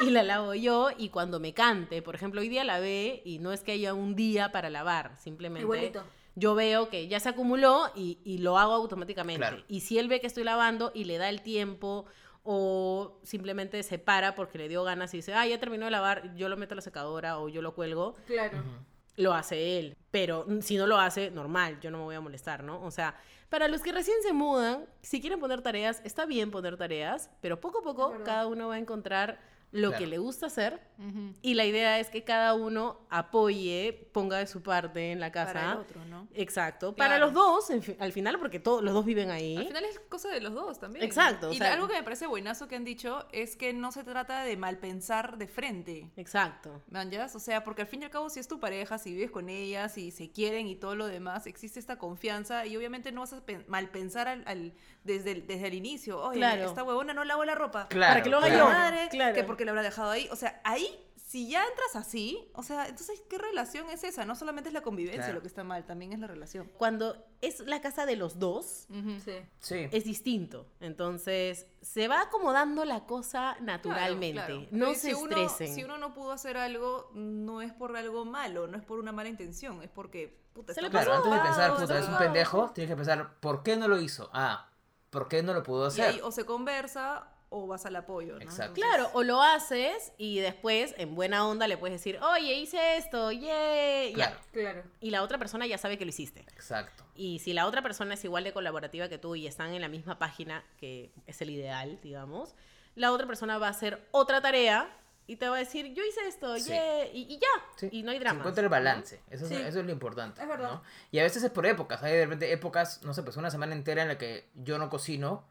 Speaker 3: y, y la lavo yo y cuando me cante, por ejemplo, hoy día lavé y no es que haya un día para lavar, simplemente
Speaker 6: Igualito.
Speaker 3: yo veo que ya se acumuló y, y lo hago automáticamente.
Speaker 5: Claro.
Speaker 3: Y si él ve que estoy lavando y le da el tiempo o simplemente se para porque le dio ganas y dice, ah, ya terminó de lavar, yo lo meto a la secadora o yo lo cuelgo,
Speaker 6: Claro.
Speaker 3: lo hace él. Pero mm, si no lo hace, normal, yo no me voy a molestar, ¿no? O sea, para los que recién se mudan, si quieren poner tareas, está bien poner tareas, pero poco a
Speaker 6: Es
Speaker 3: poco
Speaker 6: verdad.
Speaker 3: cada uno va a encontrar lo
Speaker 5: Claro.
Speaker 3: que le gusta hacer
Speaker 4: Ujú.
Speaker 3: y la idea es que cada uno apoye, ponga de su parte en la casa.
Speaker 4: Para el otro, ¿no?
Speaker 3: Exacto.
Speaker 4: Claro.
Speaker 3: Para los dos, en fi- al final, porque todos los dos viven ahí.
Speaker 4: Al final es cosa de los dos también.
Speaker 3: Exacto, o
Speaker 4: Y
Speaker 3: sea-
Speaker 4: algo que me parece buenazo que han dicho es que no se trata de malpensar de frente.
Speaker 3: Exacto.
Speaker 4: ¿Manjas? O sea, porque al fin y al cabo, si es tu pareja, si vives con ella, si se quieren y todo lo demás, existe esta confianza y obviamente no vas a pen- malpensar al, al- desde, el, desde el inicio. Oye,
Speaker 3: Claro.
Speaker 4: esta huevona no lavo la ropa.
Speaker 5: Claro,
Speaker 3: Para que lo haga
Speaker 4: Ay,
Speaker 5: claro.
Speaker 3: yo.
Speaker 4: madre,
Speaker 3: claro.
Speaker 4: que porque lo habrá dejado ahí. O sea, ahí, si ya entras así, o sea, entonces, ¿qué relación es esa? No solamente es la convivencia
Speaker 5: Claro.
Speaker 4: lo que está mal, también es la relación.
Speaker 3: Cuando es la casa de los dos,
Speaker 6: Sí.
Speaker 5: Sí.
Speaker 3: es distinto. Entonces, se va acomodando la cosa naturalmente.
Speaker 4: Claro, claro.
Speaker 3: No
Speaker 4: Pero
Speaker 3: se
Speaker 4: si uno-
Speaker 3: estresen.
Speaker 4: si uno no pudo hacer algo, no es por algo malo, no es por una mala intención, es porque, puta,
Speaker 3: Se
Speaker 4: está
Speaker 3: le
Speaker 5: Claro,
Speaker 3: pasó,
Speaker 5: antes de pensar,
Speaker 4: ocupado,
Speaker 5: puta,
Speaker 4: está
Speaker 5: es un
Speaker 4: ocupado.
Speaker 5: pendejo, tienes que pensar, ¿por qué no lo hizo? Ah, ¿por qué no lo pudo
Speaker 4: Y ahí
Speaker 5: hacer?
Speaker 4: o se conversa o vas al apoyo, ¿no?
Speaker 5: Exacto.
Speaker 4: Entonces,
Speaker 3: Claro, o lo haces y después, en buena onda, le puedes decir, oye, hice esto, yay.
Speaker 5: Claro,
Speaker 3: Ya.
Speaker 6: Claro.
Speaker 3: Y la otra persona ya sabe que lo hiciste.
Speaker 5: exacto.
Speaker 3: Y si la otra persona es igual de colaborativa que tú y están en la misma página, que es el ideal, digamos, la otra persona va a hacer otra tarea y te va a decir, yo hice esto,
Speaker 5: Sí.
Speaker 3: yeah", y, y ya.
Speaker 5: Sí.
Speaker 3: Y no hay
Speaker 5: Se
Speaker 3: drama.
Speaker 5: encuentra el balance, eso,
Speaker 6: Sí.
Speaker 5: es, eso es lo importante.
Speaker 6: Es verdad.
Speaker 5: ¿no? Y a veces es por épocas, hay de repente épocas, no sé, pues una semana entera en la que yo no cocino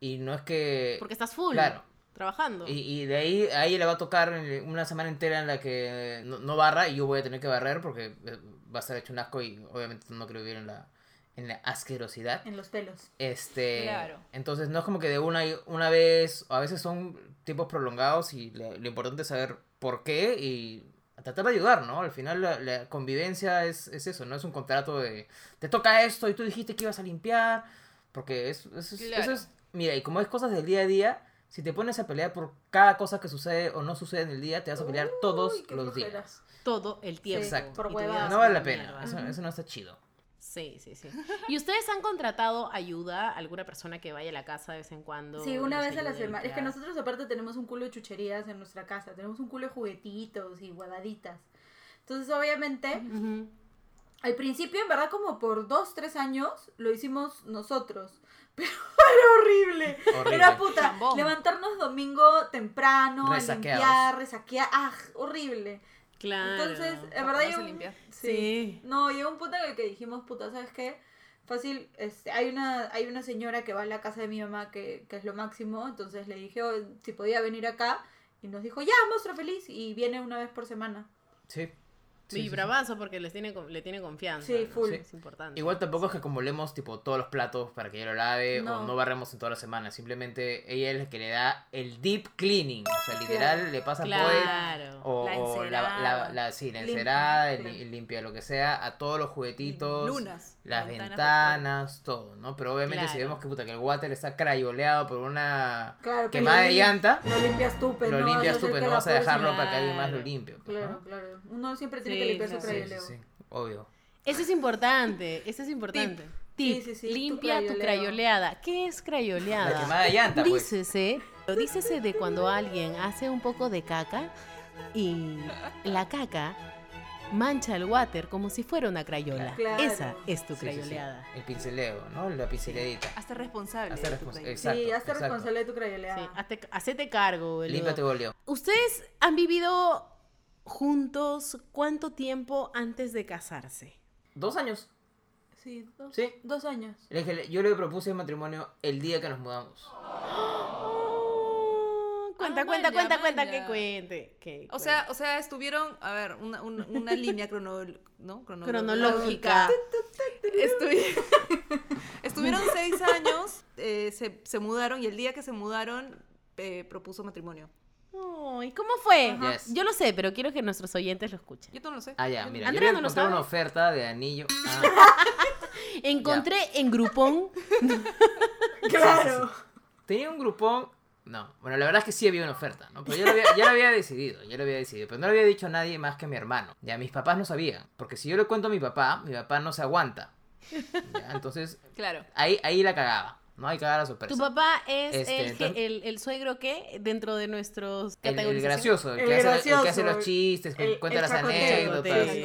Speaker 5: y no es que...
Speaker 3: Porque estás full.
Speaker 5: Claro.
Speaker 3: Trabajando.
Speaker 5: Y, y de ahí a ella le va a tocar en- una semana entera en la que no, no barra y yo voy a tener que barrer porque eh, va a estar hecho un asco y obviamente no quiero vivir en la, en la asquerosidad.
Speaker 6: En los pelos.
Speaker 5: Este,
Speaker 4: Claro.
Speaker 5: Entonces no es como que de una, y- una vez, o a veces son tiempos prolongados y lo, lo importante es saber por qué y tratar de ayudar, ¿no? Al final la, la convivencia es, es eso, no es un contrato de te toca esto y tú dijiste que ibas a limpiar, porque es- eso es, eso
Speaker 4: Claro.
Speaker 5: es- mira, y como es cosas del día a día, si te pones a pelear por cada cosa que sucede o no sucede en el día, te vas a pelear todos
Speaker 6: qué
Speaker 5: los
Speaker 6: flojera.
Speaker 5: días.
Speaker 3: Todo el tiempo.
Speaker 5: Exacto.
Speaker 3: Y tu
Speaker 6: Por
Speaker 3: vida
Speaker 6: huevadas.
Speaker 3: es
Speaker 5: No
Speaker 3: una
Speaker 5: vale la
Speaker 3: mierda.
Speaker 5: pena, eso, eso no está chido.
Speaker 3: Sí, sí, sí. ¿Y ustedes han contratado ayuda? ¿Alguna persona que vaya a la casa de vez en cuando?
Speaker 6: Sí, una
Speaker 3: los
Speaker 6: vez a la
Speaker 3: ayude
Speaker 6: semana. Es que
Speaker 3: limpiar?
Speaker 6: nosotros aparte tenemos un culo de chucherías en nuestra casa. Tenemos un culo de juguetitos y huevaditas. Entonces, obviamente,
Speaker 3: Ujú.
Speaker 6: al principio, en verdad, como por dos, tres años, lo hicimos nosotros. (laughs) Pero era horrible.
Speaker 5: Horrible.
Speaker 6: Era puta.
Speaker 4: Chambón.
Speaker 6: Levantarnos domingo temprano, a
Speaker 5: Resaqueados.
Speaker 6: limpiar, resaquear. ¡Ah! Horrible.
Speaker 3: Claro.
Speaker 6: Entonces,
Speaker 4: Para
Speaker 6: en verdad,
Speaker 4: ponerse
Speaker 6: yo.
Speaker 4: a limpiar.
Speaker 3: Sí.
Speaker 6: No, llegó un punto en el que dijimos, puta, ¿sabes qué? Fácil, este, hay una hay una señora que va a la casa de mi mamá, que, que es lo máximo, entonces le dije oh, si podía venir acá, y nos dijo, ya, monstruo feliz, y viene una vez por semana.
Speaker 5: Sí. Sí,
Speaker 3: y
Speaker 5: sí, sí.
Speaker 3: bravazo porque les tiene, con- le tiene confianza.
Speaker 6: Sí,
Speaker 3: ¿no?
Speaker 6: full.
Speaker 5: Sí.
Speaker 3: Es importante.
Speaker 5: Igual tampoco es que acumulemos tipo todos los platos para que ella lo lave o
Speaker 6: No.
Speaker 5: no barremos en toda la semana. Simplemente ella es la que le da el deep cleaning. O sea, literal le pasa
Speaker 3: Claro.
Speaker 5: por o,
Speaker 4: La
Speaker 5: o la,
Speaker 4: encerada.
Speaker 5: la- la- sí, la
Speaker 6: Limpia,
Speaker 5: encerada, el,
Speaker 6: claro.
Speaker 5: el limpia, lo que sea, a todos los juguetitos.
Speaker 4: Lunas.
Speaker 5: Las
Speaker 4: ventanas,
Speaker 5: ventanas, todo, ¿no? Pero obviamente si
Speaker 3: Claro.
Speaker 5: vemos que puta que el water está crayoleado por una
Speaker 6: Claro, pero
Speaker 5: quemada
Speaker 6: lo
Speaker 5: de
Speaker 6: lim-
Speaker 5: llanta,
Speaker 6: Lo limpias tú, pero
Speaker 5: lo
Speaker 6: no vas a
Speaker 5: limpias tú,
Speaker 6: hacer
Speaker 5: pero
Speaker 6: que
Speaker 5: no
Speaker 6: la
Speaker 5: vas a
Speaker 6: próxima-
Speaker 5: dejarlo para que alguien más lo
Speaker 3: Claro.
Speaker 5: limpie. pues,
Speaker 6: Claro,
Speaker 5: ¿no?
Speaker 6: claro. Uno siempre tiene que
Speaker 3: Sí,
Speaker 6: limpiar su
Speaker 3: claro.
Speaker 5: Sí, sí,
Speaker 6: crayoleo.
Speaker 5: sí, obvio.
Speaker 3: Eso es importante, eso es importante. Tip,
Speaker 6: Sí, sí, sí, tu
Speaker 3: limpia tu,
Speaker 6: crayoleo.
Speaker 3: crayoleada. ¿Qué es
Speaker 5: La
Speaker 3: crayoleada?
Speaker 5: quemada de llanta, pues.
Speaker 3: Dícese, lo dícese de cuando alguien hace un poco de caca y la caca mancha el water como si fuera una crayola.
Speaker 6: Claro.
Speaker 3: Esa es tu
Speaker 5: Sí, sí, sí.
Speaker 3: crayoleada.
Speaker 5: El pinceleo, ¿no? La pinceladita.
Speaker 4: Hazte responsable.
Speaker 5: Hazte
Speaker 4: de tu
Speaker 5: respons-
Speaker 4: proyecto.
Speaker 5: exacto.
Speaker 6: sí, hazte
Speaker 5: exacto. ah,
Speaker 6: responsable de tu
Speaker 3: Sí,
Speaker 6: crayoleada.
Speaker 3: hazte- hacete cargo, boludo.
Speaker 5: Límpiate, boleo.
Speaker 3: ¿Ustedes han vivido juntos cuánto tiempo antes de casarse?
Speaker 5: Dos años.
Speaker 6: Sí, dos,
Speaker 5: Sí.
Speaker 6: dos años.
Speaker 5: Le dije, Yo le propuse el matrimonio el día que nos mudamos.
Speaker 3: Cuenta,
Speaker 4: Ah,
Speaker 3: cuenta,
Speaker 4: maña,
Speaker 3: cuenta, cuenta,
Speaker 4: maña.
Speaker 3: que cuente. que
Speaker 4: O sea, o sea, estuvieron, a ver, una, un- una línea crono- ¿no?
Speaker 3: cuente.
Speaker 4: Crono-
Speaker 3: cronológica.
Speaker 4: Estuvi- estuvieron seis años, eh, se, se mudaron y el día que se mudaron eh, propuso matrimonio.
Speaker 3: Ay, ¿Cómo fue?
Speaker 5: Ajá. Yes.
Speaker 3: Yo lo sé, pero quiero que nuestros oyentes lo escuchen.
Speaker 4: Yo no lo sé.
Speaker 5: Ah, ya, mira.
Speaker 3: Andrea
Speaker 5: yo
Speaker 3: no
Speaker 5: le
Speaker 3: lo
Speaker 5: encontré una
Speaker 3: sabe.
Speaker 5: oferta
Speaker 3: (laughs)
Speaker 5: de anillo. Ah,
Speaker 3: Encontré en Groupon
Speaker 5: tenía un grupón No, bueno, la verdad es que sí había una oferta, ¿no? Pero ya lo había, ya lo había decidido, ya lo había decidido. Pero no lo había dicho a nadie más que a mi hermano. Ya mis papás no sabían. Porque si yo le cuento a mi papá, mi papá no se aguanta. ¿ya? Entonces,
Speaker 4: Claro.
Speaker 5: ahí, ahí la cagaba. No hay cagada la sorpresa.
Speaker 3: Tu papá es
Speaker 5: Este,
Speaker 3: el, que-
Speaker 5: entonces-
Speaker 3: el, el suegro que dentro de nuestros
Speaker 5: El, el
Speaker 3: categorización?
Speaker 5: gracioso, el,
Speaker 6: El
Speaker 5: que hace, el que hace
Speaker 6: gracioso,
Speaker 5: los chistes, cu-
Speaker 6: el-
Speaker 5: cuenta
Speaker 6: el
Speaker 5: las
Speaker 6: chacotero,
Speaker 5: anécdotas.
Speaker 6: sí.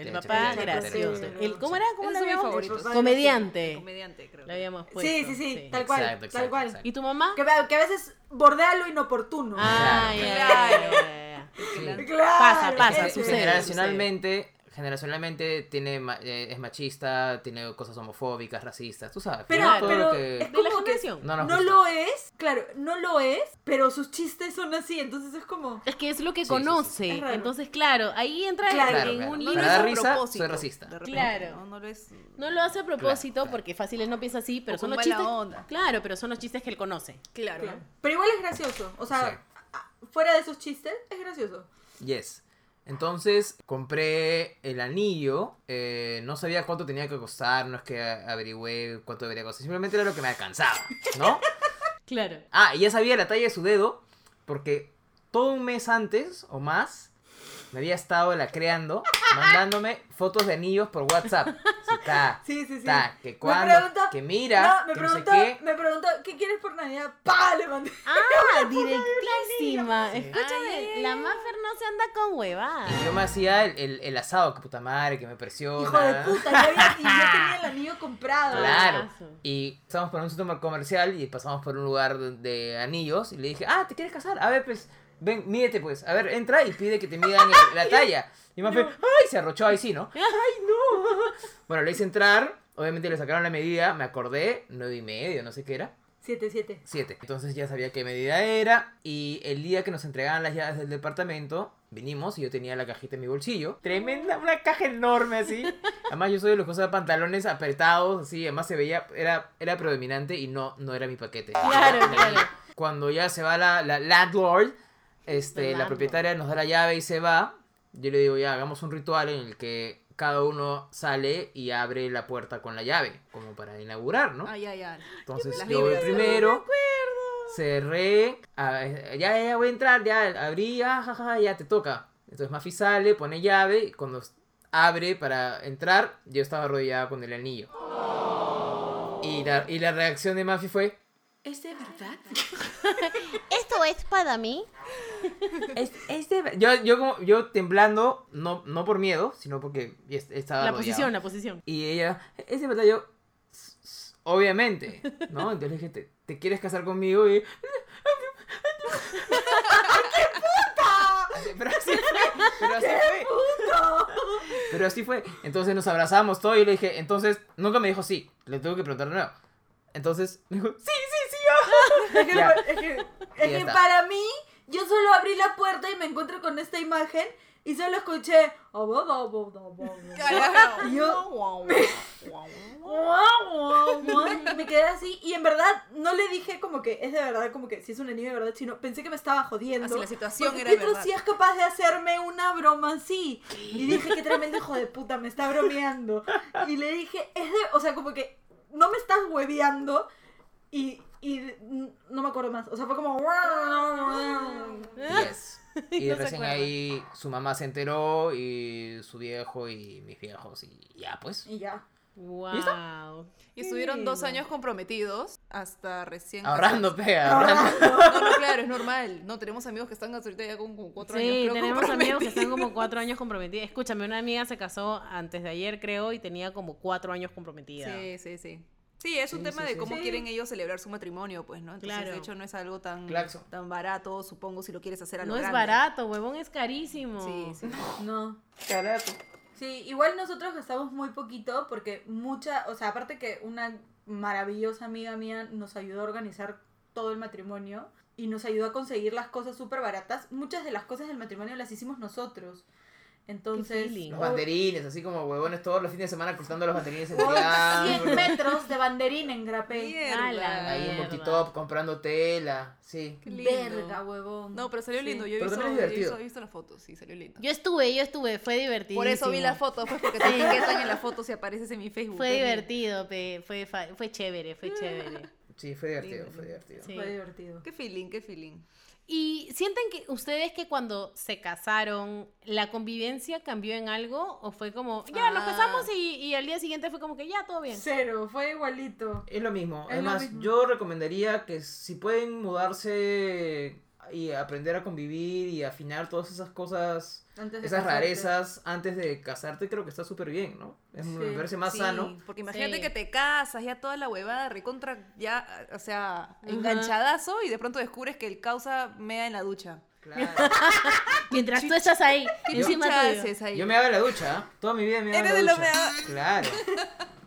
Speaker 3: El,
Speaker 5: El
Speaker 3: papá
Speaker 5: chacotero,
Speaker 3: gracioso.
Speaker 6: chacotero.
Speaker 3: El, ¿Cómo era? ¿Cómo le
Speaker 4: Esos son mis
Speaker 3: habíamos
Speaker 4: favoritos.
Speaker 5: eh,
Speaker 3: Comediante.
Speaker 4: Comediante, creo.
Speaker 3: Lo habíamos puesto.
Speaker 6: Sí, sí, sí, tal cual,
Speaker 5: Exacto, exacto,
Speaker 6: tal cual.
Speaker 5: exacto.
Speaker 3: ¿Y tu mamá?
Speaker 6: Que, a- que a veces bordea lo inoportuno.
Speaker 3: Ah,
Speaker 5: Claro.
Speaker 3: ya, ya, ya, ya.
Speaker 5: Sí.
Speaker 6: Claro, eh,
Speaker 3: Pasa, pasa,
Speaker 6: ese.
Speaker 3: sucede.
Speaker 5: Generacionalmente, generacionalmente tiene, ma- eh, es machista, tiene cosas homofóbicas, racistas, tú sabes.
Speaker 6: Pero-
Speaker 5: ¿no? Todo
Speaker 6: pero-
Speaker 5: lo que-
Speaker 6: es
Speaker 3: De la
Speaker 6: como que-
Speaker 3: generación.
Speaker 5: No nos
Speaker 6: No
Speaker 5: gusta.
Speaker 6: lo es, claro, no lo es, pero sus chistes son así, entonces es como...
Speaker 3: Es que es lo que
Speaker 5: sí, sí.
Speaker 3: conoce.
Speaker 6: Es raro.
Speaker 3: Entonces, claro, ahí entra
Speaker 6: Claro,
Speaker 5: Claro,
Speaker 3: en
Speaker 5: claro.
Speaker 3: un
Speaker 5: Para
Speaker 3: libro.
Speaker 5: dar
Speaker 4: a
Speaker 5: risa, soy
Speaker 4: propósito.
Speaker 5: racista.
Speaker 4: De repente,
Speaker 3: Claro.
Speaker 4: No, no lo es.
Speaker 3: No lo hace a propósito
Speaker 5: claro.
Speaker 3: porque fáciles no piensa así, pero
Speaker 4: O
Speaker 3: son
Speaker 4: con
Speaker 3: los
Speaker 4: mala
Speaker 3: chistes.
Speaker 4: onda.
Speaker 3: Claro, pero son los chistes que él conoce.
Speaker 4: Claro.
Speaker 6: Claro. Pero igual es gracioso, o sea,
Speaker 5: Sí.
Speaker 6: a- fuera de esos chistes, es gracioso.
Speaker 5: Yes. Entonces compré el anillo, eh, no sabía cuánto tenía que costar, no es que a- averigüé cuánto debería costar, simplemente era lo que me alcanzaba,
Speaker 6: (laughs)
Speaker 5: ¿no?
Speaker 3: Claro.
Speaker 5: Ah, y ya sabía la talla de su dedo, porque todo un mes antes o más me había estado la creando, mandándome fotos de anillos por WhatsApp. Así, ta,
Speaker 6: Sí, sí, sí.
Speaker 5: ta, que
Speaker 6: Me
Speaker 5: cuando,
Speaker 6: pregunta-
Speaker 5: que mira,
Speaker 6: no, me
Speaker 5: que no sé
Speaker 6: preguntó,
Speaker 5: qué.
Speaker 6: me preguntó, ¿qué quieres por Navidad? ¡Pah! Le mandé. (laughs)
Speaker 3: Ah, directísima.
Speaker 5: Sí.
Speaker 3: Escúchame, la Maffer no se anda con huevadas.
Speaker 5: Y yo me hacía el, el- el asado, que puta madre, que me presiona.
Speaker 6: Hijo de puta, ya había, y yo tenía
Speaker 5: (laughs)
Speaker 6: el anillo comprado.
Speaker 5: Claro.
Speaker 3: Abrazo.
Speaker 5: Y estábamos por un centro comercial y pasamos por un lugar de, de anillos y le dije, ah, ¿te quieres casar? A ver, pues, ven, mídete, pues. A ver, entra y pide que te midan el-
Speaker 6: (laughs)
Speaker 5: la talla. Y me ay, se arrochó ahí sí, ¿no? Ay, no. Bueno, le hice entrar, obviamente le sacaron la medida, me acordé, nueve y medio, no sé qué era.
Speaker 6: 7-7.
Speaker 5: Siete. Entonces ya sabía qué medida era y el día que nos entregaban las llaves del departamento, vinimos y yo tenía la cajita en mi bolsillo. Tremenda, una caja enorme así.
Speaker 3: (laughs)
Speaker 5: Además yo soy de los que usa pantalones apretados, así, además se veía, era, era predominante y no, no era mi paquete.
Speaker 3: Claro,
Speaker 5: Era-
Speaker 3: claro.
Speaker 5: Cuando ya se va la, la landlord, este,
Speaker 3: La
Speaker 5: la
Speaker 3: landlord.
Speaker 5: propietaria nos da la llave y se va, yo le digo ya, hagamos un ritual en el que cada uno sale y abre la puerta con la llave, como para inaugurar, ¿no?
Speaker 4: Ay, ay, ay.
Speaker 5: Entonces
Speaker 4: Las
Speaker 5: yo voy
Speaker 4: vibras.
Speaker 5: primero. Cerré. a- ya, ya voy a entrar, ya abrí, ah, ja, ja, ya te toca. Entonces Mafi sale, pone llave y cuando s- abre para entrar, yo estaba rodeada con el anillo. Y la, y la reacción de Mafi fue,
Speaker 7: ¿Es de verdad?
Speaker 3: Esto es para mí.
Speaker 5: "Es- es de ver-". yo, yo, como- yo temblando, no, no por miedo, sino porque es- estaba
Speaker 3: La
Speaker 5: rodeado.
Speaker 3: posición, la posición.
Speaker 5: Y ella, es de verdad, yo, "S- s- obviamente, ¿no? Entonces le dije, ¿te, te quieres casar conmigo? Y, Pero así fue, pero así fue. Pero así fue. Entonces nos abrazamos todo y le dije, entonces, nunca me dijo sí, le tuve que preguntar de nuevo. Entonces me dijo, sí, sí,
Speaker 6: (laughs) Es que,
Speaker 5: Ya.
Speaker 6: es que- es
Speaker 5: ya
Speaker 6: que
Speaker 5: está.
Speaker 6: para mí, yo solo abrí la puerta y me encuentro con esta imagen y solo escuché. "Oh, bo, bo, bo, bo, bo, bo".
Speaker 7: (laughs)
Speaker 4: Claro.
Speaker 6: Y yo- Guau, guau, guau. Y me quedé así. Y en verdad, no le dije como que es de verdad, como que si es un anillo de verdad, sino pensé que me estaba jodiendo.
Speaker 4: Así, la situación
Speaker 6: Porque
Speaker 4: era
Speaker 6: Pietro
Speaker 4: verdad.
Speaker 6: sí es capaz de hacerme una broma así. Y dije, qué tremendo hijo de puta, me está bromeando. Y le dije, es de. O sea, como que no me estás hueveando. Y, y n- no me acuerdo más. O sea, fue como.
Speaker 5: yo.
Speaker 3: (laughs)
Speaker 5: Yes. Y
Speaker 3: Ah. No se
Speaker 5: recién
Speaker 3: acuerda.
Speaker 5: ahí su mamá se enteró y su viejo y mis viejos y ya pues.
Speaker 6: Y ya.
Speaker 3: Wow.
Speaker 4: Y estuvieron dos años comprometidos hasta recién.
Speaker 5: Ahorrando,
Speaker 3: (laughs)
Speaker 5: pega, ahorrando.
Speaker 4: No, no, claro, es normal. No, tenemos amigos que están ahorita ya con, con cuatro años.
Speaker 3: Sí,
Speaker 4: creo,
Speaker 3: tenemos amigos que están
Speaker 4: comprometidos.
Speaker 3: como cuatro
Speaker 4: (laughs)
Speaker 3: años comprometidos. Escúchame, una amiga se casó antes de ayer, creo, y tenía como cuatro años comprometida.
Speaker 4: Sí, sí, sí. Sí, es un
Speaker 5: Sí,
Speaker 4: tema
Speaker 5: sí,
Speaker 4: de
Speaker 5: sí.
Speaker 4: cómo
Speaker 6: Sí.
Speaker 4: quieren ellos celebrar su matrimonio, pues, ¿no? Entonces,
Speaker 3: Claro.
Speaker 4: de hecho, no es algo tan,
Speaker 5: Claxo.
Speaker 4: tan barato, supongo, si lo quieres hacer a lo
Speaker 3: No es
Speaker 4: grande.
Speaker 3: barato, huevón, es carísimo.
Speaker 4: Sí, sí.
Speaker 6: No.
Speaker 5: Carajo.
Speaker 6: Sí, igual nosotros gastamos muy poquito porque mucha, o sea, aparte que una maravillosa amiga mía nos ayudó a organizar todo el matrimonio y nos ayudó a conseguir las cosas súper baratas, muchas de las cosas del matrimonio las hicimos nosotros. Entonces, oh,
Speaker 3: feeling.
Speaker 5: Los
Speaker 6: o-
Speaker 5: banderines, así como huevones todos los fines de semana cruzando los banderines en
Speaker 6: o 100
Speaker 5: triángulo.
Speaker 6: metros de banderín en grapé.
Speaker 4: Mierda.
Speaker 3: A la
Speaker 5: Ahí en
Speaker 3: Mierda.
Speaker 5: Botitop comprando tela, sí.
Speaker 4: Qué lindo.
Speaker 6: Verga, huevón.
Speaker 4: No, pero salió
Speaker 6: Sí.
Speaker 4: lindo. Yo he
Speaker 5: Pero
Speaker 4: visto,
Speaker 5: también es
Speaker 4: he
Speaker 5: divertido.
Speaker 4: visto- he visto las fotos, sí, salió lindo.
Speaker 3: Yo estuve, yo estuve, fue divertido.
Speaker 4: Por eso vi las fotos, pues, porque te etiquetan en las fotos y apareces en mi Facebook. pues,
Speaker 3: Fue
Speaker 4: Qué lindo. (laughs)
Speaker 3: divertido, pe, fue, fa- fue chévere, fue chévere.
Speaker 5: Sí, fue divertido,
Speaker 4: Lindo,
Speaker 5: fue
Speaker 4: lindo.
Speaker 5: divertido.
Speaker 3: Sí.
Speaker 6: Fue divertido.
Speaker 4: Qué feeling, qué feeling.
Speaker 3: ¿Y sienten que ustedes que cuando se casaron, la convivencia cambió en algo? ¿O fue como, ya, nos
Speaker 4: Ah.
Speaker 3: casamos y, y al día siguiente fue como que ya, todo bien?
Speaker 6: Cero, fue igualito.
Speaker 5: Es lo mismo.
Speaker 6: Es lo
Speaker 5: Además,
Speaker 6: mismo.
Speaker 5: yo recomendaría que si pueden mudarse y aprender a convivir y afinar todas esas cosas,
Speaker 6: Antes de
Speaker 5: esas
Speaker 6: casarte.
Speaker 5: rarezas antes de casarte, creo que está súper bien, ¿no? Es, Me
Speaker 6: Sí.
Speaker 5: parece más
Speaker 4: Sí,
Speaker 5: sano.
Speaker 4: Porque imagínate
Speaker 3: Sí.
Speaker 4: que te casas, ya toda la huevada, recontra, ya, o sea, enganchadazo y de pronto descubres que el causa mea en la ducha.
Speaker 5: Claro.
Speaker 3: Mientras tú estás ahí,
Speaker 4: ¿Qué
Speaker 3: encima
Speaker 4: chucha
Speaker 3: tuyo.
Speaker 4: haces ahí?
Speaker 5: Yo me hago la ducha, ¿ah? toda mi vida me hago
Speaker 4: Eres de
Speaker 5: la
Speaker 4: los
Speaker 5: ducha. Claro.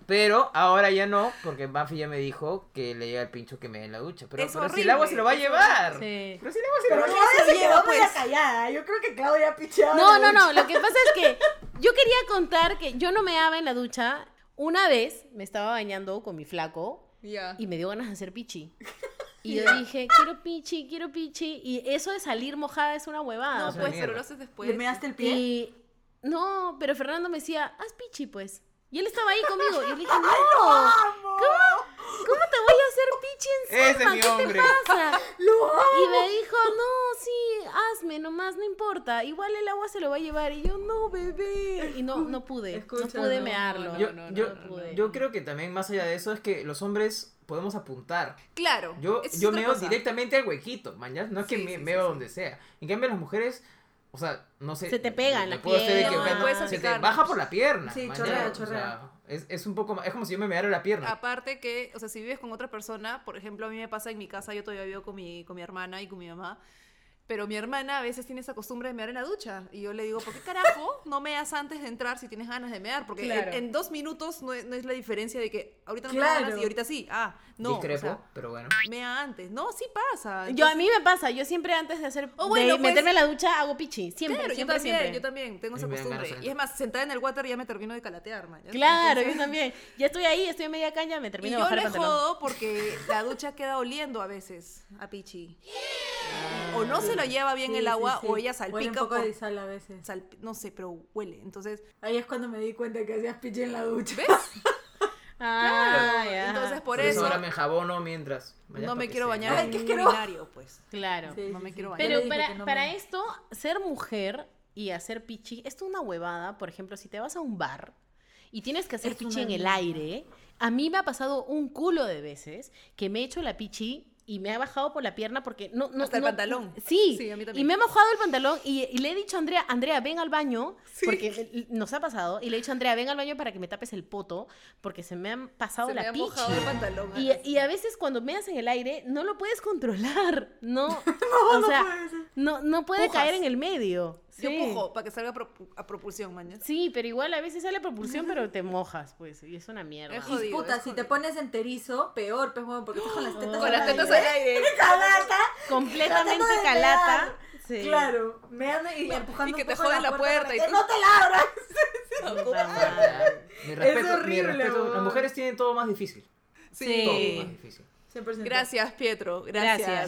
Speaker 5: Pero ahora ya no, porque Buffy ya me dijo que le llega el pincho que me dé en la ducha. Pero,
Speaker 4: Es
Speaker 5: pero si el agua se lo va a
Speaker 4: horrible,
Speaker 5: llevar.
Speaker 3: Sí.
Speaker 5: Pero si el agua se lo
Speaker 6: Pero
Speaker 5: va a
Speaker 6: no
Speaker 5: llevar.
Speaker 6: se
Speaker 4: lleva,
Speaker 6: llevó
Speaker 4: pues.
Speaker 6: pues. callada. Yo creo que Claudia ha pichado.
Speaker 3: No, no,
Speaker 6: la ducha.
Speaker 3: no. Lo que pasa es que yo quería contar que yo no me daba en la ducha. Una vez me estaba bañando con mi flaco
Speaker 4: Ya.
Speaker 3: y me dio ganas de hacer pichi. Y yo dije, quiero pichi, quiero pichi. Y eso de salir mojada es una
Speaker 4: No,
Speaker 3: huevada.
Speaker 5: sea,
Speaker 4: pues,
Speaker 5: mierda.
Speaker 4: pero lo haces después.
Speaker 6: ¿Le measte el pie?
Speaker 3: y no, pero Fernando me decía, haz pichi, pues. Y él estaba ahí conmigo. Y yo le dije, no, ¿cómo, cómo te voy a hacer pichi
Speaker 5: Ese es
Speaker 3: encima?
Speaker 5: mi
Speaker 3: ¿Qué te
Speaker 5: hombre.
Speaker 3: pasa?
Speaker 6: ¡Lo amo!
Speaker 3: Y
Speaker 4: ¡Oh!
Speaker 3: me dijo, no, sí, hazme nomás, no importa. Igual el agua se lo va a llevar. Y yo, no, bebé. Y no, no pude.
Speaker 6: Escucha,
Speaker 3: no pude
Speaker 6: no,
Speaker 3: mearlo.
Speaker 5: Yo,
Speaker 3: no, no,
Speaker 5: yo-
Speaker 3: no pude.
Speaker 5: yo creo que también más allá de eso es que los hombres podemos apuntar.
Speaker 4: Claro.
Speaker 5: Yo,
Speaker 4: esa es
Speaker 5: yo
Speaker 4: otra
Speaker 5: meo
Speaker 4: cosa.
Speaker 5: directamente al huequito, mañana. No es que
Speaker 4: Sí,
Speaker 5: me
Speaker 4: sí, sí,
Speaker 5: meo
Speaker 4: sí.
Speaker 5: donde sea. En cambio, las mujeres, o sea, no sé.
Speaker 3: Se te pegan
Speaker 5: le
Speaker 3: la
Speaker 5: puedo hacer de que-
Speaker 4: pierna.
Speaker 5: bueno,
Speaker 4: Puedes
Speaker 5: se te
Speaker 4: aplicar.
Speaker 5: baja por la pierna.
Speaker 6: Sí,
Speaker 5: mañas,
Speaker 6: chorrea,
Speaker 5: o sea,
Speaker 6: chorrea.
Speaker 5: es, es un poco más- es como si yo me meara la pierna.
Speaker 4: Aparte que, o sea, si vives con otra persona, por ejemplo, a mí me pasa en mi casa, yo todavía vivo con mi, con mi hermana y con mi mamá, pero mi hermana a veces tiene esa costumbre de mear en la ducha. Y yo le digo, ¿por qué carajo no meas antes de entrar si tienes ganas de mear? Porque en-
Speaker 3: Claro.
Speaker 4: en, dos minutos no es, no es la diferencia de que ahorita no
Speaker 6: Claro.
Speaker 4: me ganas y ahorita sí. Ah, no.
Speaker 5: Discrepo,
Speaker 4: O sea,
Speaker 5: pero bueno.
Speaker 4: mea antes. No, sí pasa.
Speaker 3: Yo a
Speaker 4: Entonces,
Speaker 3: mí me pasa, yo siempre antes de hacer
Speaker 4: Oh, bueno,
Speaker 3: de
Speaker 4: pues-
Speaker 3: meterme en la ducha hago pichi, siempre,
Speaker 4: Claro, yo
Speaker 3: siempre,
Speaker 4: también,
Speaker 3: siempre.
Speaker 4: yo también tengo
Speaker 5: A mí
Speaker 4: esa
Speaker 5: me dan ganas
Speaker 4: costumbre.
Speaker 5: de
Speaker 4: Y es más, sentada en el water ya me termino de calatear, man.
Speaker 3: Claro,
Speaker 4: Entonces-
Speaker 3: yo también. Ya estoy ahí, estoy a media caña, me
Speaker 4: Y
Speaker 3: termino de
Speaker 4: yo
Speaker 3: bajar el
Speaker 4: le
Speaker 3: pantalón.
Speaker 4: jodo porque la ducha queda oliendo a veces a Pichi. O no se lo lleva bien
Speaker 6: Sí,
Speaker 4: el
Speaker 6: sí,
Speaker 4: agua
Speaker 6: sí.
Speaker 4: o ella
Speaker 6: Huele
Speaker 4: salpica.
Speaker 6: un poco
Speaker 4: por-
Speaker 6: de sal a veces.
Speaker 4: salp- no sé, pero huele. Entonces,
Speaker 6: Ahí es cuando me di cuenta que hacías pichi en la ducha.
Speaker 4: ¿ves?
Speaker 3: Ah, ya.
Speaker 4: Entonces, por,
Speaker 5: Por eso
Speaker 4: eso,
Speaker 5: ahora me enjabono mientras. mañas,
Speaker 4: no
Speaker 5: para
Speaker 4: me
Speaker 5: que
Speaker 4: quiero
Speaker 5: se-
Speaker 4: bañar en
Speaker 6: Ay, qué
Speaker 4: un
Speaker 6: asqueroso.
Speaker 4: urinario, pues.
Speaker 3: claro.
Speaker 6: Sí,
Speaker 4: No
Speaker 6: sí,
Speaker 4: me
Speaker 6: sí.
Speaker 4: quiero
Speaker 6: Ya
Speaker 4: bañar.
Speaker 6: le
Speaker 3: Pero
Speaker 6: dije
Speaker 3: para,
Speaker 6: que no
Speaker 3: para
Speaker 6: me-
Speaker 3: esto, ser mujer y hacer pichi es una huevada. Por ejemplo, si te vas a un bar y tienes que hacer
Speaker 6: Es
Speaker 3: pichi
Speaker 6: una
Speaker 3: en el
Speaker 6: mierda.
Speaker 3: aire, a mí me ha pasado un culo de veces que me he hecho la pichi y me ha bajado por la pierna porque no... no
Speaker 4: Hasta el
Speaker 3: no-
Speaker 4: pantalón.
Speaker 3: Sí,
Speaker 4: Sí, a mí
Speaker 3: y
Speaker 4: también.
Speaker 3: me he mojado el pantalón y, y le he dicho a Andrea, Andrea, ven al baño, porque me- nos ha pasado, y le he dicho a Andrea, ven al baño para que me tapes el poto porque se me han pasado
Speaker 4: Se
Speaker 3: la
Speaker 4: me ha
Speaker 3: pichi.
Speaker 4: mojado el pantalón.
Speaker 3: Y, y a veces cuando meas en el aire no lo puedes controlar, (laughs)
Speaker 4: (laughs)
Speaker 3: no, o sea, no, no puede
Speaker 4: Pujas.
Speaker 3: caer en el medio.
Speaker 4: Yo
Speaker 3: Sí.
Speaker 4: pujo para que salga a propu- a propulsión, mañana.
Speaker 3: Sí, pero igual a veces sale propulsión, pero te mojas, pues, y es una mierda.
Speaker 4: Es
Speaker 6: Y
Speaker 4: jodido.
Speaker 6: puta,
Speaker 4: es
Speaker 6: si te
Speaker 4: jodido.
Speaker 6: pones enterizo, peor, pues, huevón, porque estás con las tetas
Speaker 3: Con
Speaker 6: al
Speaker 3: las
Speaker 6: aire.
Speaker 3: tetas
Speaker 4: al aire.
Speaker 6: Cagata,
Speaker 3: Completamente
Speaker 6: tratando de
Speaker 3: calata.
Speaker 6: mear.
Speaker 3: Sí.
Speaker 6: Claro, me ando y empujando
Speaker 4: y que
Speaker 6: un
Speaker 4: te
Speaker 6: poco
Speaker 4: joden la puerta y
Speaker 6: para
Speaker 4: tú-
Speaker 6: que ¡No te la abras!
Speaker 3: Puta madre.
Speaker 5: Ah, Mi respeto, mi
Speaker 6: horrible,
Speaker 5: respeto. Las
Speaker 6: huevón.
Speaker 5: mujeres tienen todo más difícil. Todo más
Speaker 3: Sí.
Speaker 5: difícil.
Speaker 6: 100%.
Speaker 4: Gracias, Pietro. Gracias.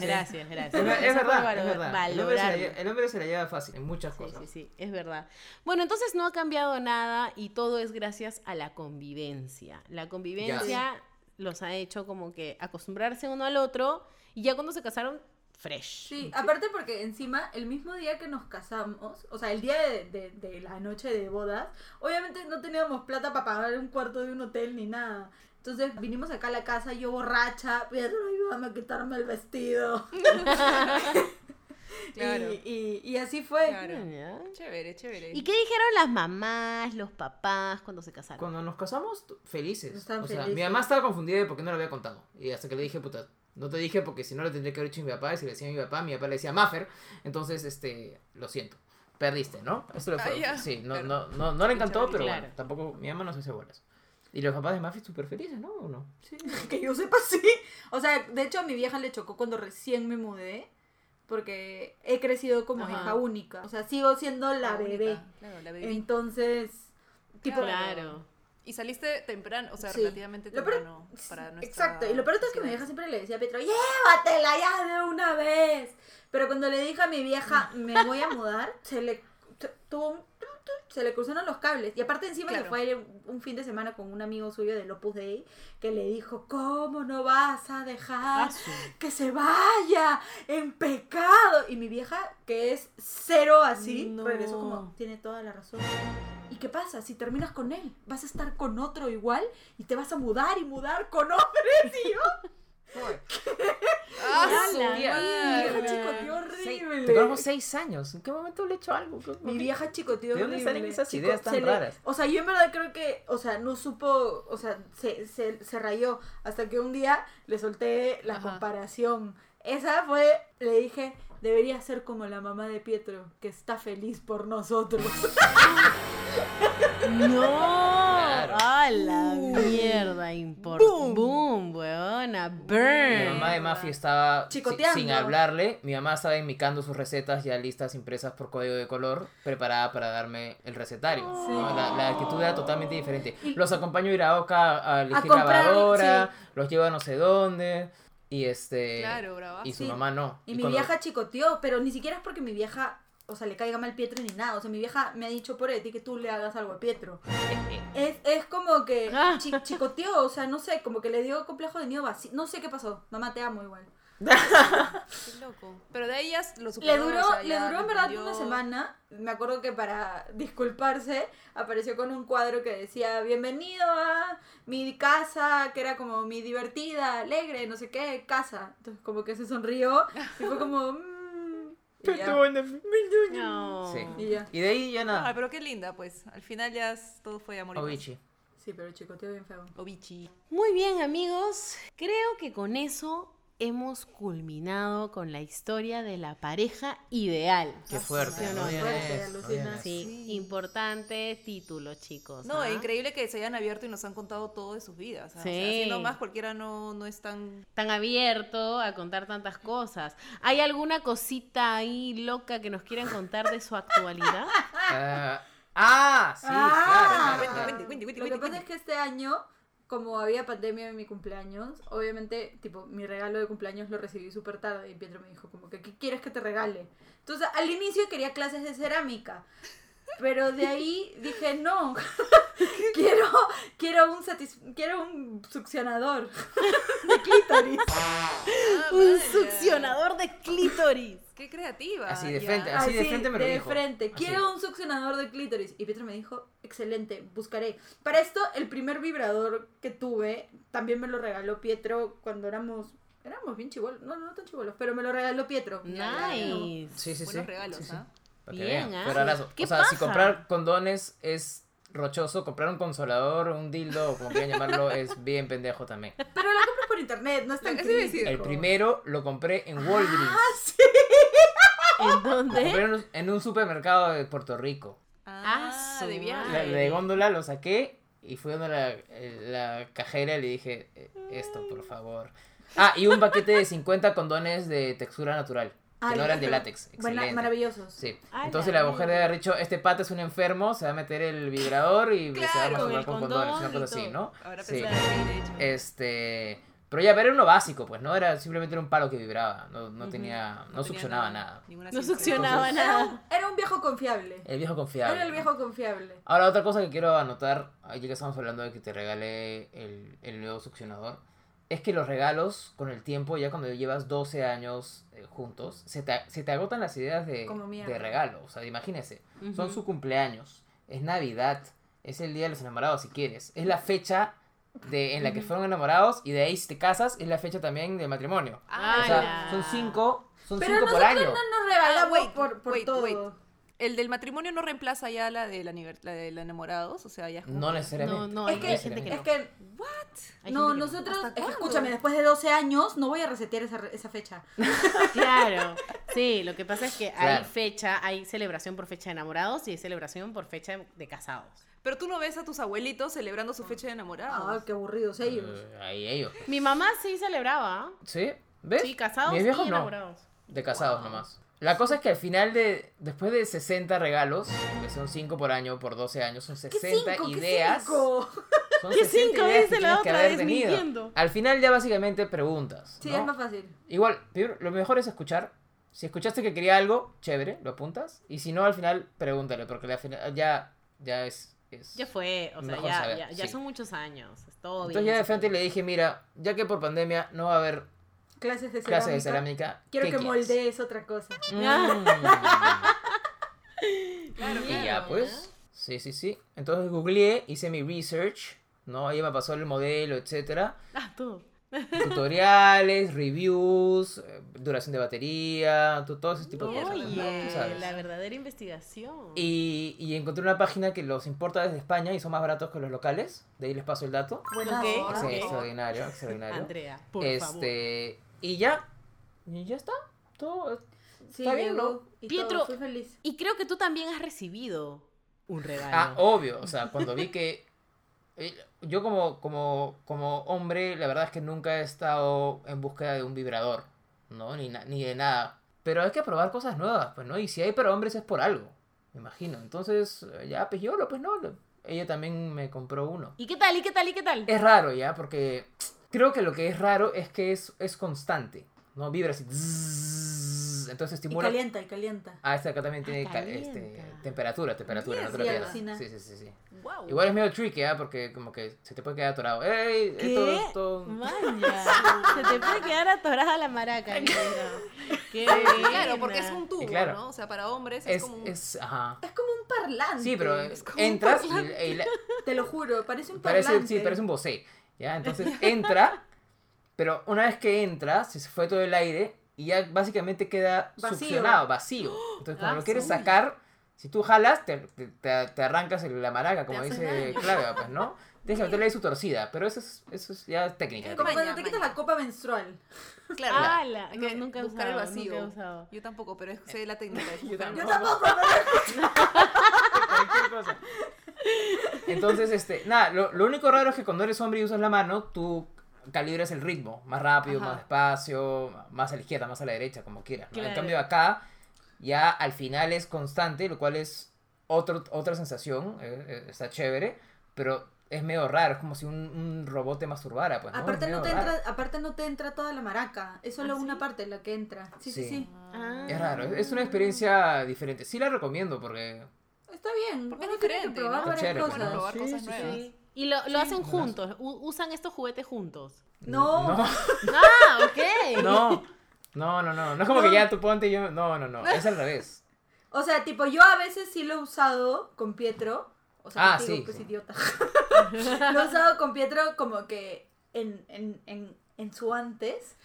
Speaker 3: Gracias, gracias, gracias.
Speaker 5: Es, ver- es
Speaker 3: Eso por
Speaker 5: verdad,
Speaker 3: valor-
Speaker 5: es verdad. El hombre, se la,
Speaker 3: valorarlo.
Speaker 5: lle- el hombre se la lleva fácil en muchas
Speaker 3: Sí,
Speaker 5: cosas.
Speaker 3: sí, sí, es verdad. Bueno, entonces no ha cambiado nada y todo es gracias a la convivencia. La convivencia los ha hecho como que acostumbrarse uno al otro y ya cuando se casaron, fresh.
Speaker 6: Sí, aparte porque encima el mismo día que nos casamos, o sea, el día de, de- de la noche de bodas, obviamente no teníamos plata para pagar un cuarto de un hotel ni nada. Entonces vinimos acá a la casa, yo borracha, Pedro, ayúdame a quitarme el vestido.
Speaker 4: (laughs) Claro.
Speaker 6: Y, y- y así fue.
Speaker 4: Claro.
Speaker 3: Mm, Ya.
Speaker 4: Chévere, chévere.
Speaker 3: ¿Y qué dijeron las mamás, los papás cuando se casaron?
Speaker 5: Cuando nos casamos, t- felices.
Speaker 6: Estaban
Speaker 5: o sea, mi
Speaker 6: felices.
Speaker 5: mamá estaba confundida de por qué no lo había contado. Y hasta que le dije, puta, no te dije porque si no le tendría que haber dicho a mi papá. Y si le decía a mi papá, mi papá le decía Maffer. Entonces, este, lo siento. Perdiste, ¿no? Eso lo
Speaker 4: Ah,
Speaker 5: fue.
Speaker 4: ya.
Speaker 5: Sí, no,
Speaker 4: Claro.
Speaker 5: no, no, no le encantó, pero
Speaker 3: Claro.
Speaker 5: bueno, tampoco mi mamá no se hace bolas. Y los papás de Maffer súper felices, ¿no? ¿O no?
Speaker 6: Sí, que yo sepa, sí. O sea, de hecho a mi vieja le chocó cuando recién me mudé, porque he crecido como
Speaker 3: Ajá.
Speaker 6: hija única. O sea, sigo siendo la,
Speaker 4: única.
Speaker 6: bebé.
Speaker 4: Claro, la
Speaker 3: Eh,
Speaker 4: bebé.
Speaker 6: Entonces, tipo...
Speaker 3: Claro.
Speaker 4: Y saliste temprano, o sea,
Speaker 6: Sí.
Speaker 4: relativamente
Speaker 6: Lo peor-
Speaker 4: temprano para nuestra
Speaker 6: Exacto, y lo peor de todo es que mi
Speaker 4: sociedad.
Speaker 6: vieja siempre le decía a Petro, llévatela ya de
Speaker 4: (laughs)
Speaker 6: una vez. Pero cuando le dije a mi vieja, me voy a mudar, se le t- tuvo un tu, se le cruzaron los cables. Y aparte encima
Speaker 4: Claro.
Speaker 6: se fue un fin de semana con un amigo suyo del Opus Dei que le dijo, ¿cómo no vas a dejar que se vaya en pecado? Y mi vieja, que es cero así,
Speaker 4: No.
Speaker 6: regresó como, tiene toda la razón. ¿Y qué pasa? Si terminas con él, vas a estar con otro igual y te vas a mudar y mudar con hombres. Y yo,
Speaker 4: ¡Ah, su
Speaker 3: Ala,
Speaker 4: madre!
Speaker 6: mi vieja chicoteó
Speaker 5: Seis-
Speaker 6: horrible.
Speaker 5: Te conozco seis años. ¿En qué momento le he hecho algo?
Speaker 6: Mi vieja chicoteó
Speaker 5: ¿De dónde
Speaker 6: horrible.
Speaker 5: salen esas
Speaker 6: Chico-
Speaker 5: ideas tan
Speaker 6: se le-
Speaker 5: raras?
Speaker 6: O sea, yo en verdad creo que, o sea, no supo, o sea, se, se, se rayó hasta que un día le solté la
Speaker 4: Ajá.
Speaker 6: comparación. Esa fue, le dije, debería ser como la mamá de Pietro, que está feliz por (laughs) nosotros.
Speaker 3: ¡No!
Speaker 5: Claro.
Speaker 3: ¡A la mierda! Import ¡Boom! weona!
Speaker 5: Mi
Speaker 3: ¡Burn!
Speaker 5: mamá de Mafi estaba si-
Speaker 6: Mm. Chicoteando.
Speaker 5: sin hablarle. Mi mamá estaba indicando sus recetas ya listas, impresas por código de color, preparada para darme el recetario. ¿no? La, la actitud era totalmente diferente. Los acompaño a ir a Oca a elegir
Speaker 6: comprar,
Speaker 5: lavadora, los llevo a no sé dónde. Y este.
Speaker 4: Claro, brava.
Speaker 5: Y su
Speaker 6: Sí.
Speaker 5: mamá no.
Speaker 6: Y mi
Speaker 5: cuando- (laughs)
Speaker 6: vieja chicoteó, pero ni siquiera es porque mi vieja, o sea, le caiga mal Pietro ni nada. O sea, mi vieja me ha dicho por ti que tú le hagas algo a (laughs) Pietro. es, es como (laughs) que chi- chicoteó, o sea, no sé, como que le dio complejo de niño vacío. No sé qué pasó. Mamá, te amo igual.
Speaker 4: Qué loco. Pero de ellas lo superó.
Speaker 6: Le duró,
Speaker 4: o sea,
Speaker 6: le
Speaker 4: ya
Speaker 6: duró en verdad
Speaker 4: entendió.
Speaker 6: una semana. Me acuerdo que para disculparse apareció con un cuadro que decía bienvenido a mi casa, que era como mi divertida, alegre, no sé qué, casa. Entonces como que se sonrió y fue como... "Mm", y, ya,
Speaker 5: Perdóname.
Speaker 3: No.
Speaker 5: Sí.
Speaker 6: Oh. y ya.
Speaker 5: Y de ahí ya
Speaker 4: Ah,
Speaker 5: nada. Oh,
Speaker 4: pero qué linda, pues. Al final ya es- todo fue amor y paz.
Speaker 5: Obichi.
Speaker 6: Sí, pero chicoteo bien feo.
Speaker 4: Obichi.
Speaker 3: Muy bien, amigos. Creo que con eso hemos culminado con la historia de la pareja ideal.
Speaker 5: Qué
Speaker 6: Ah,
Speaker 5: fuerte.
Speaker 3: sí,
Speaker 5: no
Speaker 3: no,
Speaker 5: digan eso,
Speaker 6: fuerte,
Speaker 5: no
Speaker 6: alucina.
Speaker 5: digan eso.
Speaker 3: Sí,
Speaker 4: Sí.
Speaker 3: importante título, chicos.
Speaker 4: No,
Speaker 3: ¿ah?
Speaker 4: increíble que se hayan abierto y nos han contado todo de sus vidas. ¿ah? O sea,
Speaker 3: Sí.
Speaker 4: así nomás cualquiera no, no es
Speaker 6: (laughs)
Speaker 4: tan...
Speaker 3: Tan abierto a contar tantas cosas. ¿Hay alguna cosita ahí loca que nos quieran contar de su actualidad?
Speaker 5: Ah, ah, sí,
Speaker 6: Ah.
Speaker 5: claro, claro, claro.
Speaker 4: cuente, cuente,
Speaker 6: Lo
Speaker 4: cuente,
Speaker 6: que pasa es que este año, como había pandemia en mi cumpleaños, obviamente, tipo, mi regalo de cumpleaños lo recibí súper tarde y Pietro me dijo como que, ¿qué quieres que te regale? Entonces, al inicio quería clases de cerámica, pero de ahí dije,
Speaker 4: (laughs)
Speaker 6: no, (laughs) quiero, quiero, un, satis- quiero un succionador de clítoris.
Speaker 3: (laughs) Un succionador de clítoris.
Speaker 4: Ah, Qué creativa.
Speaker 5: Así de
Speaker 4: ya.
Speaker 5: frente, Ah, así, de frente me lo
Speaker 6: de
Speaker 5: dijo.
Speaker 6: frente.
Speaker 5: Así.
Speaker 6: Quiero un succionador de clítoris. Y Pietro me dijo, excelente, buscaré. Para esto, el primer vibrador que tuve, también me lo regaló Pietro cuando éramos... Éramos bien chivolos, no, no tan chivolos, pero me lo regaló Pietro.
Speaker 3: (laughs) Nice.
Speaker 5: Sí, sí, sí.
Speaker 4: Buenos regalos,
Speaker 5: Sí, sí.
Speaker 4: ¿ah?
Speaker 5: Para que
Speaker 3: Bien,
Speaker 5: vean.
Speaker 3: ¿ah?
Speaker 5: Pero ahora,
Speaker 3: ¿Qué
Speaker 5: o sea, si
Speaker 3: pasa?
Speaker 5: comprar condones es rochoso, comprar un consolador, un dildo, o como
Speaker 3: (laughs)
Speaker 5: quieran llamarlo, es bien pendejo también.
Speaker 6: Pero la compras por internet, no es tan
Speaker 4: Eso iba a decir.
Speaker 5: El
Speaker 6: crítico.
Speaker 5: primero lo compré
Speaker 3: Ah,
Speaker 5: en Walgreens.
Speaker 3: ¿En
Speaker 5: Lo compré
Speaker 3: dónde?
Speaker 5: en un- en un supermercado de Puerto Rico.
Speaker 4: Ah,
Speaker 3: Ah,
Speaker 4: de
Speaker 3: su
Speaker 4: viaje.
Speaker 5: La,
Speaker 3: Ay.
Speaker 5: de góndola lo saqué y fui a la, eh, la cajera y le dije, "Eh, esto, por favor. Ah, y un paquete de 50 condones de textura natural. Que
Speaker 6: Ay,
Speaker 5: no eran de
Speaker 6: pero-
Speaker 5: látex.
Speaker 6: Buena-
Speaker 5: Excelente.
Speaker 6: maravillosos.
Speaker 5: Sí.
Speaker 3: A
Speaker 5: Entonces
Speaker 3: la
Speaker 5: la mujer debe haber dicho, este pata es un enfermo, se va a meter el vibrador y se va a
Speaker 4: Claro,
Speaker 5: masturbar
Speaker 3: el
Speaker 5: con
Speaker 3: condón
Speaker 5: condones, una
Speaker 3: y
Speaker 5: cosa así,
Speaker 3: todo.
Speaker 5: ¿no?
Speaker 4: Ahora
Speaker 5: Sí.
Speaker 4: pensaba que de hecho.
Speaker 5: Este, pero ya, pero era uno básico, pues, ¿no? Era simplemente era un palo que vibraba, no, no tenía, no,
Speaker 4: tenía
Speaker 5: succionaba nada.
Speaker 4: ninguna
Speaker 3: No
Speaker 4: ciencia.
Speaker 3: succionaba
Speaker 6: Era un,
Speaker 3: nada.
Speaker 6: era un viejo confiable.
Speaker 5: El viejo confiable.
Speaker 6: Era el viejo confiable.
Speaker 5: Ahora, otra cosa que quiero anotar, ya que estamos hablando de que te regalé el, el nuevo succionador, es que los regalos con el tiempo, ya cuando llevas 12 años eh, juntos, se te, se te agotan las ideas de,
Speaker 6: Como mierda.
Speaker 5: de regalo. O sea, imagínense, son
Speaker 3: Ujú.
Speaker 5: su cumpleaños, es Navidad, es el Día de los Enamorados si quieres, es la fecha de, en la que fueron enamorados y de ahí si te casas es la fecha también del matrimonio. O sea,
Speaker 3: Ala.
Speaker 5: son cinco, son
Speaker 6: Pero
Speaker 5: cinco por año.
Speaker 6: Nos regalamos
Speaker 4: Ah, wait,
Speaker 6: por, por
Speaker 4: wait,
Speaker 6: todo.
Speaker 4: wait. El del matrimonio no reemplaza ya la del, aniver- la del enamorados, o sea, ya es como...
Speaker 5: No
Speaker 4: que-
Speaker 5: necesariamente.
Speaker 3: No, no,
Speaker 6: Es que,
Speaker 3: hay gente que
Speaker 6: es
Speaker 3: no.
Speaker 6: que
Speaker 3: Hay
Speaker 6: no,
Speaker 3: gente que
Speaker 6: nosotros,
Speaker 4: ¿Hasta
Speaker 6: es que
Speaker 4: cuándo?
Speaker 6: escúchame, después de 12 años no voy a resetear esa, esa fecha.
Speaker 3: Claro, sí, lo que pasa es que hay
Speaker 5: Claro.
Speaker 3: fecha, hay celebración por fecha de enamorados y hay celebración por fecha de casados.
Speaker 4: Pero tú no ves a tus abuelitos celebrando su fecha de enamorados.
Speaker 6: Ah, qué aburridos ellos.
Speaker 5: Eh, ahí ellos.
Speaker 3: Mi mamá sí celebraba,
Speaker 5: ¿Sí? ¿Ves?
Speaker 3: sí, casados
Speaker 5: Mis
Speaker 3: y
Speaker 5: viejos no.
Speaker 3: enamorados.
Speaker 5: De casados nomás. La cosa es que al final de. Después de 60 regalos, que son 5 por año, por 12 años, son 60
Speaker 6: cinco? ¿Qué
Speaker 5: ideas.
Speaker 6: cinco?
Speaker 5: Son
Speaker 3: ¿Qué
Speaker 5: 60
Speaker 3: cinco?
Speaker 5: ideas que
Speaker 3: Dice la
Speaker 5: tienes que
Speaker 3: otra
Speaker 5: haber
Speaker 3: vez,
Speaker 5: tenido.
Speaker 3: mintiendo.
Speaker 5: Al final ya básicamente preguntas.
Speaker 6: Sí,
Speaker 5: ¿no?
Speaker 6: es más fácil.
Speaker 5: Igual, primero, lo mejor es escuchar. Si escuchaste que quería algo, chévere, lo apuntas. Y si no, al final, pregúntale, porque al final ya, ya es, es-
Speaker 3: Ya fue, o sea,
Speaker 5: Mejor
Speaker 3: ya,
Speaker 5: saber,
Speaker 3: ya, ya
Speaker 5: sí.
Speaker 3: son muchos años. Es todo
Speaker 5: Entonces
Speaker 3: bien.
Speaker 5: ya de frente le dije, mira, ya que por pandemia no va a haber
Speaker 6: Clases de cerámica.
Speaker 5: clases de cerámica.
Speaker 6: Quiero
Speaker 5: ¿qué
Speaker 6: que
Speaker 5: quieres?".
Speaker 6: moldees otra cosa.
Speaker 3: (laughs)
Speaker 5: Mm. (laughs)
Speaker 4: Claro,
Speaker 5: Y ya pues. Sí, sí, sí. Entonces googleé, hice mi research, ¿no? Ella me pasó el modelo,
Speaker 3: (laughs)
Speaker 5: etcétera.
Speaker 3: Ah, tú.
Speaker 5: Tutoriales, reviews, eh, duración de batería, to- todo ese tipo de cosas. ¿no?
Speaker 3: Oye,
Speaker 5: Tú sabes.
Speaker 3: la verdadera investigación.
Speaker 5: Y, y encontré una página que los importa desde España y son más baratos que los locales. De ahí les paso el dato.
Speaker 6: Buenas
Speaker 3: Ok.
Speaker 6: horas.
Speaker 5: Sí,
Speaker 3: ok.
Speaker 5: extraordinario, extraordinario.
Speaker 3: Andrea, por favor.
Speaker 5: este, y ya. Y ya está. Todo.
Speaker 6: Sí,
Speaker 5: Está bien,
Speaker 6: llegó y
Speaker 3: Pietro-
Speaker 6: todo, fui feliz.
Speaker 3: Y creo que tú también has recibido un regalo.
Speaker 5: Ah, obvio. O sea, cuando vi que. eh, Yo como, como, como hombre, la verdad es que nunca he estado en búsqueda de un vibrador, ¿no? Ni, na- ni de nada. Pero hay que probar cosas nuevas, pues, ¿no? Y si hay para hombres es por algo, me imagino. Entonces, eh, ya, pues yo, pues no. lo- Ella también me compró uno.
Speaker 3: ¿Y qué tal? ¿Y qué tal? ¿Y qué tal?
Speaker 5: Es raro, ¿ya? Porque creo que lo que es raro es que es, es constante, ¿no? Vibra así. zzzz, Entonces
Speaker 6: Y
Speaker 5: estimula...
Speaker 6: calienta, y calienta.
Speaker 5: Ah, este acá también tiene
Speaker 3: Ah,
Speaker 5: ca- este,
Speaker 3: calienta.
Speaker 5: temperatura, temperatura, no te lo
Speaker 6: Mierda.
Speaker 5: pierdas.
Speaker 6: Alucina.
Speaker 5: Sí, sí, sí, sí.
Speaker 3: Wow.
Speaker 5: Igual es medio tricky, ¿ah? Porque como que se te puede quedar atorado. ¡Ey!
Speaker 3: ¿Qué?
Speaker 5: Esto, esto...
Speaker 3: (laughs) Vaya, se te puede quedar atorada la (laughs) maraca. negro. Qué
Speaker 4: Claro, porque es
Speaker 3: buena.
Speaker 4: un tubo,
Speaker 5: Y claro.
Speaker 4: ¿no? O sea, para hombres es,
Speaker 5: Es,
Speaker 4: como un...
Speaker 5: es, ajá.
Speaker 6: Es como un parlante.
Speaker 5: Sí, pero
Speaker 6: Es como un
Speaker 5: entras y,
Speaker 6: parlante.
Speaker 5: y la-
Speaker 6: Te lo juro, parece (laughs) un
Speaker 5: parece,
Speaker 6: parlante.
Speaker 5: sí, parece un bocé, ¿ya? Entonces
Speaker 6: (laughs)
Speaker 5: entra, pero una vez que entra, se fue todo el aire y ya básicamente queda
Speaker 6: Vacío.
Speaker 5: succionado, vacío. Entonces cuando lo
Speaker 3: Ah,
Speaker 5: quieres
Speaker 3: sí.
Speaker 5: sacar, si tú jalas, te, te, te- te arrancas el- la maraca, como
Speaker 4: Te haces
Speaker 5: dice
Speaker 4: daño.
Speaker 5: Clave, pues,
Speaker 6: (laughs)
Speaker 5: ¿no? Tienes que meterle ahí su torcida, pero eso es, eso es ya técnica.
Speaker 4: Es
Speaker 6: Como
Speaker 4: Maña,
Speaker 6: cuando te quitas
Speaker 4: maña.
Speaker 6: la copa menstrual.
Speaker 4: Claro.
Speaker 3: Ala,
Speaker 4: Hay
Speaker 3: no,
Speaker 4: que
Speaker 3: nunca he
Speaker 4: buscar el
Speaker 3: usado,
Speaker 4: vacío.
Speaker 3: nunca he usado.
Speaker 4: Yo tampoco, pero es, sé la
Speaker 5: (laughs)
Speaker 4: técnica. es
Speaker 5: Yo
Speaker 4: buscar el
Speaker 5: tampoco.
Speaker 4: vacío.
Speaker 5: (laughs) cualquier cosa. Entonces, este, nada, lo, lo único raro es que cuando eres hombre y usas la mano, tú calibras el ritmo, más rápido,
Speaker 4: Ajá.
Speaker 5: más despacio, más a la izquierda, más a la derecha, como quieras. ¿no? En
Speaker 3: Claro.
Speaker 5: cambio acá, ya al final es constante, lo cual es otro, otra sensación, eh, eh, está chévere, pero es medio raro, es como si un, un robot te masturbara, pues. ¿no? Es
Speaker 6: Aparte no,
Speaker 5: medio
Speaker 6: te
Speaker 5: raro.
Speaker 6: entra, aparte no te entra toda la maraca. Es solo
Speaker 3: ¿Ah, sí?
Speaker 6: una parte la que entra. Sí, sí,
Speaker 5: Sí.
Speaker 6: sí.
Speaker 3: Ah.
Speaker 5: Es raro, es-
Speaker 6: Mm.
Speaker 5: es una experiencia diferente. Sí la recomiendo porque
Speaker 6: Está bien.
Speaker 4: Porque es
Speaker 6: uno tiene que
Speaker 4: diferente,
Speaker 6: probar
Speaker 4: ¿no?
Speaker 6: varias
Speaker 5: Chévere, pues,
Speaker 4: Bueno,
Speaker 6: cosas.
Speaker 5: ¿no?
Speaker 4: probar
Speaker 5: Sí,
Speaker 4: cosas
Speaker 5: sí,
Speaker 4: nuevas.
Speaker 5: sí.
Speaker 3: Y lo, lo hacen juntos, u- usan estos juguetes juntos.
Speaker 6: No.
Speaker 3: (laughs)
Speaker 5: no.
Speaker 3: Ah, (laughs) ok.
Speaker 5: No, no, no, no. No es como que ya tú ponte y yo. No, no, no. Es al revés.
Speaker 6: O sea, tipo, yo a veces sí lo he usado con Pietro. O sea,
Speaker 5: Ah,
Speaker 6: contigo,
Speaker 5: sí,
Speaker 6: pues
Speaker 5: sí.
Speaker 3: (laughs)
Speaker 6: idiota. lo he usado con Pietro como que en, en, en, en su antes.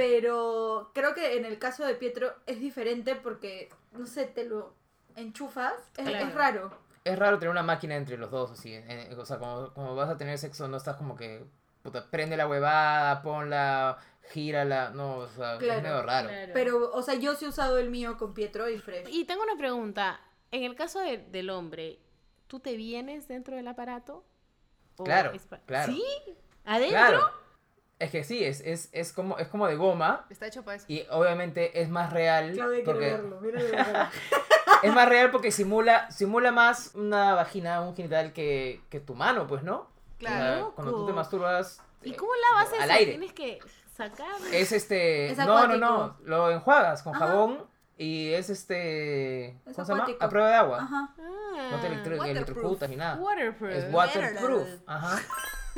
Speaker 6: Pero creo que en el caso de Pietro es diferente porque, no sé, te lo enchufas. Es,
Speaker 3: Claro.
Speaker 6: es raro.
Speaker 5: Es raro tener una máquina entre los dos, así. eh, o sea, como, como vas a tener sexo, no estás como que. Puta, prende la huevada, ponla, gírala. No, o sea,
Speaker 6: Claro,
Speaker 5: es medio raro.
Speaker 3: Claro.
Speaker 6: Pero, o sea, yo sí he usado el mío con Pietro y Fresh.
Speaker 3: Y tengo una pregunta. En el caso de- del hombre, ¿tú te vienes dentro del aparato? ¿O
Speaker 5: Claro,
Speaker 3: es pa-
Speaker 5: claro.
Speaker 3: ¿Sí? ¿Adentro?
Speaker 5: Claro. Es que sí, es, es, es, como, es como de goma.
Speaker 4: Está hecho para eso.
Speaker 5: Y obviamente es más real.
Speaker 6: Claudia quiere
Speaker 5: porque
Speaker 6: verlo, mira la
Speaker 5: (laughs)
Speaker 6: cara.
Speaker 5: es más real porque simula, simula más una vagina, un genital que, que tu mano, pues, ¿no?
Speaker 4: Claro.
Speaker 5: O sea, cuando tú te
Speaker 3: Loco.
Speaker 5: masturbas.
Speaker 3: ¿Y
Speaker 5: eh,
Speaker 3: cómo lavas eso?
Speaker 5: Al aire.
Speaker 3: Tienes que sacar.
Speaker 5: Es este.
Speaker 6: Es
Speaker 5: no, no,
Speaker 6: acuático.
Speaker 5: no. Lo enjuagas con
Speaker 6: Ajá.
Speaker 5: jabón y es este.
Speaker 6: Es
Speaker 5: ¿Cómo se llama?
Speaker 6: acuático.
Speaker 5: A prueba de agua.
Speaker 6: Ajá.
Speaker 3: Ah,
Speaker 5: No te electro-
Speaker 4: waterproof.
Speaker 5: electrocutas ni nada.
Speaker 3: Waterproof.
Speaker 5: Es waterproof.
Speaker 6: Waterproof.
Speaker 5: Ajá.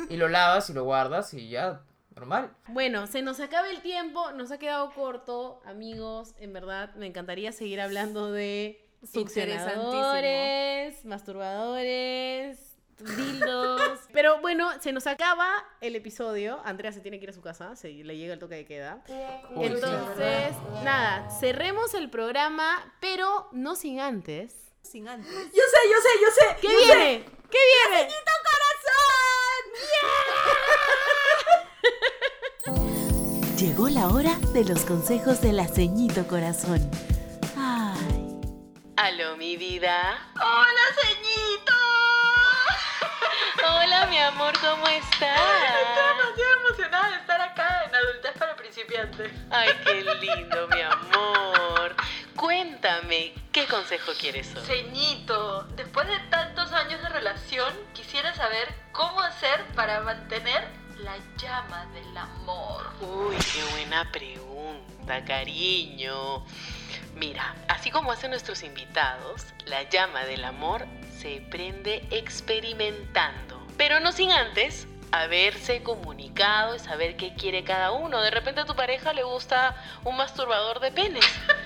Speaker 5: Y lo lavas y lo guardas y ya. Normal.
Speaker 3: Bueno, se nos acaba el tiempo, nos ha quedado corto, amigos. En verdad, me encantaría seguir hablando de succionadores, masturbadores, dildos. (laughs) Pero bueno, se nos acaba el episodio. Andrea se tiene que ir a su casa, se le llega el toque de queda.
Speaker 5: Uy, sí.
Speaker 3: Entonces, nada, cerremos el programa, pero no sin antes.
Speaker 4: Sin antes.
Speaker 6: Yo sé, yo sé, yo sé.
Speaker 3: ¿Qué
Speaker 6: yo sé.
Speaker 3: viene? ¿Qué viene?
Speaker 7: Llegó la hora de los consejos de la ceñito corazón. Ay.
Speaker 2: Aló, mi vida.
Speaker 1: ¡Hola, ceñito!
Speaker 2: Hola, mi amor, ¿cómo estás?
Speaker 1: Estoy emocionada de estar acá en Adultez para Principiantes.
Speaker 2: Ay, qué lindo, mi amor. Cuéntame, ¿qué consejo quieres hoy?
Speaker 1: Ceñito, después de tantos años de relación, quisiera saber cómo hacer para mantener
Speaker 8: la llama del amor?
Speaker 2: Uy, qué buena pregunta, cariño. Mira, así como hacen nuestros invitados, la llama del amor se prende experimentando, pero no sin antes haberse comunicado y saber qué quiere cada uno. De repente a tu pareja le gusta un masturbador de penes.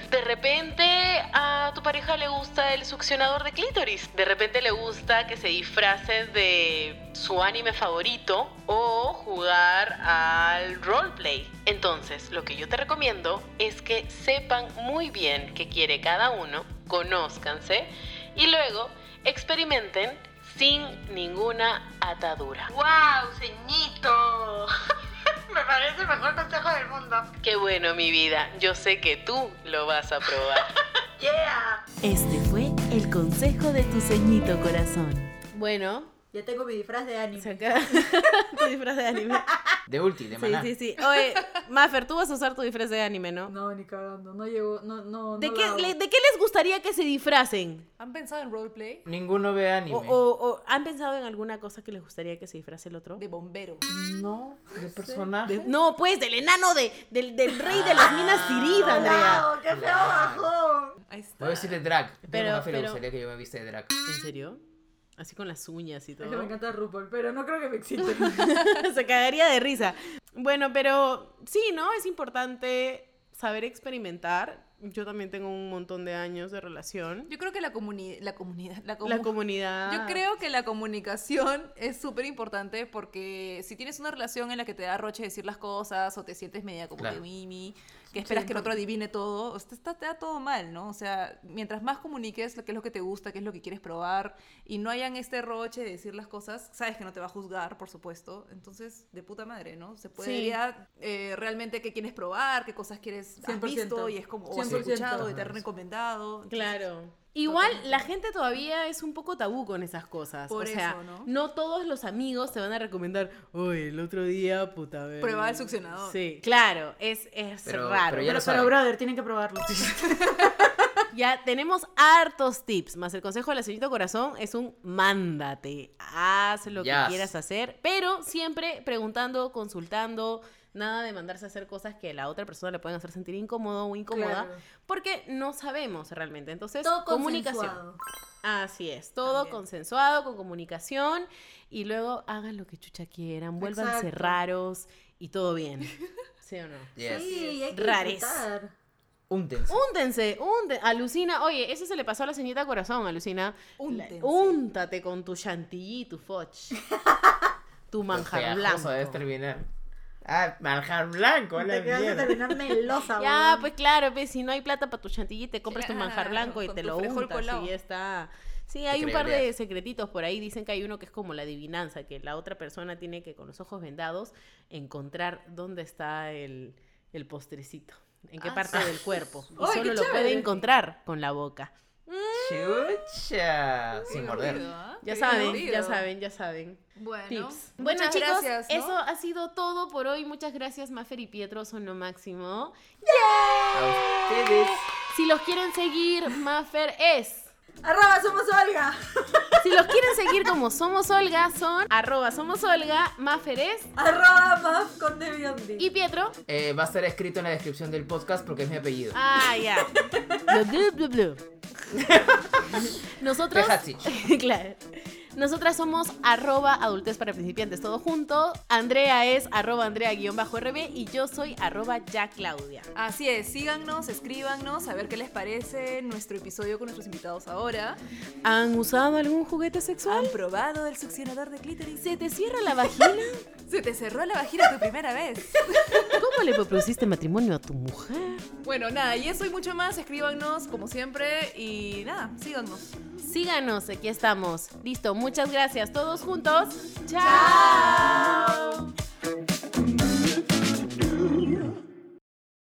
Speaker 2: De repente a tu pareja le gusta el succionador de clítoris. De repente le gusta que se disfraces de su anime favorito o jugar al roleplay. Entonces, lo que yo te recomiendo es que sepan muy bien qué quiere cada uno, conózcanse y luego experimenten sin ninguna atadura.
Speaker 8: ¡Wow,
Speaker 1: (laughs)
Speaker 8: ceñito! Me parece el mejor consejo del mundo.
Speaker 2: Qué bueno, mi vida. Yo sé que tú lo vas a probar.
Speaker 8: ¡Yeah!
Speaker 7: Este fue el consejo de tu ceñito corazón.
Speaker 3: Bueno,
Speaker 6: Ya tengo mi disfraz de anime.
Speaker 3: se acaba (laughs) tu disfraz de (laughs) anime.
Speaker 5: De ulti, de
Speaker 3: Sí,
Speaker 5: maná.
Speaker 3: sí, sí. Oye, Maffer, tú vas a usar tu disfraz de anime, ¿no?
Speaker 6: No, ni cagando. No llego. No, no.
Speaker 3: ¿De,
Speaker 6: no
Speaker 3: qué,
Speaker 6: la hago.
Speaker 3: le- ¿De qué les gustaría que se disfracen?
Speaker 4: ¿Han pensado en roleplay?
Speaker 5: Ninguno ve anime.
Speaker 3: O, o- o han pensado en alguna cosa que les gustaría que se disfrace el otro?
Speaker 4: De bombero.
Speaker 5: No, de personaje.
Speaker 3: No, pues, del enano de, del, del rey de las minas Tirith, Andrea.
Speaker 6: ¡Wow! ¡Qué feo bajón!
Speaker 4: Ahí está.
Speaker 5: Voy a decir de drag.
Speaker 3: Pero-
Speaker 5: Pero, a Mafe le
Speaker 3: pero-
Speaker 5: gustaría que yo me viste de drag.
Speaker 3: ¿En serio? Así con las uñas y
Speaker 6: Es que me
Speaker 3: todo.
Speaker 6: encanta RuPaul, pero no creo que me excite.
Speaker 3: (laughs) se cagaría de risa. Bueno, pero sí, ¿no? Es importante saber experimentar. Yo también tengo un montón de años de relación.
Speaker 4: Yo creo que la, comuni- la comunidad... La,
Speaker 3: La
Speaker 4: comu-
Speaker 3: comunidad.
Speaker 4: Yo creo que la comunicación (laughs) es súper importante porque si tienes una relación en la que te da roche decir las cosas o te sientes media como que
Speaker 5: Claro.
Speaker 4: mimi, que esperas que el otro adivine todo, o sea, está- te da todo mal, ¿no? O sea, mientras más comuniques lo que es lo que te gusta, qué es lo que quieres probar y no hayan este roche de decir las cosas, sabes que no te va a juzgar, por supuesto. Entonces, de puta madre, ¿no? Se podría eh, realmente qué quieres probar, qué cosas quieres has
Speaker 6: 100%.
Speaker 4: visto y es como o has
Speaker 6: 100%.
Speaker 4: escuchado y te han recomendado. Entonces,
Speaker 3: Claro. Igual la gente todavía es un poco tabú con esas cosas.
Speaker 4: Por
Speaker 3: o sea,
Speaker 4: eso, ¿no?
Speaker 3: todos los amigos te van a recomendar, oye, el otro día, puta ver.
Speaker 4: Prueba el succionador.
Speaker 3: Sí, claro, es, es
Speaker 5: Pero-
Speaker 3: raro.
Speaker 5: pero ya lo
Speaker 6: Pero, (laughs) pero,
Speaker 5: saben.
Speaker 6: brother, tienen que probarlo.
Speaker 3: Ya tenemos hartos tips, más el consejo de la señorita corazón es un mándate, haz lo que
Speaker 5: Yes.
Speaker 3: quieras hacer, pero siempre preguntando, consultando, nada de mandarse a hacer cosas que a la otra persona le pueden hacer sentir incómodo o incómoda,
Speaker 6: Claro.
Speaker 3: porque no sabemos realmente. Entonces,
Speaker 6: Todo
Speaker 3: comunicación.
Speaker 6: consensuado.
Speaker 3: Así es, todo
Speaker 4: También.
Speaker 3: consensuado, con comunicación, y luego hagan lo que chucha quieran, vuélvanse
Speaker 6: Exacto.
Speaker 3: raros y todo bien. ¿Sí o no? (laughs)
Speaker 5: Yes.
Speaker 6: Sí, hay que
Speaker 3: Rares.
Speaker 6: disfrutar.
Speaker 5: Úntense.
Speaker 3: Úntense, unten, alucina. Oye, eso se le pasó a la señorita corazón, alucina.
Speaker 4: Úntense.
Speaker 3: Úntate con tu chantilly, tu
Speaker 4: (laughs)
Speaker 3: foch. tu manjar blanco.
Speaker 5: debes terminar. Ah, manjar blanco, la
Speaker 6: Te quedas de
Speaker 5: mierda.
Speaker 6: terminar melosa,
Speaker 3: Ya,
Speaker 6: huevón.
Speaker 3: pues claro, pues si no hay plata para tu chantilly, te compras tu manjar
Speaker 4: Claro,
Speaker 3: blanco y
Speaker 4: con
Speaker 3: te
Speaker 4: tu
Speaker 3: lo
Speaker 4: frijol
Speaker 3: untas
Speaker 4: colado.
Speaker 3: y ya está. Sí, hay un
Speaker 5: creo,
Speaker 3: par de
Speaker 5: Andrea.
Speaker 3: secretitos por ahí. Dicen que hay uno que es como la adivinanza, que la otra persona tiene que con los ojos vendados encontrar dónde está el, el postrecito, en qué
Speaker 4: Ah,
Speaker 3: parte del
Speaker 4: (laughs)
Speaker 3: cuerpo. Y
Speaker 6: Ay, qué
Speaker 3: solo lo puede
Speaker 6: chévere.
Speaker 3: encontrar con la boca.
Speaker 5: Chucha.
Speaker 4: Qué
Speaker 5: Sin
Speaker 4: divertido,
Speaker 5: morder.
Speaker 4: ¿ah?
Speaker 3: Ya
Speaker 4: Qué
Speaker 3: saben,
Speaker 4: divertido.
Speaker 3: ya saben, ya saben.
Speaker 4: Bueno,
Speaker 3: Tips.
Speaker 4: muchas
Speaker 3: Bueno, chicos,
Speaker 4: gracias, ¿no?
Speaker 3: eso ha sido todo por hoy. Muchas gracias, Mafer y Pietro, son lo máximo.
Speaker 5: A ustedes.
Speaker 3: Si los quieren seguir, Mafer es.
Speaker 6: Arroba, somos Olga.
Speaker 3: Si los quieren seguir como Somos Olga, son arroba Somos Olga, Mafer es.
Speaker 6: Arroba más con Debiondi.
Speaker 3: Y Pietro.
Speaker 5: Eh, va a estar escrito en la descripción del podcast porque es mi apellido.
Speaker 3: Ah, ya. Lo blu, blu, blu. Nosotros.
Speaker 5: Pejatich.
Speaker 3: (laughs) claro. Nosotras somos arroba adultez para principiantes, todo junto. Andrea es arroba Andrea-RB y yo soy arroba ya Claudia.
Speaker 4: Así es, síganos, escríbanos, a ver qué les parece nuestro episodio con nuestros invitados ahora.
Speaker 3: ¿Han usado algún juguete
Speaker 4: ¿Han
Speaker 3: sexual?
Speaker 4: probado el succionador de clítoris?
Speaker 3: ¿Se te cierra la vagina?
Speaker 4: ¿Se te cerró la vagina tu primera vez?
Speaker 3: ¿Cómo le propusiste matrimonio a tu mujer?
Speaker 4: (laughs) Bueno, nada, y eso y mucho más, escríbanos como siempre y nada, síganos.
Speaker 3: Síganos, aquí estamos. Listo, muchas gracias. Todos juntos. ¡Chao!